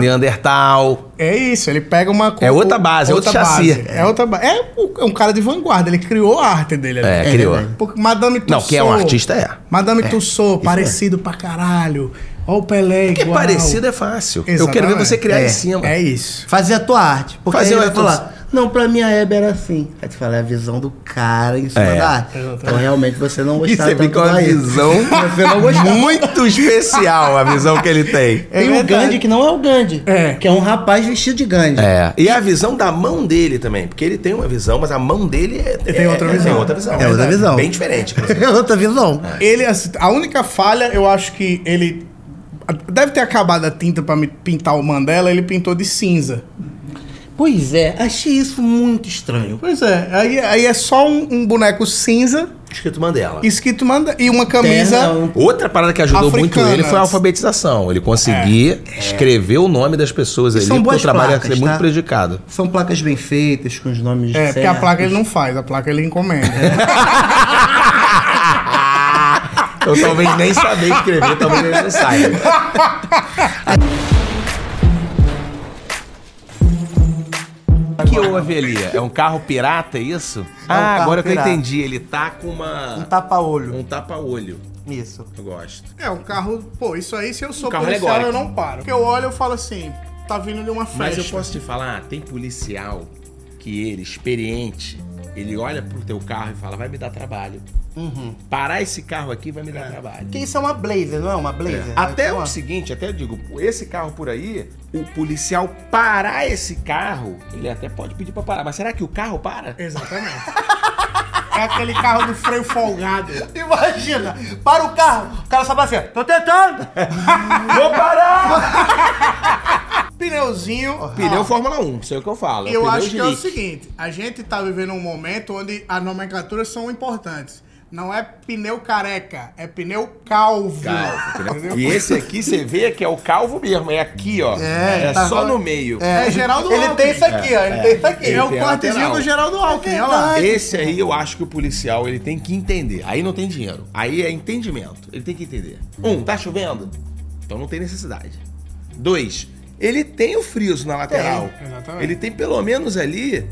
Speaker 4: Neandertal.
Speaker 2: É isso, ele pega uma co-
Speaker 4: É outra base, é outro chassi.
Speaker 2: É outra base. É, o- é um cara de vanguarda, ele criou a arte dele ali.
Speaker 4: É, criou.
Speaker 2: Porque Madame
Speaker 4: Não, quem é um
Speaker 2: Tussauds-
Speaker 4: artista é.
Speaker 2: Madame Tussauds, parecido pra caralho. Olha o Pelé
Speaker 4: Porque
Speaker 2: igual.
Speaker 4: parecido é fácil. Eu
Speaker 2: Exatamente.
Speaker 4: quero ver você criar
Speaker 2: é.
Speaker 4: em cima.
Speaker 2: É isso.
Speaker 1: Fazer a tua arte. Porque
Speaker 4: Fazer
Speaker 1: aí ele
Speaker 4: uma-
Speaker 1: vai falar. Não, pra mim a Hebe era assim. Aí tu fala, é a visão do cara em cima
Speaker 4: É.
Speaker 1: da arte. Então realmente você não
Speaker 4: E
Speaker 1: gostava
Speaker 4: você fica uma
Speaker 1: da Hebe.
Speaker 4: visão muito especial, a visão que ele tem.
Speaker 1: Tem o Gandhi que não é o Gandhi.
Speaker 2: É.
Speaker 1: Que é um rapaz vestido de Gandhi.
Speaker 4: É. E a visão da mão dele também. Porque ele tem uma visão, mas a mão dele é,
Speaker 2: tem outra
Speaker 4: é-
Speaker 2: visão.
Speaker 4: tem outra visão.
Speaker 1: É outra visão.
Speaker 4: Bem diferente. inclusive.
Speaker 1: É outra visão.
Speaker 2: Ele, assim, a única falha, eu acho que ele. Deve ter acabado a tinta pra me pintar o Mandela, ele pintou de cinza.
Speaker 1: Pois é, achei isso muito estranho.
Speaker 2: Pois é, aí, aí é só um, um boneco cinza,
Speaker 4: Escrito Mandela.
Speaker 2: escrito Mandela, e uma camisa.
Speaker 1: Terra, um-
Speaker 4: Outra parada que ajudou
Speaker 2: Africanas.
Speaker 4: muito ele foi a alfabetização. Ele conseguia escrever o nome das pessoas ali,
Speaker 1: É. são
Speaker 4: porque o
Speaker 1: boas
Speaker 4: trabalho ia
Speaker 1: placas,
Speaker 4: ser muito
Speaker 1: tá?
Speaker 4: prejudicado.
Speaker 1: São placas bem feitas, com os nomes
Speaker 2: É, porque a
Speaker 1: certos.
Speaker 2: placa ele não faz, a placa ele encomenda.
Speaker 4: Eu talvez nem saber escrever, talvez ele não saiba. O que houve ali? É um carro pirata, é isso?
Speaker 1: um
Speaker 4: ah,
Speaker 1: carro
Speaker 4: agora que eu
Speaker 1: pirata.
Speaker 4: entendi. Ele tá com uma.
Speaker 1: Um tapa-olho.
Speaker 4: Um tapa-olho.
Speaker 1: Isso.
Speaker 4: Eu gosto.
Speaker 2: é, o carro. Pô, isso aí, se eu sou
Speaker 4: O Um carro
Speaker 2: policial, eu
Speaker 4: alegórico.
Speaker 2: não paro. Porque eu olho e eu falo assim, tá vindo de uma festa.
Speaker 4: Mas eu posso te falar, tem policial que ele, experiente, Ele olha pro teu carro e fala, vai me dar trabalho.
Speaker 2: Uhum.
Speaker 4: Parar esse carro aqui vai me dar trabalho.
Speaker 1: Porque isso é uma blazer, não é uma blazer?
Speaker 4: Até
Speaker 1: é
Speaker 4: o
Speaker 2: então,
Speaker 1: uma...
Speaker 4: seguinte, até eu digo, esse carro por aí, o policial parar esse carro, ele até pode pedir pra parar, mas será que o carro para?
Speaker 2: Exatamente. É aquele carro do freio folgado.
Speaker 1: Imagina, para o carro, o cara só fala assim, tô tentando.
Speaker 4: Vou parar!
Speaker 2: Pneuzinho.
Speaker 4: Pneu Fórmula 1, isso é o que eu falo. é
Speaker 2: Ah. Eu
Speaker 4: pneu
Speaker 2: acho
Speaker 4: de
Speaker 2: que é o
Speaker 4: leak.
Speaker 2: seguinte, a gente tá vivendo um momento onde as nomenclaturas são importantes. Não é pneu careca, é pneu calvo.
Speaker 4: Calvo, Tá, entendeu?
Speaker 2: Entendeu?
Speaker 4: E esse aqui você vê que é o calvo mesmo, é aqui, ó. É,
Speaker 2: tá
Speaker 4: só
Speaker 2: falando-
Speaker 4: no meio.
Speaker 2: É Geraldo
Speaker 1: Ele
Speaker 2: Alckmin.
Speaker 1: tem isso aqui, ó, ele tem isso aqui.
Speaker 2: É o
Speaker 4: Tem a
Speaker 2: cortezinho
Speaker 4: lateral.
Speaker 2: do Geraldo Alckmin, olha lá.
Speaker 4: Esse aí eu acho que o policial ele tem que entender. Aí não tem dinheiro. Aí é entendimento. Ele tem que entender. Um, tá chovendo? Então não tem necessidade. Dois, ele tem o friso na lateral.
Speaker 2: exatamente.
Speaker 4: Ele tem pelo menos ali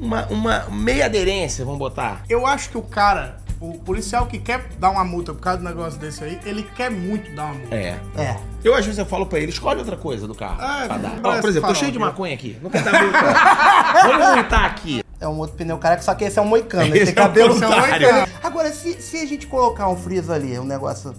Speaker 4: uma, uma meia aderência, vamos botar.
Speaker 2: Eu acho que o cara, o policial que quer dar uma multa por causa do negócio desse aí, ele quer muito dar uma multa.
Speaker 4: É.
Speaker 1: É.
Speaker 4: Eu às vezes eu falo pra ele, escolhe outra coisa do carro.
Speaker 2: Ah,
Speaker 4: pra dar.
Speaker 2: parece
Speaker 4: Ó, por exemplo,
Speaker 2: farol,
Speaker 4: tô cheio de
Speaker 2: viu?
Speaker 4: maconha aqui. Não quero dar multa. Vamos multar aqui.
Speaker 1: É um outro pneu careca, só que esse é um moicano, ele
Speaker 4: Esse
Speaker 1: tem
Speaker 4: é um
Speaker 1: cabelo
Speaker 4: contrário.
Speaker 2: né?
Speaker 1: moicano. Agora, se, se a gente colocar um friso ali, um negócio,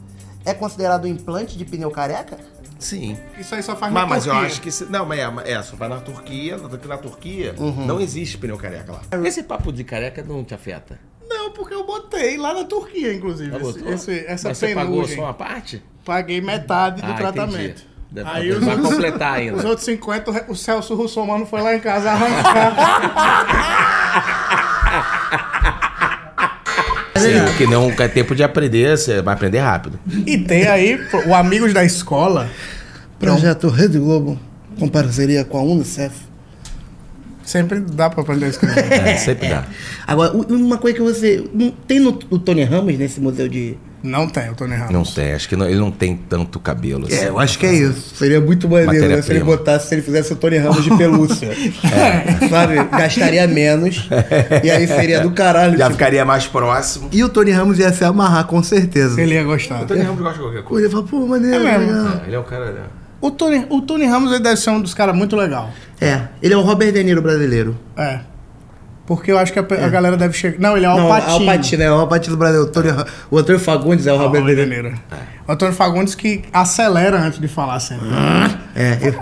Speaker 1: é considerado um implante de pneu careca?
Speaker 4: Sim.
Speaker 2: Isso aí só faz
Speaker 4: Mas,
Speaker 2: na
Speaker 4: mas eu
Speaker 2: Turquia.
Speaker 4: acho que. se- não, mas é, mas é, só vai na Turquia, tanto que na Turquia
Speaker 2: Uhum.
Speaker 4: não existe pneu careca lá. Esse papo de careca não te afeta.
Speaker 2: Não, porque eu botei lá na Turquia, inclusive.
Speaker 4: Tá
Speaker 2: esse-
Speaker 4: botou?
Speaker 2: esse- essa
Speaker 4: mas você pagou
Speaker 2: penugem.
Speaker 4: só uma parte?
Speaker 2: Paguei metade do
Speaker 4: Ah,
Speaker 2: tratamento.
Speaker 4: entendi. Deve-
Speaker 2: Aí
Speaker 4: deve-
Speaker 2: os-
Speaker 4: vai completar ainda.
Speaker 2: Os outros 50, o re- o Celso Russomano foi lá em casa arrancar.
Speaker 4: Sim, que não é tempo de aprender, você vai aprender rápido.
Speaker 2: e tem aí pô, o Amigos da Escola.
Speaker 8: Projeto Rede Globo, com parceria com a Unicef.
Speaker 2: Sempre dá pra aprender a escrever.
Speaker 4: É, sempre dá.
Speaker 1: Agora, u- uma coisa que você... não Tem no, o Tony Ramos nesse museu de...
Speaker 2: Não tem, o Tony Ramos.
Speaker 4: Não tem, acho que não- ele não tem tanto cabelo assim.
Speaker 8: É, eu acho que é isso. Seria muito maneiro né, se ele
Speaker 4: Matéria-prima.
Speaker 8: botasse, se ele fizesse o Tony Ramos de pelúcia.
Speaker 1: É.
Speaker 8: Sabe? Gastaria menos. E aí seria do caralho.
Speaker 4: Já
Speaker 8: tipo.
Speaker 4: ficaria mais próximo.
Speaker 8: E o Tony Ramos ia se amarrar, com certeza.
Speaker 2: Ele ia gostar.
Speaker 4: Tony Ramos gosta de qualquer
Speaker 8: Ele ia falar, pô, maneiro,
Speaker 2: É mesmo.
Speaker 8: legal.
Speaker 4: Ele é um cara. né?
Speaker 2: O Tony, o Tony Ramos ele deve ser um dos caras muito legal.
Speaker 1: É, ele é o Robert De Niro brasileiro.
Speaker 2: É. Porque eu acho que a, pe- a galera deve chegar. Não, ele é o
Speaker 8: Não,
Speaker 2: Alpatino.
Speaker 8: Alpatino. Alpatino, é o Alpatino brasileiro. O, Tony, Ra- o Antônio Fagundes é o Robert
Speaker 2: Robert
Speaker 8: De
Speaker 2: De
Speaker 8: Niro.
Speaker 2: Niro. É. O Antônio Fagundes que acelera antes de falar sempre.
Speaker 8: É, eu-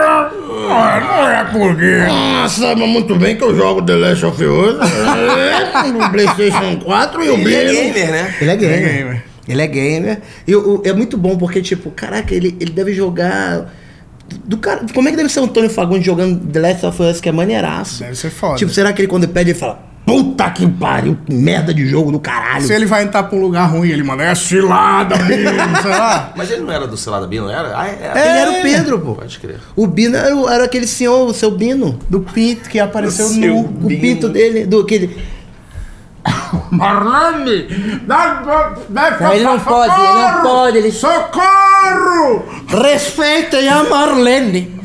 Speaker 2: não é porque.
Speaker 8: Ah, sabe muito bem que eu jogo The Last of Us é, no PlayStation 4 e o
Speaker 4: Ele é
Speaker 8: Billy.
Speaker 4: gamer, né?
Speaker 1: Ele é gamer.
Speaker 2: Ele é gamer.
Speaker 1: Ele é gamer. E o- o- é muito bom porque, tipo, caraca, ele, ele deve jogar. Do cara, como é que deve ser o Antônio Fagundes jogando The Last of Us, que é maneiraço?
Speaker 2: Deve ser foda.
Speaker 1: Tipo, será que ele quando pede, ele fala: Puta que pariu, que merda de jogo do caralho.
Speaker 2: Se ele vai entrar pra um lugar ruim, ele manda, é cilada, menino, sei lá.
Speaker 4: Mas ele não era do Selada B, não era? Ah, era.
Speaker 1: É, Ele era
Speaker 2: É.
Speaker 1: o Pedro, pô.
Speaker 4: Pode crer.
Speaker 1: O Bino era, o- era aquele senhor, o seu Bino.
Speaker 2: Do Pinto que apareceu
Speaker 4: O seu
Speaker 2: nu.
Speaker 1: O pinto dele, do aquele.
Speaker 2: Marlene! Dá, dá, dá,
Speaker 1: ele não pode, ele não
Speaker 2: socorro!
Speaker 1: pode, ele-
Speaker 2: Socorro!
Speaker 1: Respeitem a Marlene.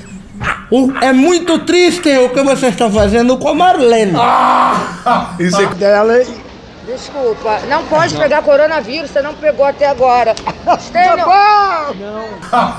Speaker 1: O- é muito triste o que vocês estão fazendo com a Marlene.
Speaker 8: Ah,
Speaker 2: Isso
Speaker 4: Ah,
Speaker 2: é
Speaker 11: Desculpa, não pode pegar coronavírus, você não pegou até agora. Estênio,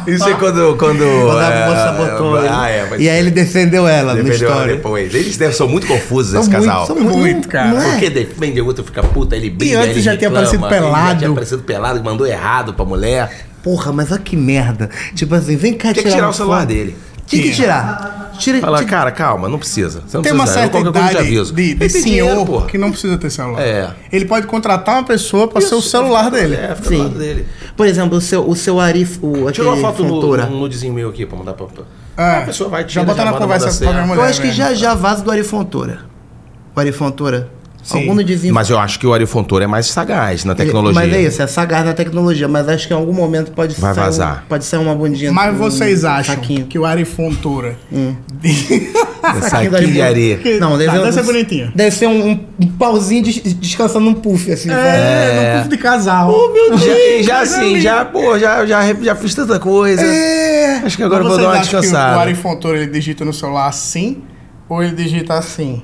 Speaker 4: Isso é quando. Quando,
Speaker 8: Quando a moça botou ele.
Speaker 4: Ah, é, mas
Speaker 8: e aí ele defendeu ela na
Speaker 4: defendeu ela
Speaker 8: história.
Speaker 4: depois. Eles devem- são muito confusos, esse
Speaker 8: muito,
Speaker 4: casal.
Speaker 8: são muito,
Speaker 2: Muito, cara.
Speaker 8: não é?
Speaker 4: Porque defende o outro, fica puta, ele briga,
Speaker 2: antes
Speaker 4: ele
Speaker 2: já tinha
Speaker 4: reclama,
Speaker 2: aparecido
Speaker 4: ele Já
Speaker 2: pelado.
Speaker 4: tinha aparecido pelado, mandou errado pra mulher.
Speaker 8: Porra, mas olha que merda. Tipo assim, vem cá
Speaker 4: Tinha que
Speaker 8: tirar
Speaker 4: tirar
Speaker 8: uma
Speaker 4: o celular
Speaker 8: foto.
Speaker 4: dele.
Speaker 8: Tinha que tirar. Tira,
Speaker 4: Fala,
Speaker 8: tira-
Speaker 4: cara, calma, não precisa. Você não
Speaker 2: Tem
Speaker 4: precisa.
Speaker 2: uma
Speaker 4: eu
Speaker 2: certa
Speaker 4: qualquer coisa te
Speaker 2: idade
Speaker 4: aviso.
Speaker 2: de, de
Speaker 4: Ele tem dinheiro,
Speaker 2: senhor
Speaker 4: porra.
Speaker 2: que não precisa ter celular.
Speaker 4: É.
Speaker 2: Ele pode contratar uma pessoa pra ser o celular dele.
Speaker 4: É, fica do
Speaker 1: Sim.
Speaker 4: lado dele.
Speaker 1: Por exemplo, o seu, o seu Arif, o,
Speaker 4: Tirou
Speaker 1: aquele
Speaker 4: uma foto no,
Speaker 1: Fontoura.
Speaker 4: no nudezinho meu aqui pra mandar pra. pra-
Speaker 2: É.
Speaker 4: A pessoa vai
Speaker 2: já
Speaker 4: tirar.
Speaker 2: bota na conversa com a minha mulher.
Speaker 1: Eu acho que
Speaker 2: velho.
Speaker 1: já já vaza do Arifontora. O Arifontora. Algum no desenho.
Speaker 4: Mas eu acho que o Arifontor é mais sagaz na tecnologia.
Speaker 1: Mas é isso, é sagaz na tecnologia. Mas acho que em algum momento pode
Speaker 4: Vai
Speaker 1: sair um-
Speaker 4: vazar.
Speaker 1: pode sair uma bundinha.
Speaker 2: Mas
Speaker 1: um
Speaker 2: vocês acham
Speaker 1: Saquinho.
Speaker 2: que o Arifontura.
Speaker 4: Hum. Essa aqui
Speaker 1: do Arifontora.
Speaker 4: de areia.
Speaker 1: Não, deve ser
Speaker 2: Tá,
Speaker 1: um-
Speaker 2: deve ser bonitinho.
Speaker 1: Deve ser um, um- um pauzinho des- descansando num puff, assim. sabe?
Speaker 2: É, no povo de casal. Oh, meu
Speaker 4: Já, e já assim, já, pô, já, já, já fiz tanta coisa. Acho que agora eu vou dar uma
Speaker 2: Que o
Speaker 4: descansada.
Speaker 2: Arifontura ele digita no celular assim ou ele digita assim?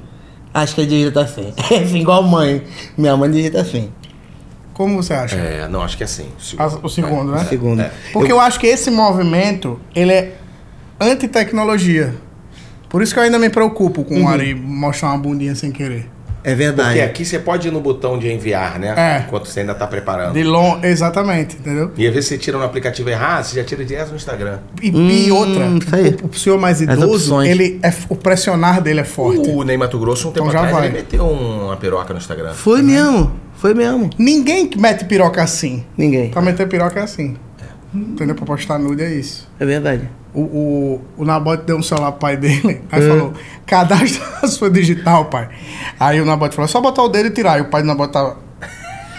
Speaker 1: Acho que ele digita assim. Igual mãe. Minha mãe digita assim.
Speaker 2: Como você acha?
Speaker 4: É, não, acho que é assim.
Speaker 2: Ah, O segundo, né?
Speaker 1: Segundo.
Speaker 2: Porque eu... acho que esse movimento, ele é anti-tecnologia. Por isso que eu ainda me preocupo
Speaker 1: Uhum.
Speaker 2: com o Ari mostrar uma bundinha sem querer.
Speaker 1: É verdade.
Speaker 4: Porque aqui você pode ir no botão de enviar, né?
Speaker 2: É.
Speaker 4: Enquanto você ainda tá preparando.
Speaker 2: De long... Exatamente, entendeu?
Speaker 4: E às vezes você tira no aplicativo errado, você já tira direto no Instagram.
Speaker 2: E, e
Speaker 1: Hum,
Speaker 2: outra,
Speaker 1: isso aí.
Speaker 2: o, o senhor mais
Speaker 1: As
Speaker 2: idoso,
Speaker 1: opções. Uh.
Speaker 2: ele é, f- o pressionar dele é forte.
Speaker 4: O Uh, Ney Mato Grosso, um tempo
Speaker 2: Então já
Speaker 4: atrás,
Speaker 2: vai.
Speaker 4: ele meteu uma piroca no Instagram.
Speaker 1: Foi mesmo, foi mesmo.
Speaker 2: Ninguém que mete piroca assim.
Speaker 1: Ninguém.
Speaker 2: Pra meter piroca é assim. Entendeu? Pra postar nude é isso.
Speaker 1: É verdade.
Speaker 2: O, o, o Nabote deu um celular pro pai dele.
Speaker 1: É.
Speaker 2: Aí falou: cadastra a sua digital, pai. Aí o Nabote falou: "É só botar o dedo e tirar. E o pai do Nabote tava.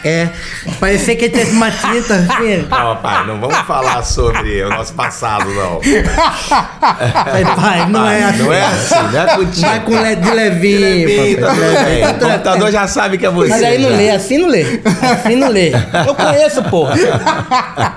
Speaker 1: É, parecia que ele teve uma tinta. assim,
Speaker 4: Não, pai, não vamos falar sobre o nosso passado, não.
Speaker 1: Pai, pai, não é assim.
Speaker 4: Não é assim, não é contigo.
Speaker 1: Vai com le- de levinho.
Speaker 4: Ih, tá
Speaker 1: papai,
Speaker 4: tudo
Speaker 1: de levinho.
Speaker 4: bem. O computador já sabe que é você.
Speaker 1: Mas aí não
Speaker 4: já.
Speaker 1: lê, assim não lê. Assim não lê. Eu conheço, porra.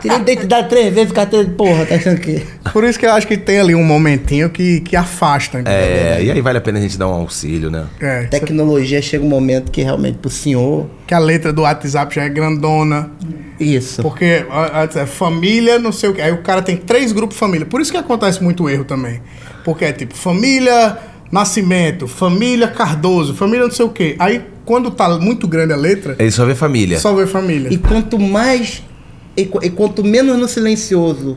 Speaker 1: Tirei identidade três vezes, carteira de porra, tá achando que.
Speaker 2: Por isso que eu acho que tem ali um momentinho que, que afasta. entendeu?
Speaker 4: É, e aí vale a pena a gente dar um auxílio, né?
Speaker 2: É.
Speaker 1: Tecnologia chega um momento que realmente pro senhor.
Speaker 2: Que a letra do WhatsApp já é grandona.
Speaker 1: Isso.
Speaker 2: Porque a- antes é família, não sei o que. Aí o cara tem três grupos de família. Por isso que acontece muito erro também. Porque é tipo família Nascimento, família Cardoso, família não sei o que. Aí quando tá muito grande a letra,
Speaker 4: Ele É só vê família.
Speaker 2: só vê família.
Speaker 1: E quanto mais. E, qu- e quanto menos no silencioso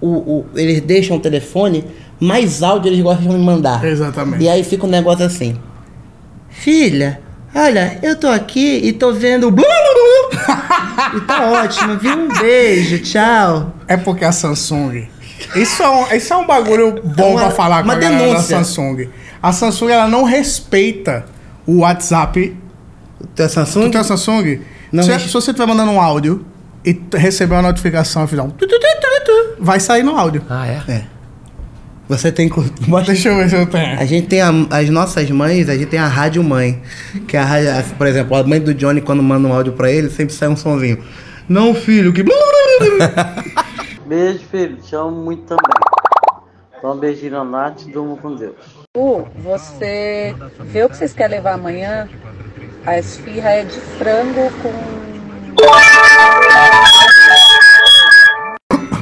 Speaker 1: o, o- eles deixam o telefone, mais áudio eles gostam de mandar.
Speaker 2: Exatamente.
Speaker 1: E aí fica um negócio assim. Filha, olha, eu tô aqui e tô vendo. o blu, blu, blu. e tá ótimo, viu? Um beijo, tchau.
Speaker 2: É porque a Samsung. Isso é um, isso é um bagulho bom
Speaker 1: uma-
Speaker 2: pra falar com
Speaker 1: uma
Speaker 2: a galera
Speaker 1: denúncia.
Speaker 2: da Samsung. A Samsung ela não respeita o WhatsApp.
Speaker 1: Tu é Samsung?
Speaker 2: Tu tem a Samsung?
Speaker 1: Não
Speaker 2: se,
Speaker 1: res-
Speaker 2: se você estiver mandando um áudio e t- receber uma notificação e fizer um tu, tu, tu, tu, tu, vai sair no áudio.
Speaker 4: Ah, é?
Speaker 1: Você tem. cu-
Speaker 2: Deixa eu ver se eu tenho.
Speaker 1: A gente tem a- as nossas mães, a gente tem a rádio mãe. Que é a rádio, a- por exemplo, a mãe do Johnny, quando manda um áudio pra ele, sempre sai um sonzinho. Não, filho, que.
Speaker 13: Beijo, filho. Te amo muito também. Dá um beijinho na Nath e durmo com Deus.
Speaker 14: Lu, você vê o que vocês querem levar amanhã? A esfirra é de frango com.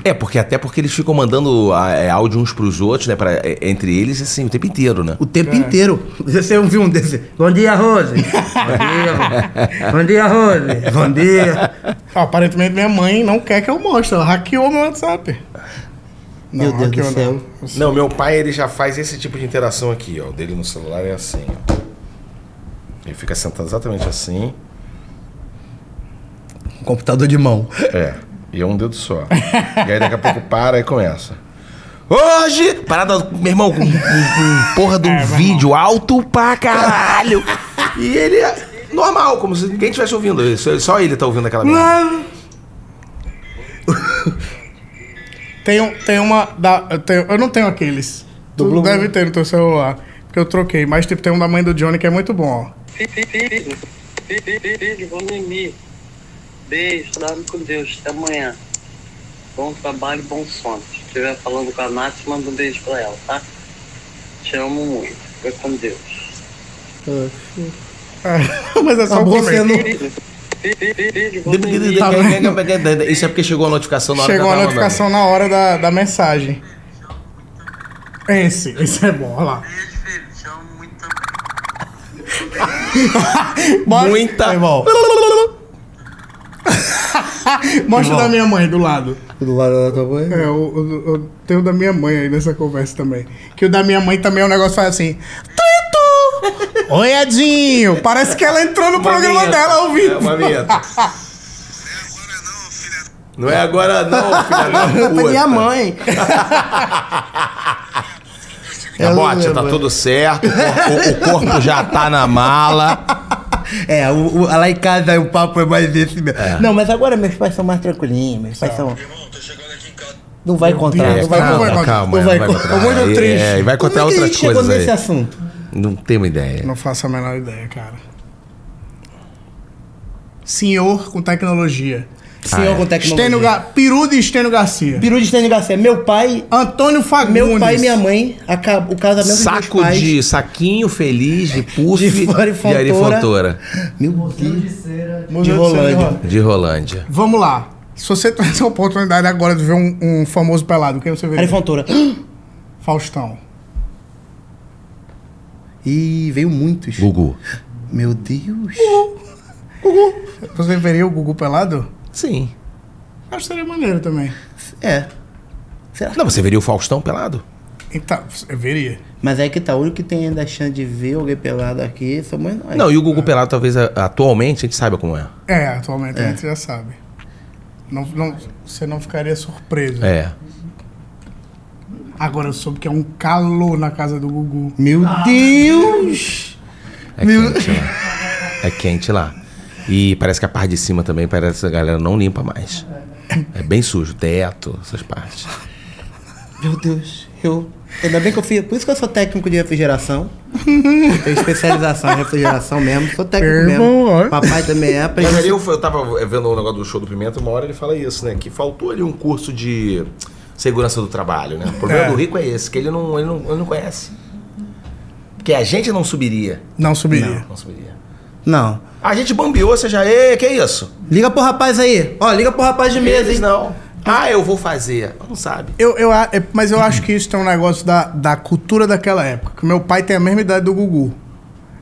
Speaker 4: É, porque até porque eles ficam mandando ah, é, áudio uns pros outros, né? Pra, é, entre eles, assim, o tempo inteiro, né?
Speaker 1: O tempo inteiro. Você ouviu um desse. Bom dia, Rose. Bom dia. Bom dia, Rose. Bom dia.
Speaker 2: Ó, aparentemente minha mãe não quer que eu mostre. Ela hackeou meu WhatsApp.
Speaker 1: Meu Deus do
Speaker 2: hackeou né?
Speaker 1: céu.
Speaker 2: não.
Speaker 4: Não, meu pai, ele já faz esse tipo de interação aqui, ó. O dele no celular é assim, ó. Ele fica sentado exatamente assim.
Speaker 1: um Computador de mão.
Speaker 4: É. E é um dedo só. E aí daqui a pouco para e começa. Hoje! Parada, meu irmão, com, com- com porra de um vídeo alto pra caralho. E ele é normal, como se ninguém estivesse ouvindo. Ele- só- Só ele tá ouvindo aquela merda.
Speaker 2: Tem, um- tem uma. Da, eu, tenho- eu não tenho aqueles. Tu deve ter no teu celular. Porque eu troquei. Mas tipo, tem um da mãe do Johnny que é muito bom, ó.
Speaker 13: Filho, filho, filho, vou mimir. Beijo, dorme com Deus. Até amanhã. Bom trabalho e bom sono. Se estiver falando com a Nath, manda um beijo pra ela, tá? Te amo muito. Fica com Deus.
Speaker 2: Mas é só o começo.
Speaker 13: Filho, filho, filho, filho, vou mimir.
Speaker 4: Isso é porque chegou a notificação na hora
Speaker 2: Chegou
Speaker 4: que
Speaker 2: a
Speaker 4: eu tava
Speaker 2: notificação na hora da, da mensagem. Esse, esse é bom, olha lá.
Speaker 13: Beijo, filho. Te amo muito também.
Speaker 2: Mostra,
Speaker 4: Muita-
Speaker 2: É bom. Mostra o da minha mãe do lado.
Speaker 1: Do lado da tua mãe?
Speaker 2: É, eu, eu- eu tenho o da minha mãe aí nessa conversa também. Que o da minha mãe também é um negócio que faz assim. Tito! Oi, Edinho! Parece que ela entrou no
Speaker 4: Uma
Speaker 2: programa
Speaker 4: vinheta.
Speaker 2: dela ao
Speaker 4: É
Speaker 2: vivo.
Speaker 4: uma vinheta. Não é agora não, filha da
Speaker 1: Foi Tá minha
Speaker 4: puta.
Speaker 1: mãe. É,
Speaker 4: Tá bom, tia, tá tudo certo. O corpo, o corpo já tá na mala.
Speaker 1: É, o, o- lá em casa o papo é mais esse mesmo. Não, mas agora meus pais são mais tranquilinhos. Meus pais são. Não vai contar,
Speaker 4: É,
Speaker 1: não vai
Speaker 4: calma,
Speaker 1: contar.
Speaker 4: calma,
Speaker 1: não
Speaker 4: é,
Speaker 1: vai
Speaker 4: não vai
Speaker 1: contar.
Speaker 4: contar.
Speaker 1: Tô muito
Speaker 4: É,
Speaker 1: triste.
Speaker 4: é, e vai
Speaker 1: Como é que
Speaker 4: contar
Speaker 1: a
Speaker 4: outras
Speaker 1: gente chegou
Speaker 4: coisas
Speaker 1: nesse
Speaker 4: aí.
Speaker 1: assunto?
Speaker 4: Não tenho ideia.
Speaker 2: Não faço a menor ideia, cara. Senhor com tecnologia.
Speaker 4: Ah, é.
Speaker 1: Senhor com tecnologia.
Speaker 2: Estênio Ga... Peru de Estênio Garcia.
Speaker 1: Peru de Estênio Garcia. Meu pai,
Speaker 2: Antônio Fagundes.
Speaker 1: meu pai e minha mãe, acab- o casamento dos
Speaker 4: Saco
Speaker 1: meus pais.
Speaker 4: de saquinho feliz de puff
Speaker 1: De fora e
Speaker 4: de arifontora
Speaker 1: Meu
Speaker 6: Mocinho
Speaker 1: Deus.
Speaker 6: de cera.
Speaker 2: Museu
Speaker 1: de
Speaker 2: Santo
Speaker 1: Rolândia.
Speaker 2: Rolândia.
Speaker 4: de Rolândia.
Speaker 2: Vamos lá. Se você tivesse a oportunidade agora de ver um, um famoso pelado, quem você veria?
Speaker 1: Arifontura.
Speaker 2: Faustão.
Speaker 1: E veio muitos.
Speaker 4: Gugu.
Speaker 1: Meu Deus.
Speaker 2: Gugu. Você veria o Gugu pelado?
Speaker 4: Sim.
Speaker 2: Acho que seria maneiro também.
Speaker 1: É.
Speaker 4: Será? Não, você veria o Faustão pelado?
Speaker 2: Então, eu veria.
Speaker 1: Mas é que tá, o único que tem ainda a chance de ver alguém pelado aqui somos nós.
Speaker 4: Não, e o Gugu pelado talvez a- atualmente a gente saiba como é.
Speaker 2: É, atualmente
Speaker 4: É.
Speaker 2: a gente já sabe. Não, não- você não ficaria surpreso.
Speaker 4: É.
Speaker 2: Agora eu soube que é um calor na casa do Gugu.
Speaker 1: Meu Deus!
Speaker 4: É quente lá. É quente lá. E parece que a parte de cima também, parece que a galera não limpa mais. É bem sujo, teto, essas partes.
Speaker 1: Meu Deus, eu. Ainda bem que eu fiz. Por isso que eu sou técnico de refrigeração. Eu Tenho especialização em refrigeração mesmo. Sou técnico mesmo. Papai também é
Speaker 4: Mas ali
Speaker 1: aprendi.
Speaker 4: eu, fui- eu tava vendo o negócio do show do Pimenta, uma hora ele fala isso, né? Que faltou ali um curso de segurança do trabalho, né? O problema
Speaker 2: É.
Speaker 4: do rico é esse, que ele não, ele, não, ele não conhece. Porque a gente não subiria.
Speaker 2: Não subiria.
Speaker 4: Não, não subiria.
Speaker 1: Não.
Speaker 4: A gente bambiou, você já. Ê, que isso?
Speaker 1: Liga pro rapaz aí. Ó, liga pro rapaz de mesa,
Speaker 4: Eles
Speaker 1: hein?
Speaker 4: não. Ah, eu vou fazer. Não sabe.
Speaker 2: Eu, eu, a- é, mas eu acho que isso tem um negócio da, da cultura daquela época. Que meu pai tem a mesma idade do Gugu.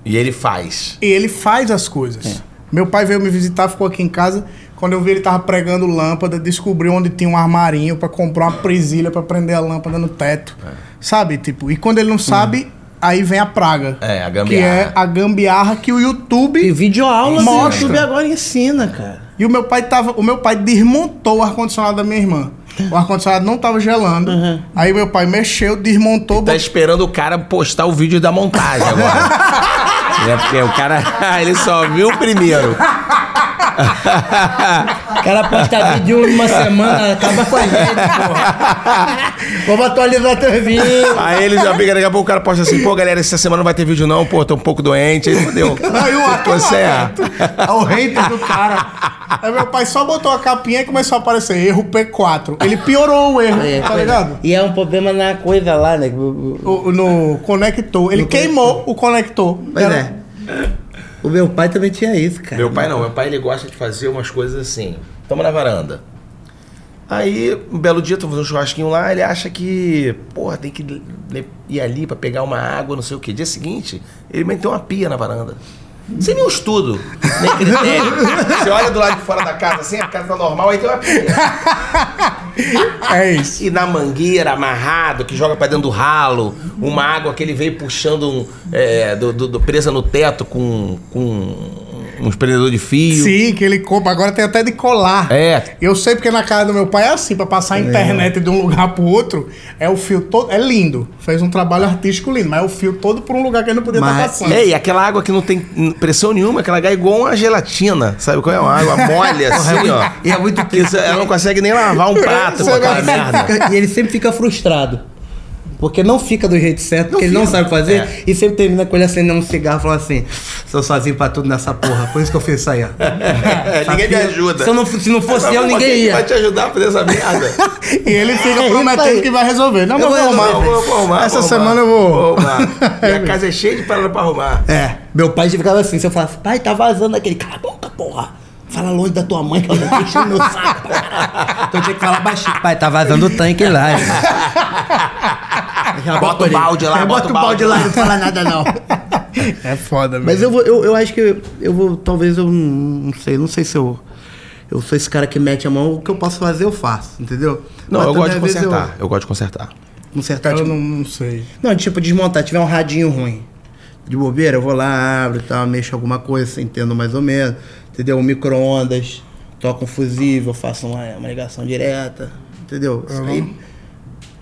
Speaker 4: E ele faz.
Speaker 2: E ele faz as
Speaker 4: É.
Speaker 2: coisas. Meu pai veio me visitar, ficou aqui em casa. Quando eu vi ele tava pregando lâmpada, descobriu onde tinha um armarinho pra comprar uma presilha pra prender a lâmpada no teto.
Speaker 4: É.
Speaker 2: Sabe, tipo, e quando ele não sabe, aí vem a praga.
Speaker 4: Uhum.
Speaker 2: Que
Speaker 4: É, a
Speaker 2: é
Speaker 4: gambiarra.
Speaker 2: a gambiarra que o YouTube
Speaker 1: E videoaula no
Speaker 2: Mostra.
Speaker 1: YouTube agora ensina, cara.
Speaker 2: E o meu pai tava. O meu pai desmontou o ar-condicionado da minha irmã. O ar-condicionado não tava gelando.
Speaker 4: Uhum.
Speaker 2: Aí meu pai mexeu, desmontou,
Speaker 4: Tá
Speaker 2: botou.
Speaker 4: esperando o cara postar o vídeo da montagem agora. é porque o cara, ele só viu o primeiro.
Speaker 1: O cara posta vídeo uma semana, acaba com a gente, porra. Vamos atualizar teu vídeo.
Speaker 4: Aí ele já fica, daqui a pouco o cara posta assim, pô, galera, essa semana não vai ter vídeo não, pô, tô um pouco doente, aí fodeu.
Speaker 2: Aí o ato
Speaker 4: Você é.
Speaker 2: o hater do cara. Aí meu pai só botou a capinha e começou a aparecer erro P4. Ele piorou o erro,
Speaker 1: É,
Speaker 2: tá
Speaker 1: pois é.
Speaker 2: ligado?
Speaker 1: E é um problema na coisa lá, né? O- o-
Speaker 2: O- no conector. Ele queimou o conector.
Speaker 1: Pois
Speaker 2: Era-
Speaker 1: é. O meu pai também tinha isso, cara.
Speaker 4: Meu pai não, meu pai ele gosta de fazer umas coisas assim. Tamo na varanda. Aí, um belo dia, tô fazendo um churrasquinho lá, ele acha que, porra, tem que le- ir ali pra pegar uma água, não sei o quê. Dia seguinte, ele meteu uma pia na varanda. Sem nenhum estudo, nem critério. Você olha do lado de fora da casa assim, a casa tá normal, aí tem uma pia.
Speaker 2: É isso.
Speaker 4: E na mangueira, amarrado, que joga pra dentro do ralo, uma água que ele veio puxando um, é, do, do- do- presa no teto com, com um esprendedor de fio.
Speaker 2: Sim, assim que ele compra. Agora tem até de colar.
Speaker 4: É.
Speaker 2: Eu sei porque na casa do meu pai é assim, pra passar a internet de um lugar pro outro, é o fio todo. É lindo. Fez um trabalho artístico lindo, mas é o fio todo pra um lugar que ele não podia estar
Speaker 1: Mas-
Speaker 2: passando.
Speaker 4: É, e aquela água que não tem pressão nenhuma, aquela água é igual uma gelatina, sabe qual é? Uma água mole assim, ó.
Speaker 1: E é muito
Speaker 4: Que isso- ela não consegue nem lavar um prato com aquela
Speaker 1: Ele sempre
Speaker 4: merda.
Speaker 1: fica- e ele sempre fica frustrado. Porque não fica do jeito certo, porque ele não sabe fazer.
Speaker 4: É.
Speaker 1: E sempre termina com ele acendendo um cigarro e falando assim: sou sozinho pra tudo nessa porra. Por isso que eu fiz isso aí, ó.
Speaker 4: Ninguém me ajuda.
Speaker 1: Se, eu não, f- se não fosse eu,
Speaker 4: Mas
Speaker 1: ninguém
Speaker 4: quem
Speaker 1: ia.
Speaker 4: Vai te ajudar a fazer essa merda.
Speaker 2: E ele fica
Speaker 1: É isso
Speaker 2: prometendo
Speaker 1: aí.
Speaker 2: que vai resolver. Não,
Speaker 1: Eu
Speaker 2: mas
Speaker 1: vou
Speaker 2: vou arrumar.
Speaker 1: resolver,
Speaker 4: vou- vou arrumar,
Speaker 2: Essa
Speaker 4: vou arrumar.
Speaker 2: semana eu vou.
Speaker 4: arrumar. Minha casa é cheia de parada pra arrumar.
Speaker 1: É, meu pai ficava assim, se eu falasse, pai, tá vazando aquele, cala a boca, porra. Fala longe da tua mãe que ela tá enchendo meu saco. então eu tinha que falar baixinho, pai, tá vazando o tanque lá.
Speaker 4: Bota o balde lá, bota o balde lá.
Speaker 1: não fala nada não.
Speaker 2: É foda,
Speaker 1: Mas
Speaker 2: mesmo.
Speaker 1: eu vou, eu, eu acho que eu vou, talvez eu não não sei, não sei se eu. Eu sou esse cara que mete a mão, o que eu posso fazer eu faço, entendeu?
Speaker 4: Não,
Speaker 1: Mas também,
Speaker 4: eu gosto de
Speaker 1: às vezes, eu-
Speaker 4: consertar. Eu gosto de consertar.
Speaker 1: Consertar,
Speaker 2: Eu
Speaker 1: tipo,
Speaker 2: não, não sei.
Speaker 1: não, tipo, desmontar, tiver um radinho ruim. De bobeira, eu vou lá, abro e tal, mexo alguma coisa, assim, entendo mais ou menos. Entendeu? Um micro-ondas, toco um fusível, faço uma, uma ligação direta. Entendeu? Isso aí-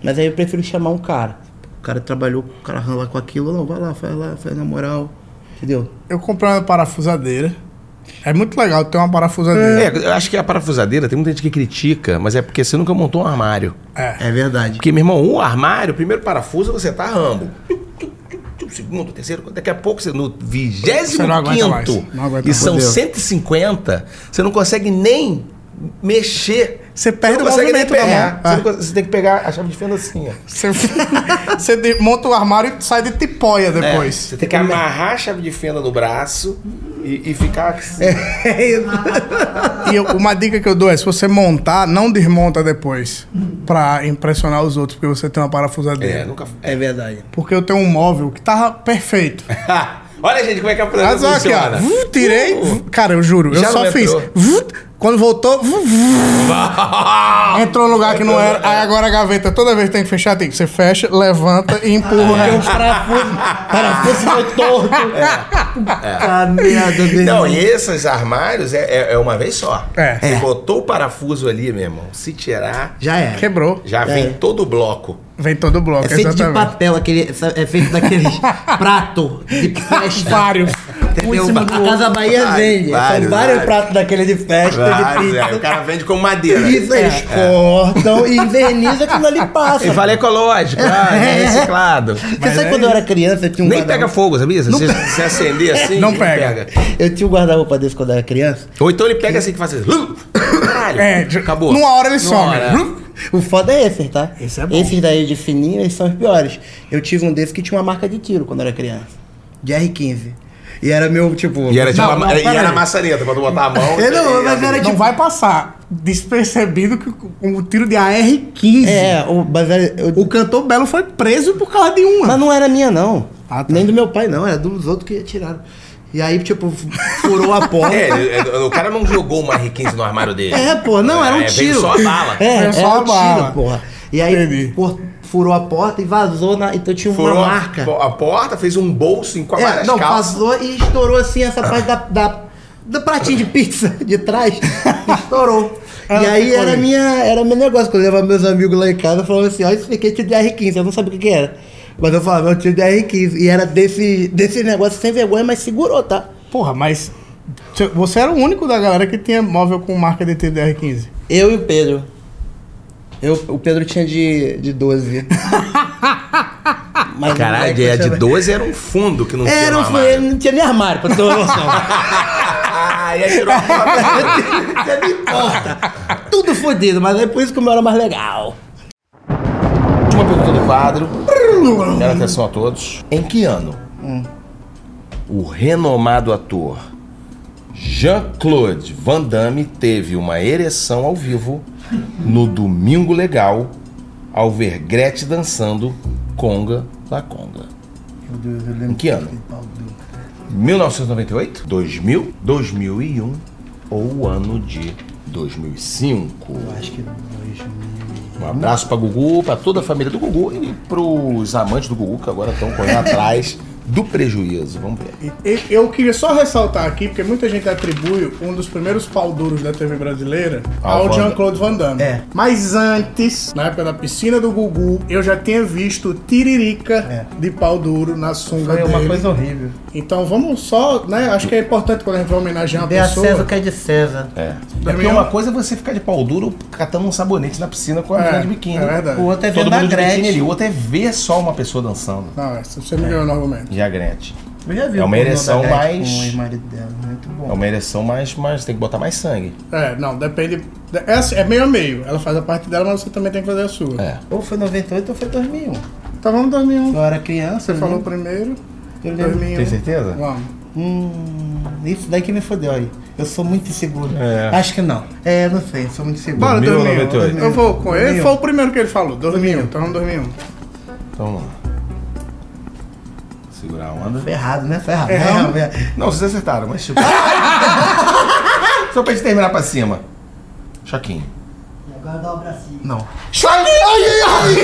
Speaker 1: mas aí eu prefiro chamar um cara. O cara trabalhou, o cara rala com aquilo, não, vai lá, faz lá, faz na moral. Entendeu?
Speaker 2: Eu comprei uma parafusadeira. É muito legal ter uma parafusadeira.
Speaker 4: É, eu acho que a parafusadeira tem muita gente que critica, mas é porque você nunca montou um armário.
Speaker 1: É verdade.
Speaker 4: Porque, meu irmão, um armário, primeiro parafuso, você tá rambo. Segundo, terceiro, daqui a pouco, você, no vigésimo
Speaker 2: Você não aguenta mais.
Speaker 4: quinto,
Speaker 2: Não aguenta
Speaker 4: e
Speaker 2: mais.
Speaker 4: são
Speaker 1: Fudeu.
Speaker 4: 150, você não consegue nem mexer
Speaker 2: Você perde
Speaker 4: você
Speaker 2: o movimento
Speaker 4: nem
Speaker 2: da mão. Ah.
Speaker 4: pegar. Você, não consegue- você tem que pegar a chave de fenda assim, ó.
Speaker 2: Você, você de- monta o armário e sai de tipóia
Speaker 4: É,
Speaker 2: depois.
Speaker 4: você tem que amarrar a chave de fenda no braço e, e ficar assim.
Speaker 2: É. E eu- uma dica que eu dou é, se você montar, não desmonta depois. Pra impressionar os outros, porque você tem uma parafusadeira.
Speaker 4: É, nunca-
Speaker 1: É verdade.
Speaker 2: Porque eu tenho um móvel que tava perfeito.
Speaker 4: Olha, gente, como é que a
Speaker 2: Mas
Speaker 4: frase
Speaker 2: olha aqui,
Speaker 4: funciona.
Speaker 2: ó. Vu, tirei. vu, cara, eu juro,
Speaker 4: Uh. Já
Speaker 2: eu
Speaker 4: não
Speaker 2: só fiz.
Speaker 4: entrou?
Speaker 2: vu, quando voltou. vu, vu. Entrou no lugar que não era. Aí agora a gaveta, toda vez que tem que fechar, tem que você fecha, levanta e empurra.
Speaker 1: Porque os parafusos. Parafuso
Speaker 2: assim,
Speaker 1: foi torto. Tá
Speaker 4: É. Não, e esses armários é, é- é uma vez só.
Speaker 2: É.
Speaker 4: Você botou o parafuso ali, meu irmão. Se tirar,
Speaker 1: Já é.
Speaker 2: Quebrou.
Speaker 4: já vem todo o bloco.
Speaker 2: Vem todo o bloco,
Speaker 1: É feito
Speaker 2: exatamente.
Speaker 1: de papel, aquele, essa- é feito daqueles prato de festa.
Speaker 2: Vários.
Speaker 1: Entendeu? A Casa Bahia
Speaker 4: Vários,
Speaker 1: vende.
Speaker 4: vários,
Speaker 1: São vários
Speaker 4: vários.
Speaker 1: pratos daquele de festa, de
Speaker 4: Vários,
Speaker 1: pizza.
Speaker 4: é. O cara vende com madeira.
Speaker 1: Isso, eles
Speaker 4: É.
Speaker 1: cortam e envernizam aquilo ali passa.
Speaker 4: E vale ecológico, ah, é reciclado.
Speaker 1: Você
Speaker 2: é
Speaker 1: sabe quando eu era criança, eu tinha um
Speaker 4: Nem
Speaker 1: guarda-roupa-
Speaker 4: pega fogo, sabia? Se você se acender assim,
Speaker 2: Não pega.
Speaker 1: Eu tinha um guarda-roupa desse quando eu era criança.
Speaker 4: Ou então ele pega assim que faz assim. "Hum!" Caralho,
Speaker 2: É, de-
Speaker 4: acabou.
Speaker 2: numa hora ele
Speaker 4: Numa
Speaker 2: some.
Speaker 4: hora.
Speaker 1: O foda é esse, tá?
Speaker 2: Esse é bom.
Speaker 1: Esses daí de fininho, eles são os piores. Eu tive um desses que tinha uma marca de tiro quando eu era criança. De R15. E era meu, tipo...
Speaker 4: E era tipo
Speaker 2: Não,
Speaker 4: uma-
Speaker 2: não,
Speaker 4: e era
Speaker 2: peraí.
Speaker 4: maçaneta pra tu botar a mão.
Speaker 1: Eu não, mas era tipo-
Speaker 2: Não vai passar despercebido que o- um tiro de AR-15.
Speaker 1: É, o, mas era... eu-
Speaker 2: O cantor Belo foi preso por causa de uma.
Speaker 1: Mas não era minha, não.
Speaker 2: Ah, tá.
Speaker 1: Nem do meu pai, não. Era dos outros que tiraram. E aí, tipo, furou a porta.
Speaker 4: É, ele- ele- o cara não jogou uma R15 no armário dele.
Speaker 1: É, pô, não, era um
Speaker 4: É, veio
Speaker 1: tiro.
Speaker 4: só a bala.
Speaker 1: É,
Speaker 2: Veio
Speaker 1: era
Speaker 2: só a
Speaker 1: só um
Speaker 2: bala.
Speaker 1: tiro, porra. E aí
Speaker 2: Entendi.
Speaker 1: por- furou a porta e vazou na. Então tinha uma
Speaker 4: Furou a-
Speaker 1: marca.
Speaker 4: A, porta, fez um bolso em com
Speaker 1: É,
Speaker 4: várias
Speaker 1: não,
Speaker 4: calças.
Speaker 1: vazou e estourou assim essa parte da. da do pratinho de pizza de trás, estourou. e
Speaker 2: Ela
Speaker 1: aí
Speaker 2: ficou
Speaker 1: era
Speaker 2: ali.
Speaker 1: minha, era meu negócio. Quando eu levava meus amigos lá em casa, eu falava assim, ó, isso aqui é tiro de R15, eu não sabia o que, que era. Mas eu falava, eu tiro de R15. E era desse, desse negócio sem vergonha, mas segurou, tá?
Speaker 2: Porra, mas cê- você era o único da galera que tinha móvel com marca de tiro de R-15.
Speaker 1: Eu e o Pedro. Eu, o Pedro tinha de, de 12. Mas o moleque
Speaker 4: Caralho, a de
Speaker 1: tinha-
Speaker 4: 12 era um fundo que não tinha
Speaker 1: Era,
Speaker 4: no
Speaker 1: um
Speaker 4: armário.
Speaker 1: foi, não tinha nem armário, pra ter uma noção.
Speaker 4: Ah, e aí tirou a porta.
Speaker 1: Não importa. Tudo fodido, mas é por isso que o meu era mais legal.
Speaker 4: Última pergunta do quadro. Quero atenção a todos. Em que ano
Speaker 8: Hum.
Speaker 4: o renomado ator Jean-Claude Van Damme teve uma ereção ao vivo no Domingo Legal ao ver Gretchen dançando Conga La Conga?
Speaker 8: Meu Deus, eu
Speaker 4: Em
Speaker 8: lembro.
Speaker 4: que ano? 1998? 2000? 2001? Ou o ano de 2005?
Speaker 8: Acho que dois mil.
Speaker 4: Um abraço pra Gugu, pra toda a família do Gugu e pros amantes do Gugu que agora estão correndo atrás do prejuízo. Vamos ver.
Speaker 2: E- e- Eu queria só ressaltar aqui, porque muita gente atribui um dos primeiros pau duros da TV brasileira
Speaker 4: Ao
Speaker 2: ao
Speaker 4: Van-
Speaker 2: Jean-Claude Van Damme.
Speaker 1: É.
Speaker 2: Mas antes, na época da piscina do Gugu, eu já tinha visto
Speaker 1: É.
Speaker 2: tiririca de pau duro na sunga
Speaker 1: Foi
Speaker 2: dele.
Speaker 1: uma coisa horrível.
Speaker 2: Então vamos só, né? Acho que é importante quando a gente vai homenagear uma
Speaker 1: Dê a
Speaker 2: pessoa.
Speaker 1: César o que é de César.
Speaker 4: É. porque uma coisa é você ficar de pau duro catando um sabonete na piscina com a
Speaker 2: É,
Speaker 4: grande de biquíni.
Speaker 2: é verdade.
Speaker 1: O outro é
Speaker 4: Todo
Speaker 1: vendo a
Speaker 4: mundo de biquíni ali.
Speaker 1: Gretchen.
Speaker 4: O outro é ver só uma pessoa dançando.
Speaker 2: Não, essa você me ganhou no argumento.
Speaker 4: E a Gretchen.
Speaker 1: Eu já vi
Speaker 4: É
Speaker 1: o
Speaker 4: uma
Speaker 1: pornô
Speaker 4: ereção
Speaker 1: da Gretchen
Speaker 4: mais-
Speaker 1: Com o marido dela, muito bom.
Speaker 4: É uma ereção mais, mais. Tem que botar mais sangue.
Speaker 2: É, não, depende. É, assim, é meio a meio. Ela faz a parte dela, mas você também tem que fazer a sua.
Speaker 4: É.
Speaker 1: Ou foi 98 ou foi 2001.
Speaker 2: Então vamos dormir um.
Speaker 1: Eu era criança,
Speaker 2: Você
Speaker 1: né?
Speaker 2: falou primeiro.
Speaker 1: Eu lembro.
Speaker 2: Dormir um.
Speaker 4: Tem certeza?
Speaker 2: Vamos.
Speaker 1: Hum, isso daí que me fodeu aí. Eu sou muito inseguro.
Speaker 4: É.
Speaker 1: Acho que não. É, não sei, sou muito inseguro.
Speaker 2: Bora,
Speaker 4: 2000 ou
Speaker 2: dormir. um.
Speaker 4: 98?
Speaker 2: Eu vou com ele.
Speaker 1: Dormiu.
Speaker 2: Foi o primeiro que ele falou. Dormiu. Então vamos dormir um.
Speaker 4: Então vamos lá. Segurar a onda.
Speaker 1: Foi errado, né? Foi errado.
Speaker 2: Erramos.
Speaker 1: Foi errado.
Speaker 4: é Não, vocês acertaram, mas tipo. Só pra gente terminar pra cima. Choquinho.
Speaker 6: E agora dá um o bracinho.
Speaker 1: Não.
Speaker 4: Choquinho! Ai, ai, ai!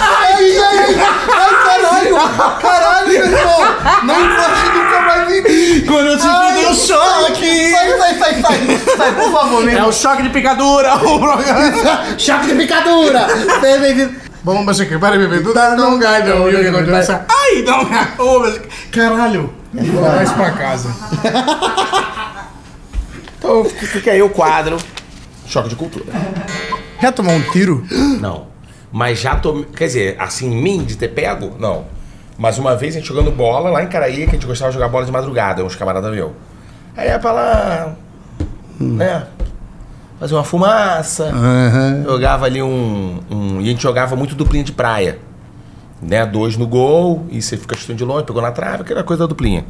Speaker 4: Ai, ai, ai! Ai, caralho! Caralho, meu irmão! Não pode nunca mais vir! Quando eu te
Speaker 1: dei um choque.
Speaker 4: Sai, sai, sai, sai! Sai, por favor, meu irmão!
Speaker 2: choque de picadura.
Speaker 1: Choque de picadura! Seja bem-vindo.
Speaker 2: Bomba, Chiquinho. Pera aí, bebê. Don't
Speaker 1: É,
Speaker 2: guy, Tá não. E o que
Speaker 1: né?
Speaker 2: acontece? Ai, don't guy. Oh, mas- Caralho. Vou
Speaker 4: é
Speaker 2: levar isso pra casa.
Speaker 4: Então fica aí o quadro. Choque de cultura.
Speaker 2: Já tomou um tiro?
Speaker 4: Não. Mas já tomei. Quer dizer, assim, mim de ter pego? Não. Mas uma vez a gente jogando bola lá em Caraí, que a gente gostava de jogar bola de madrugada, uns camaradas meu. Aí ia pra lá. Né? fazia uma fumaça,
Speaker 2: É.
Speaker 4: uhum. jogava ali um, um. E a gente jogava muito duplinha de praia. Né? Dois no gol, e você fica chutando de longe, pegou na trave, aquela coisa da duplinha.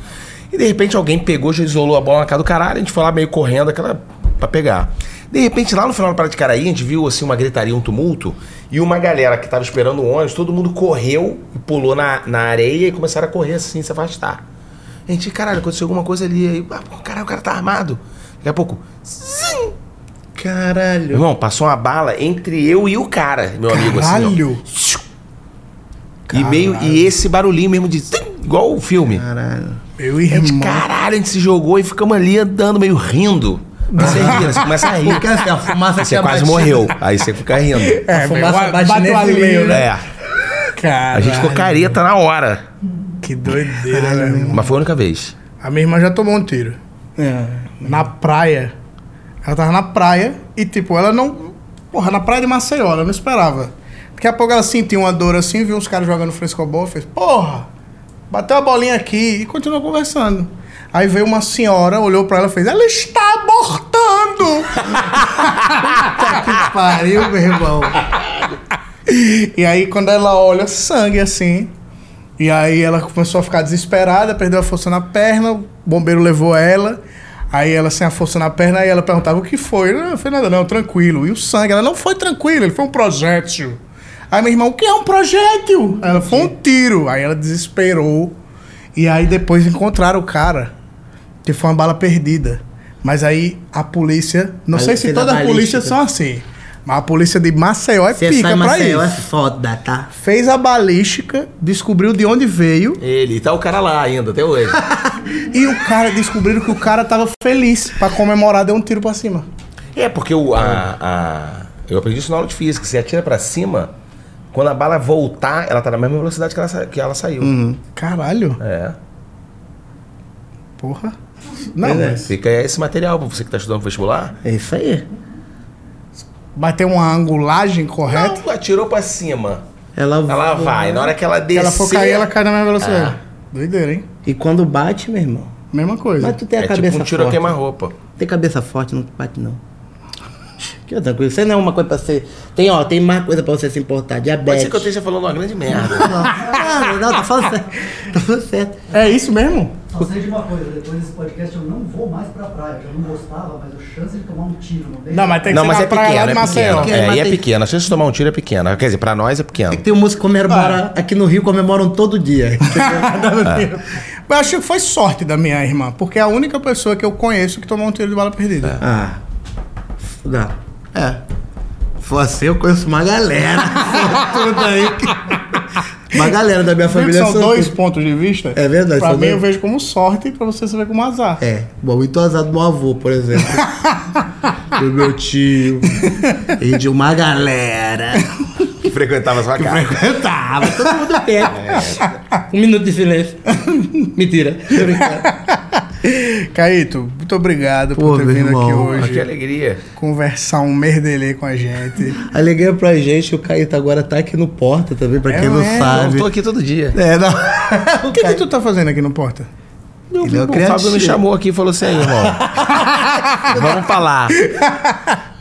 Speaker 4: E de repente alguém pegou, já isolou a bola na cara do caralho, a gente foi lá meio correndo, aquela. pra pegar. De repente, lá no final do Paradicaraí, a gente viu assim uma gritaria, um tumulto, e uma galera que estava esperando o ônibus, todo mundo correu e pulou na, na areia e começaram a correr assim, se afastar. A gente, caralho, aconteceu alguma coisa ali. Aí, ah, pô, caralho, o cara tá armado. Daqui a pouco, sim!
Speaker 1: Caralho. Meu
Speaker 4: irmão, passou uma bala entre eu e o cara, meu
Speaker 2: caralho.
Speaker 4: amigo, assim. Ó. Caralho. E meio e esse barulhinho mesmo de tim, igual o filme.
Speaker 1: Caralho.
Speaker 4: Meu
Speaker 2: É
Speaker 4: irmão. A gente, caralho, a gente se jogou e ficamos ali andando meio rindo. Você rir, você começa a rir.
Speaker 1: Porque assim, a fumaça
Speaker 4: Você quase morreu. Aí você fica rindo.
Speaker 1: É, a fumaça bate nesse meio, né?
Speaker 4: É. Caralho. A gente ficou careta na hora.
Speaker 2: Que doideira, Caralho, né?
Speaker 4: Mas foi a única vez.
Speaker 2: A minha irmã já tomou um tiro. É. Na praia. Ela tava na praia e, tipo, ela não. Porra, na praia de Maceió, ela não esperava. Daqui a pouco ela sentiu uma dor assim, viu uns caras jogando frescobol e fez, porra, bateu a bolinha aqui e continuou conversando. Aí veio uma senhora, olhou pra ela e fez: Ela está abortando!
Speaker 1: Puta que pariu, meu irmão.
Speaker 2: E aí, quando ela olha, sangue assim. E aí ela começou a ficar desesperada, perdeu a força na perna, o bombeiro levou ela. Aí ela sem a força na perna, aí ela perguntava o que foi. Não, não foi nada, não, tranquilo. E o sangue? Ela não foi tranquilo, ele foi um projétil. Aí meu irmão, o que é um projétil? Ela foi um tiro. Aí ela desesperou. E aí depois encontraram o cara que foi uma bala perdida. Mas aí a polícia, não aí sei se toda a polícia são assim, mas a polícia de Maceió é Cê pica pra Maceió isso.
Speaker 1: é foda, tá?
Speaker 2: Fez a balística, descobriu de onde veio.
Speaker 4: Ele, tá o cara lá ainda, até hoje.
Speaker 2: e o cara, descobriram que o cara tava feliz pra comemorar, deu um tiro pra cima.
Speaker 4: É, porque o, a, a, eu aprendi isso na aula de física, você atira pra cima, quando a bala voltar, ela tá na mesma velocidade que ela, que ela saiu. Uhum.
Speaker 2: Caralho.
Speaker 4: É.
Speaker 2: Porra. Não, é,
Speaker 4: mas... Fica esse material pra você que tá estudando vestibular.
Speaker 1: É isso aí.
Speaker 2: Bateu uma angulagem correta?
Speaker 4: Não, atirou pra cima.
Speaker 1: Ela,
Speaker 4: ela vai. vai. Na hora que ela descer...
Speaker 2: Ela for cair, ela cai na mesma velocidade. Ah. Doideira, hein?
Speaker 1: E quando bate, meu irmão?
Speaker 2: Mesma coisa.
Speaker 1: Mas tu tem a é cabeça tipo um
Speaker 4: tiro queima-roupa.
Speaker 1: Tem cabeça forte, não bate não. Fica tranquilo. Isso não é uma coisa pra você. Tem, ó, tem mais coisa pra você se importar. Diabetes. Pode
Speaker 4: ser que eu esteja falando uma grande merda.
Speaker 1: não, não, tá falando certo. Tá falando certo.
Speaker 2: É isso mesmo?
Speaker 6: Só sei de uma coisa, depois desse podcast eu não vou mais pra praia, eu não gostava, mas a chance de tomar um tiro, não tem?
Speaker 2: Não, mas tem que não, ser mas
Speaker 4: é
Speaker 2: praia
Speaker 4: pequeno,
Speaker 2: lá
Speaker 4: é Marcelo. pequeno. É, é, e é pequeno. A chance de tomar um tiro é pequena. Quer dizer, pra nós é pequeno. É
Speaker 1: que tem um músico comemora, ah. aqui no Rio comemoram todo dia.
Speaker 2: ah. Mas acho que foi sorte da minha irmã, porque é a única pessoa que eu conheço que tomou um tiro de bala perdida.
Speaker 1: Ah. Não. É. Você eu conheço uma galera. tudo aí que... Uma galera da minha família.
Speaker 2: São dois tudo. pontos de vista.
Speaker 1: É verdade.
Speaker 2: Pra mim, dois... eu vejo como sorte e pra você você vê como azar.
Speaker 1: É. Bom, muito azar do meu avô, por exemplo. do meu tio. E de uma galera.
Speaker 4: Que frequentava sua casa.
Speaker 1: Que frequentava, todo mundo perto. É. Um minuto de silêncio. Mentira.
Speaker 2: Caíto, muito obrigado Pô, por ter vindo irmão. aqui hoje.
Speaker 4: Que alegria.
Speaker 2: Conversar um merdelê com a gente.
Speaker 1: alegria pra gente, o Caíto agora tá aqui no Porta também, pra é, quem não é, sabe.
Speaker 4: Eu tô aqui todo dia.
Speaker 1: É, não.
Speaker 2: o que, Caí... que tu tá fazendo aqui no Porta?
Speaker 4: Meu Ele é o Fábio me chamou aqui e falou assim, aí, irmão. Vamos falar.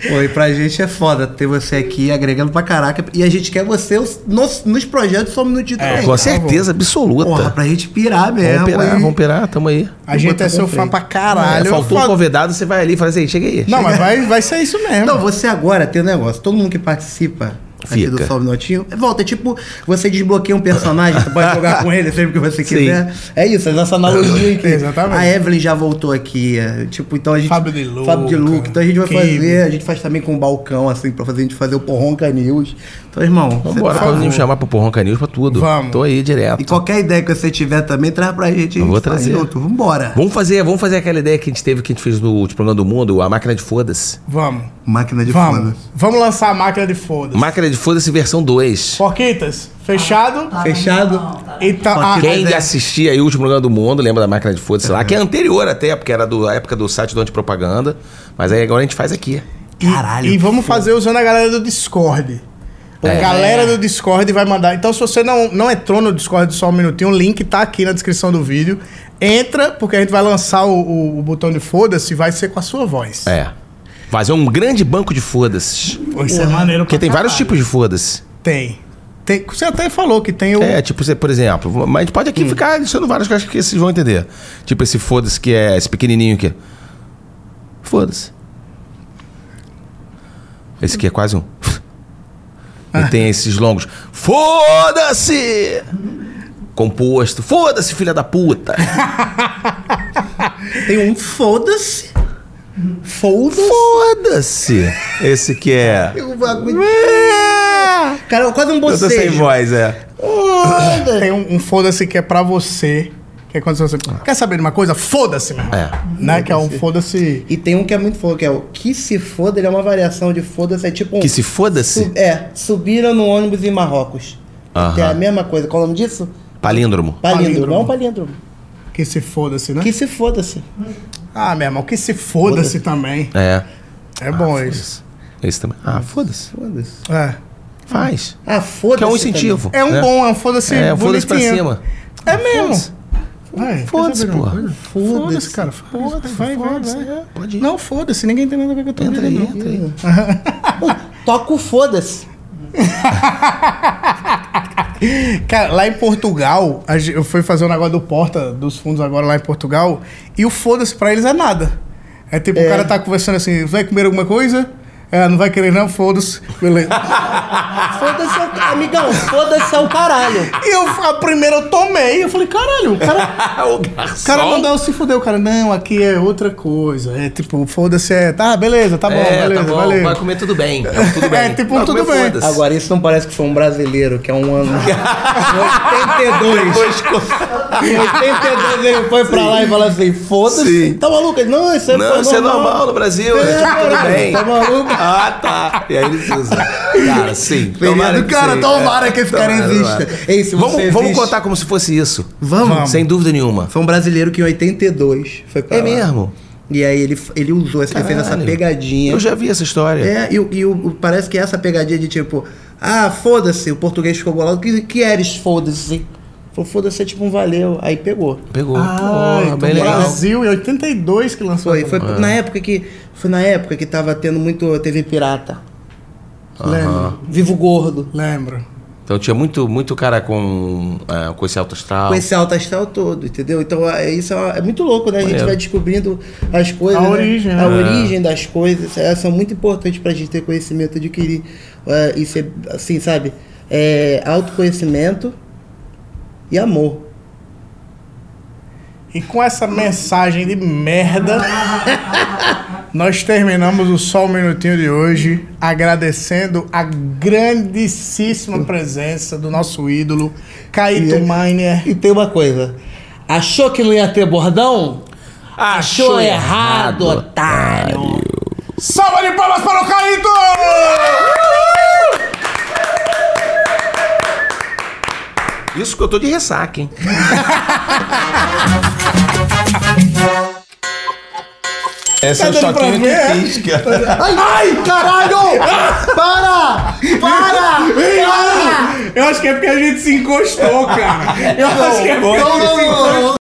Speaker 1: Pô, e pra gente é foda ter você aqui agregando pra caraca. E a gente quer você nos, nos projetos somos no título. É,
Speaker 4: com certeza, absoluta. Porra,
Speaker 1: pra gente pirar mesmo.
Speaker 4: Vamos pirar, aí. vamos pirar, tamo aí.
Speaker 2: A gente Bota é seu fã pra caralho. É,
Speaker 4: faltou um convidado, você vai ali e fala assim, chega aí.
Speaker 2: Não,
Speaker 4: chega.
Speaker 2: mas vai, vai ser isso
Speaker 4: É
Speaker 2: mesmo.
Speaker 1: Não, você agora tem um negócio. Todo mundo que participa aqui
Speaker 4: Fica.
Speaker 1: do Sobe Notinho. Volta, é tipo, você desbloqueia um personagem, você pode jogar com ele sempre que você quiser. Sim. É isso, é nossa analogia aqui.
Speaker 2: Exatamente.
Speaker 1: A Evelyn já voltou aqui. É, tipo, então a gente.
Speaker 2: Fábio de Luca.
Speaker 1: Fábio de Luca. Então a gente vai Kim. fazer, a gente faz também com o um balcão, assim, pra fazer a gente fazer o Porronca News. Então, irmão.
Speaker 4: Vambora, pode me chamar pro Porronca News pra tudo.
Speaker 2: Vamos.
Speaker 4: Tô aí direto.
Speaker 1: E qualquer ideia que você tiver também, traz pra gente. A gente
Speaker 4: Eu vou trazer.
Speaker 1: Junto. Vambora.
Speaker 4: Vamos fazer, vamos fazer aquela ideia que a gente teve, que a gente fez no último programa do mundo, a máquina de foda-se.
Speaker 2: Vamos.
Speaker 1: Máquina de
Speaker 2: vamos.
Speaker 1: foda-se.
Speaker 2: Vamos lançar a máquina de foda-se.
Speaker 4: Máquina de foda-se versão 2.
Speaker 2: Porquitas, fechado?
Speaker 1: Ah, tá Fechado.
Speaker 2: Então, ah,
Speaker 4: quem é. assistia aí o último programa do mundo, lembra da máquina de foda-se lá, que é anterior até, porque era da época do site do Antipropaganda. Mas aí agora a gente faz aqui.
Speaker 2: E, Caralho. E vamos foda. fazer usando a galera do Discord. A é. galera do Discord vai mandar. Então, se você não, não entrou no Discord só um minutinho, o link tá aqui na descrição do vídeo. Entra, porque a gente vai lançar o, o, o botão de foda-se e vai ser com a sua voz.
Speaker 4: É. Fazer um grande banco de foda-se.
Speaker 2: Isso é maneiro
Speaker 4: Porque tem vários tipos de foda-se.
Speaker 2: Tem. Tem- Você até falou que tem o.
Speaker 4: É, tipo, você, por exemplo, mas a gente pode aqui ficar listando vários que eu acho que vocês vão entender. Tipo esse foda-se que é esse pequenininho aqui. Foda-se. Esse aqui é quase um. E tem esses longos. Foda-se! Composto. Foda-se, filha da puta!
Speaker 2: Tem um foda-se. Foda-se.
Speaker 4: Foda-se! Esse que é.
Speaker 1: Eu bagulho. Cara, quase um
Speaker 4: Eu tô sem
Speaker 1: bocejo.
Speaker 4: voz, é.
Speaker 2: Tem um, um foda-se que é pra você. Que é quando você. Quer saber de uma coisa? Foda-se, meu irmão.
Speaker 4: É.
Speaker 2: Né? Que é um foda-se.
Speaker 1: E tem um que é muito foda, que é o que se foda, ele é uma variação de foda-se, é tipo um.
Speaker 4: Que se foda-se?
Speaker 1: Su- É, subiram no ônibus em Marrocos.
Speaker 4: Aham.
Speaker 1: É a mesma coisa. Qual é o nome disso?
Speaker 4: Palíndromo.
Speaker 1: Palíndromo.
Speaker 2: Palíndromo.
Speaker 1: É um palíndromo.
Speaker 2: Que se foda-se, né?
Speaker 1: Que se foda-se.
Speaker 2: Ah, meu irmão, que se foda-se também.
Speaker 4: É.
Speaker 2: É bom isso.
Speaker 4: Foda-se. Esse também. Ah, foda-se.
Speaker 1: Foda-se.
Speaker 2: É.
Speaker 4: Faz.
Speaker 1: Ah, foda-se.
Speaker 4: Que é um
Speaker 1: também.
Speaker 4: incentivo.
Speaker 2: É um
Speaker 4: né?
Speaker 2: bom, é um foda-se
Speaker 4: É, foda-se pra
Speaker 2: bonitinho.
Speaker 4: cima.
Speaker 2: É mesmo. Vai,
Speaker 4: Foda-se,
Speaker 2: quer saber de uma
Speaker 4: porra.
Speaker 2: coisa?
Speaker 1: Foda-se.
Speaker 2: Foda-se, cara. Foda-se, vai, vai,
Speaker 4: Foda-se,
Speaker 2: vai.
Speaker 4: é, Pode ir.
Speaker 2: Não, foda-se, ninguém tem nada a ver com a tua
Speaker 4: Entra
Speaker 2: vida,
Speaker 4: aí,
Speaker 2: não.
Speaker 4: entra aí.
Speaker 1: Toca o foda-se.
Speaker 2: Cara, lá em Portugal, a gen- eu fui fazer um negócio do Porta dos Fundos agora lá em Portugal, e o foda-se pra eles é nada. É tipo, o cara tá conversando assim, vai comer alguma coisa? É, não vai querer não, foda-se. Beleza.
Speaker 1: Foda-se, ao- amigão. Foda-se ao caralho.
Speaker 2: e eu, a primeira eu tomei, eu falei, caralho, o cara...
Speaker 4: o
Speaker 2: O
Speaker 4: garçom.
Speaker 2: cara mandou eu se fuder, o cara, não, aqui é outra coisa. É tipo, foda-se, é, tá, beleza, tá bom,
Speaker 4: É,
Speaker 2: beleza,
Speaker 4: tá bom,
Speaker 2: valeu.
Speaker 4: vai comer tudo bem. Então, tudo bem.
Speaker 2: É, tipo,
Speaker 4: Vai
Speaker 2: tudo
Speaker 4: comer,
Speaker 2: bem.
Speaker 4: foda-se.
Speaker 1: Agora, isso não parece que foi um brasileiro, que é um ano. Em 82.
Speaker 4: Depois co-
Speaker 1: Em 82 ele foi pra lá e falou assim: foda-se.
Speaker 4: Sim.
Speaker 1: Tá maluco? Ele, Não, isso é
Speaker 4: Não, isso é normal no Brasil. É, tipo, tudo bem.
Speaker 1: Tá maluco?
Speaker 4: Ah, tá. E aí eles usam. Cara, sim.
Speaker 1: Feriado, cara, tomara que esse cara
Speaker 4: tomara,
Speaker 1: exista.
Speaker 4: tomara.
Speaker 1: Ei, se
Speaker 4: vamos,
Speaker 1: você
Speaker 4: vamos
Speaker 1: existe-
Speaker 4: contar como se fosse isso.
Speaker 1: Vamos.
Speaker 4: Sem dúvida nenhuma.
Speaker 1: Foi um brasileiro que em 82 foi pra
Speaker 4: É
Speaker 1: lá.
Speaker 4: mesmo?
Speaker 1: E aí ele, ele usou, essa, ele fez essa
Speaker 4: Caralho.
Speaker 1: pegadinha.
Speaker 4: Eu já vi essa história.
Speaker 1: É, e, o- e o- o- parece que é essa pegadinha de tipo, ah, foda-se, o português ficou bolado, que, que eres foda-se? Falou, foda-se é tipo um valeu, aí pegou.
Speaker 4: Pegou.
Speaker 2: Ah,
Speaker 4: Porra,
Speaker 2: então
Speaker 4: bem é legal.
Speaker 2: Brasil, em 82 que lançou.
Speaker 1: Foi, foi na época que foi na época que tava tendo muito TV pirata.
Speaker 2: Lembro,
Speaker 1: Vivo Gordo.
Speaker 2: lembro.
Speaker 4: Então tinha muito, muito cara com, é, com esse alto astral.
Speaker 1: Com esse alto astral todo, entendeu? Então é, isso é, uma- é muito louco, né? A gente
Speaker 4: Maneiro.
Speaker 1: vai descobrindo as coisas.
Speaker 2: A
Speaker 1: né?
Speaker 2: origem, né?
Speaker 1: A
Speaker 2: É.
Speaker 1: origem das coisas. Elas são muito importantes pra gente ter conhecimento, adquirir. é, e ser, assim, sabe? É, autoconhecimento e amor.
Speaker 2: E com essa mensagem de merda, nós terminamos o Só um Minutinho de hoje agradecendo a grandíssima presença do nosso ídolo, Caíto Miner.
Speaker 1: E tem uma coisa. Achou que não ia ter bordão? Achou, errado, otário.
Speaker 2: Salva de palmas para o Caíto!
Speaker 4: Isso que eu tô de ressaca, hein? Esse é o choquinho que pisca.
Speaker 1: Ai, caralho! Para! Para!
Speaker 2: Eu acho que é porque a gente se encostou, cara. Eu acho que é porque a gente se encostou.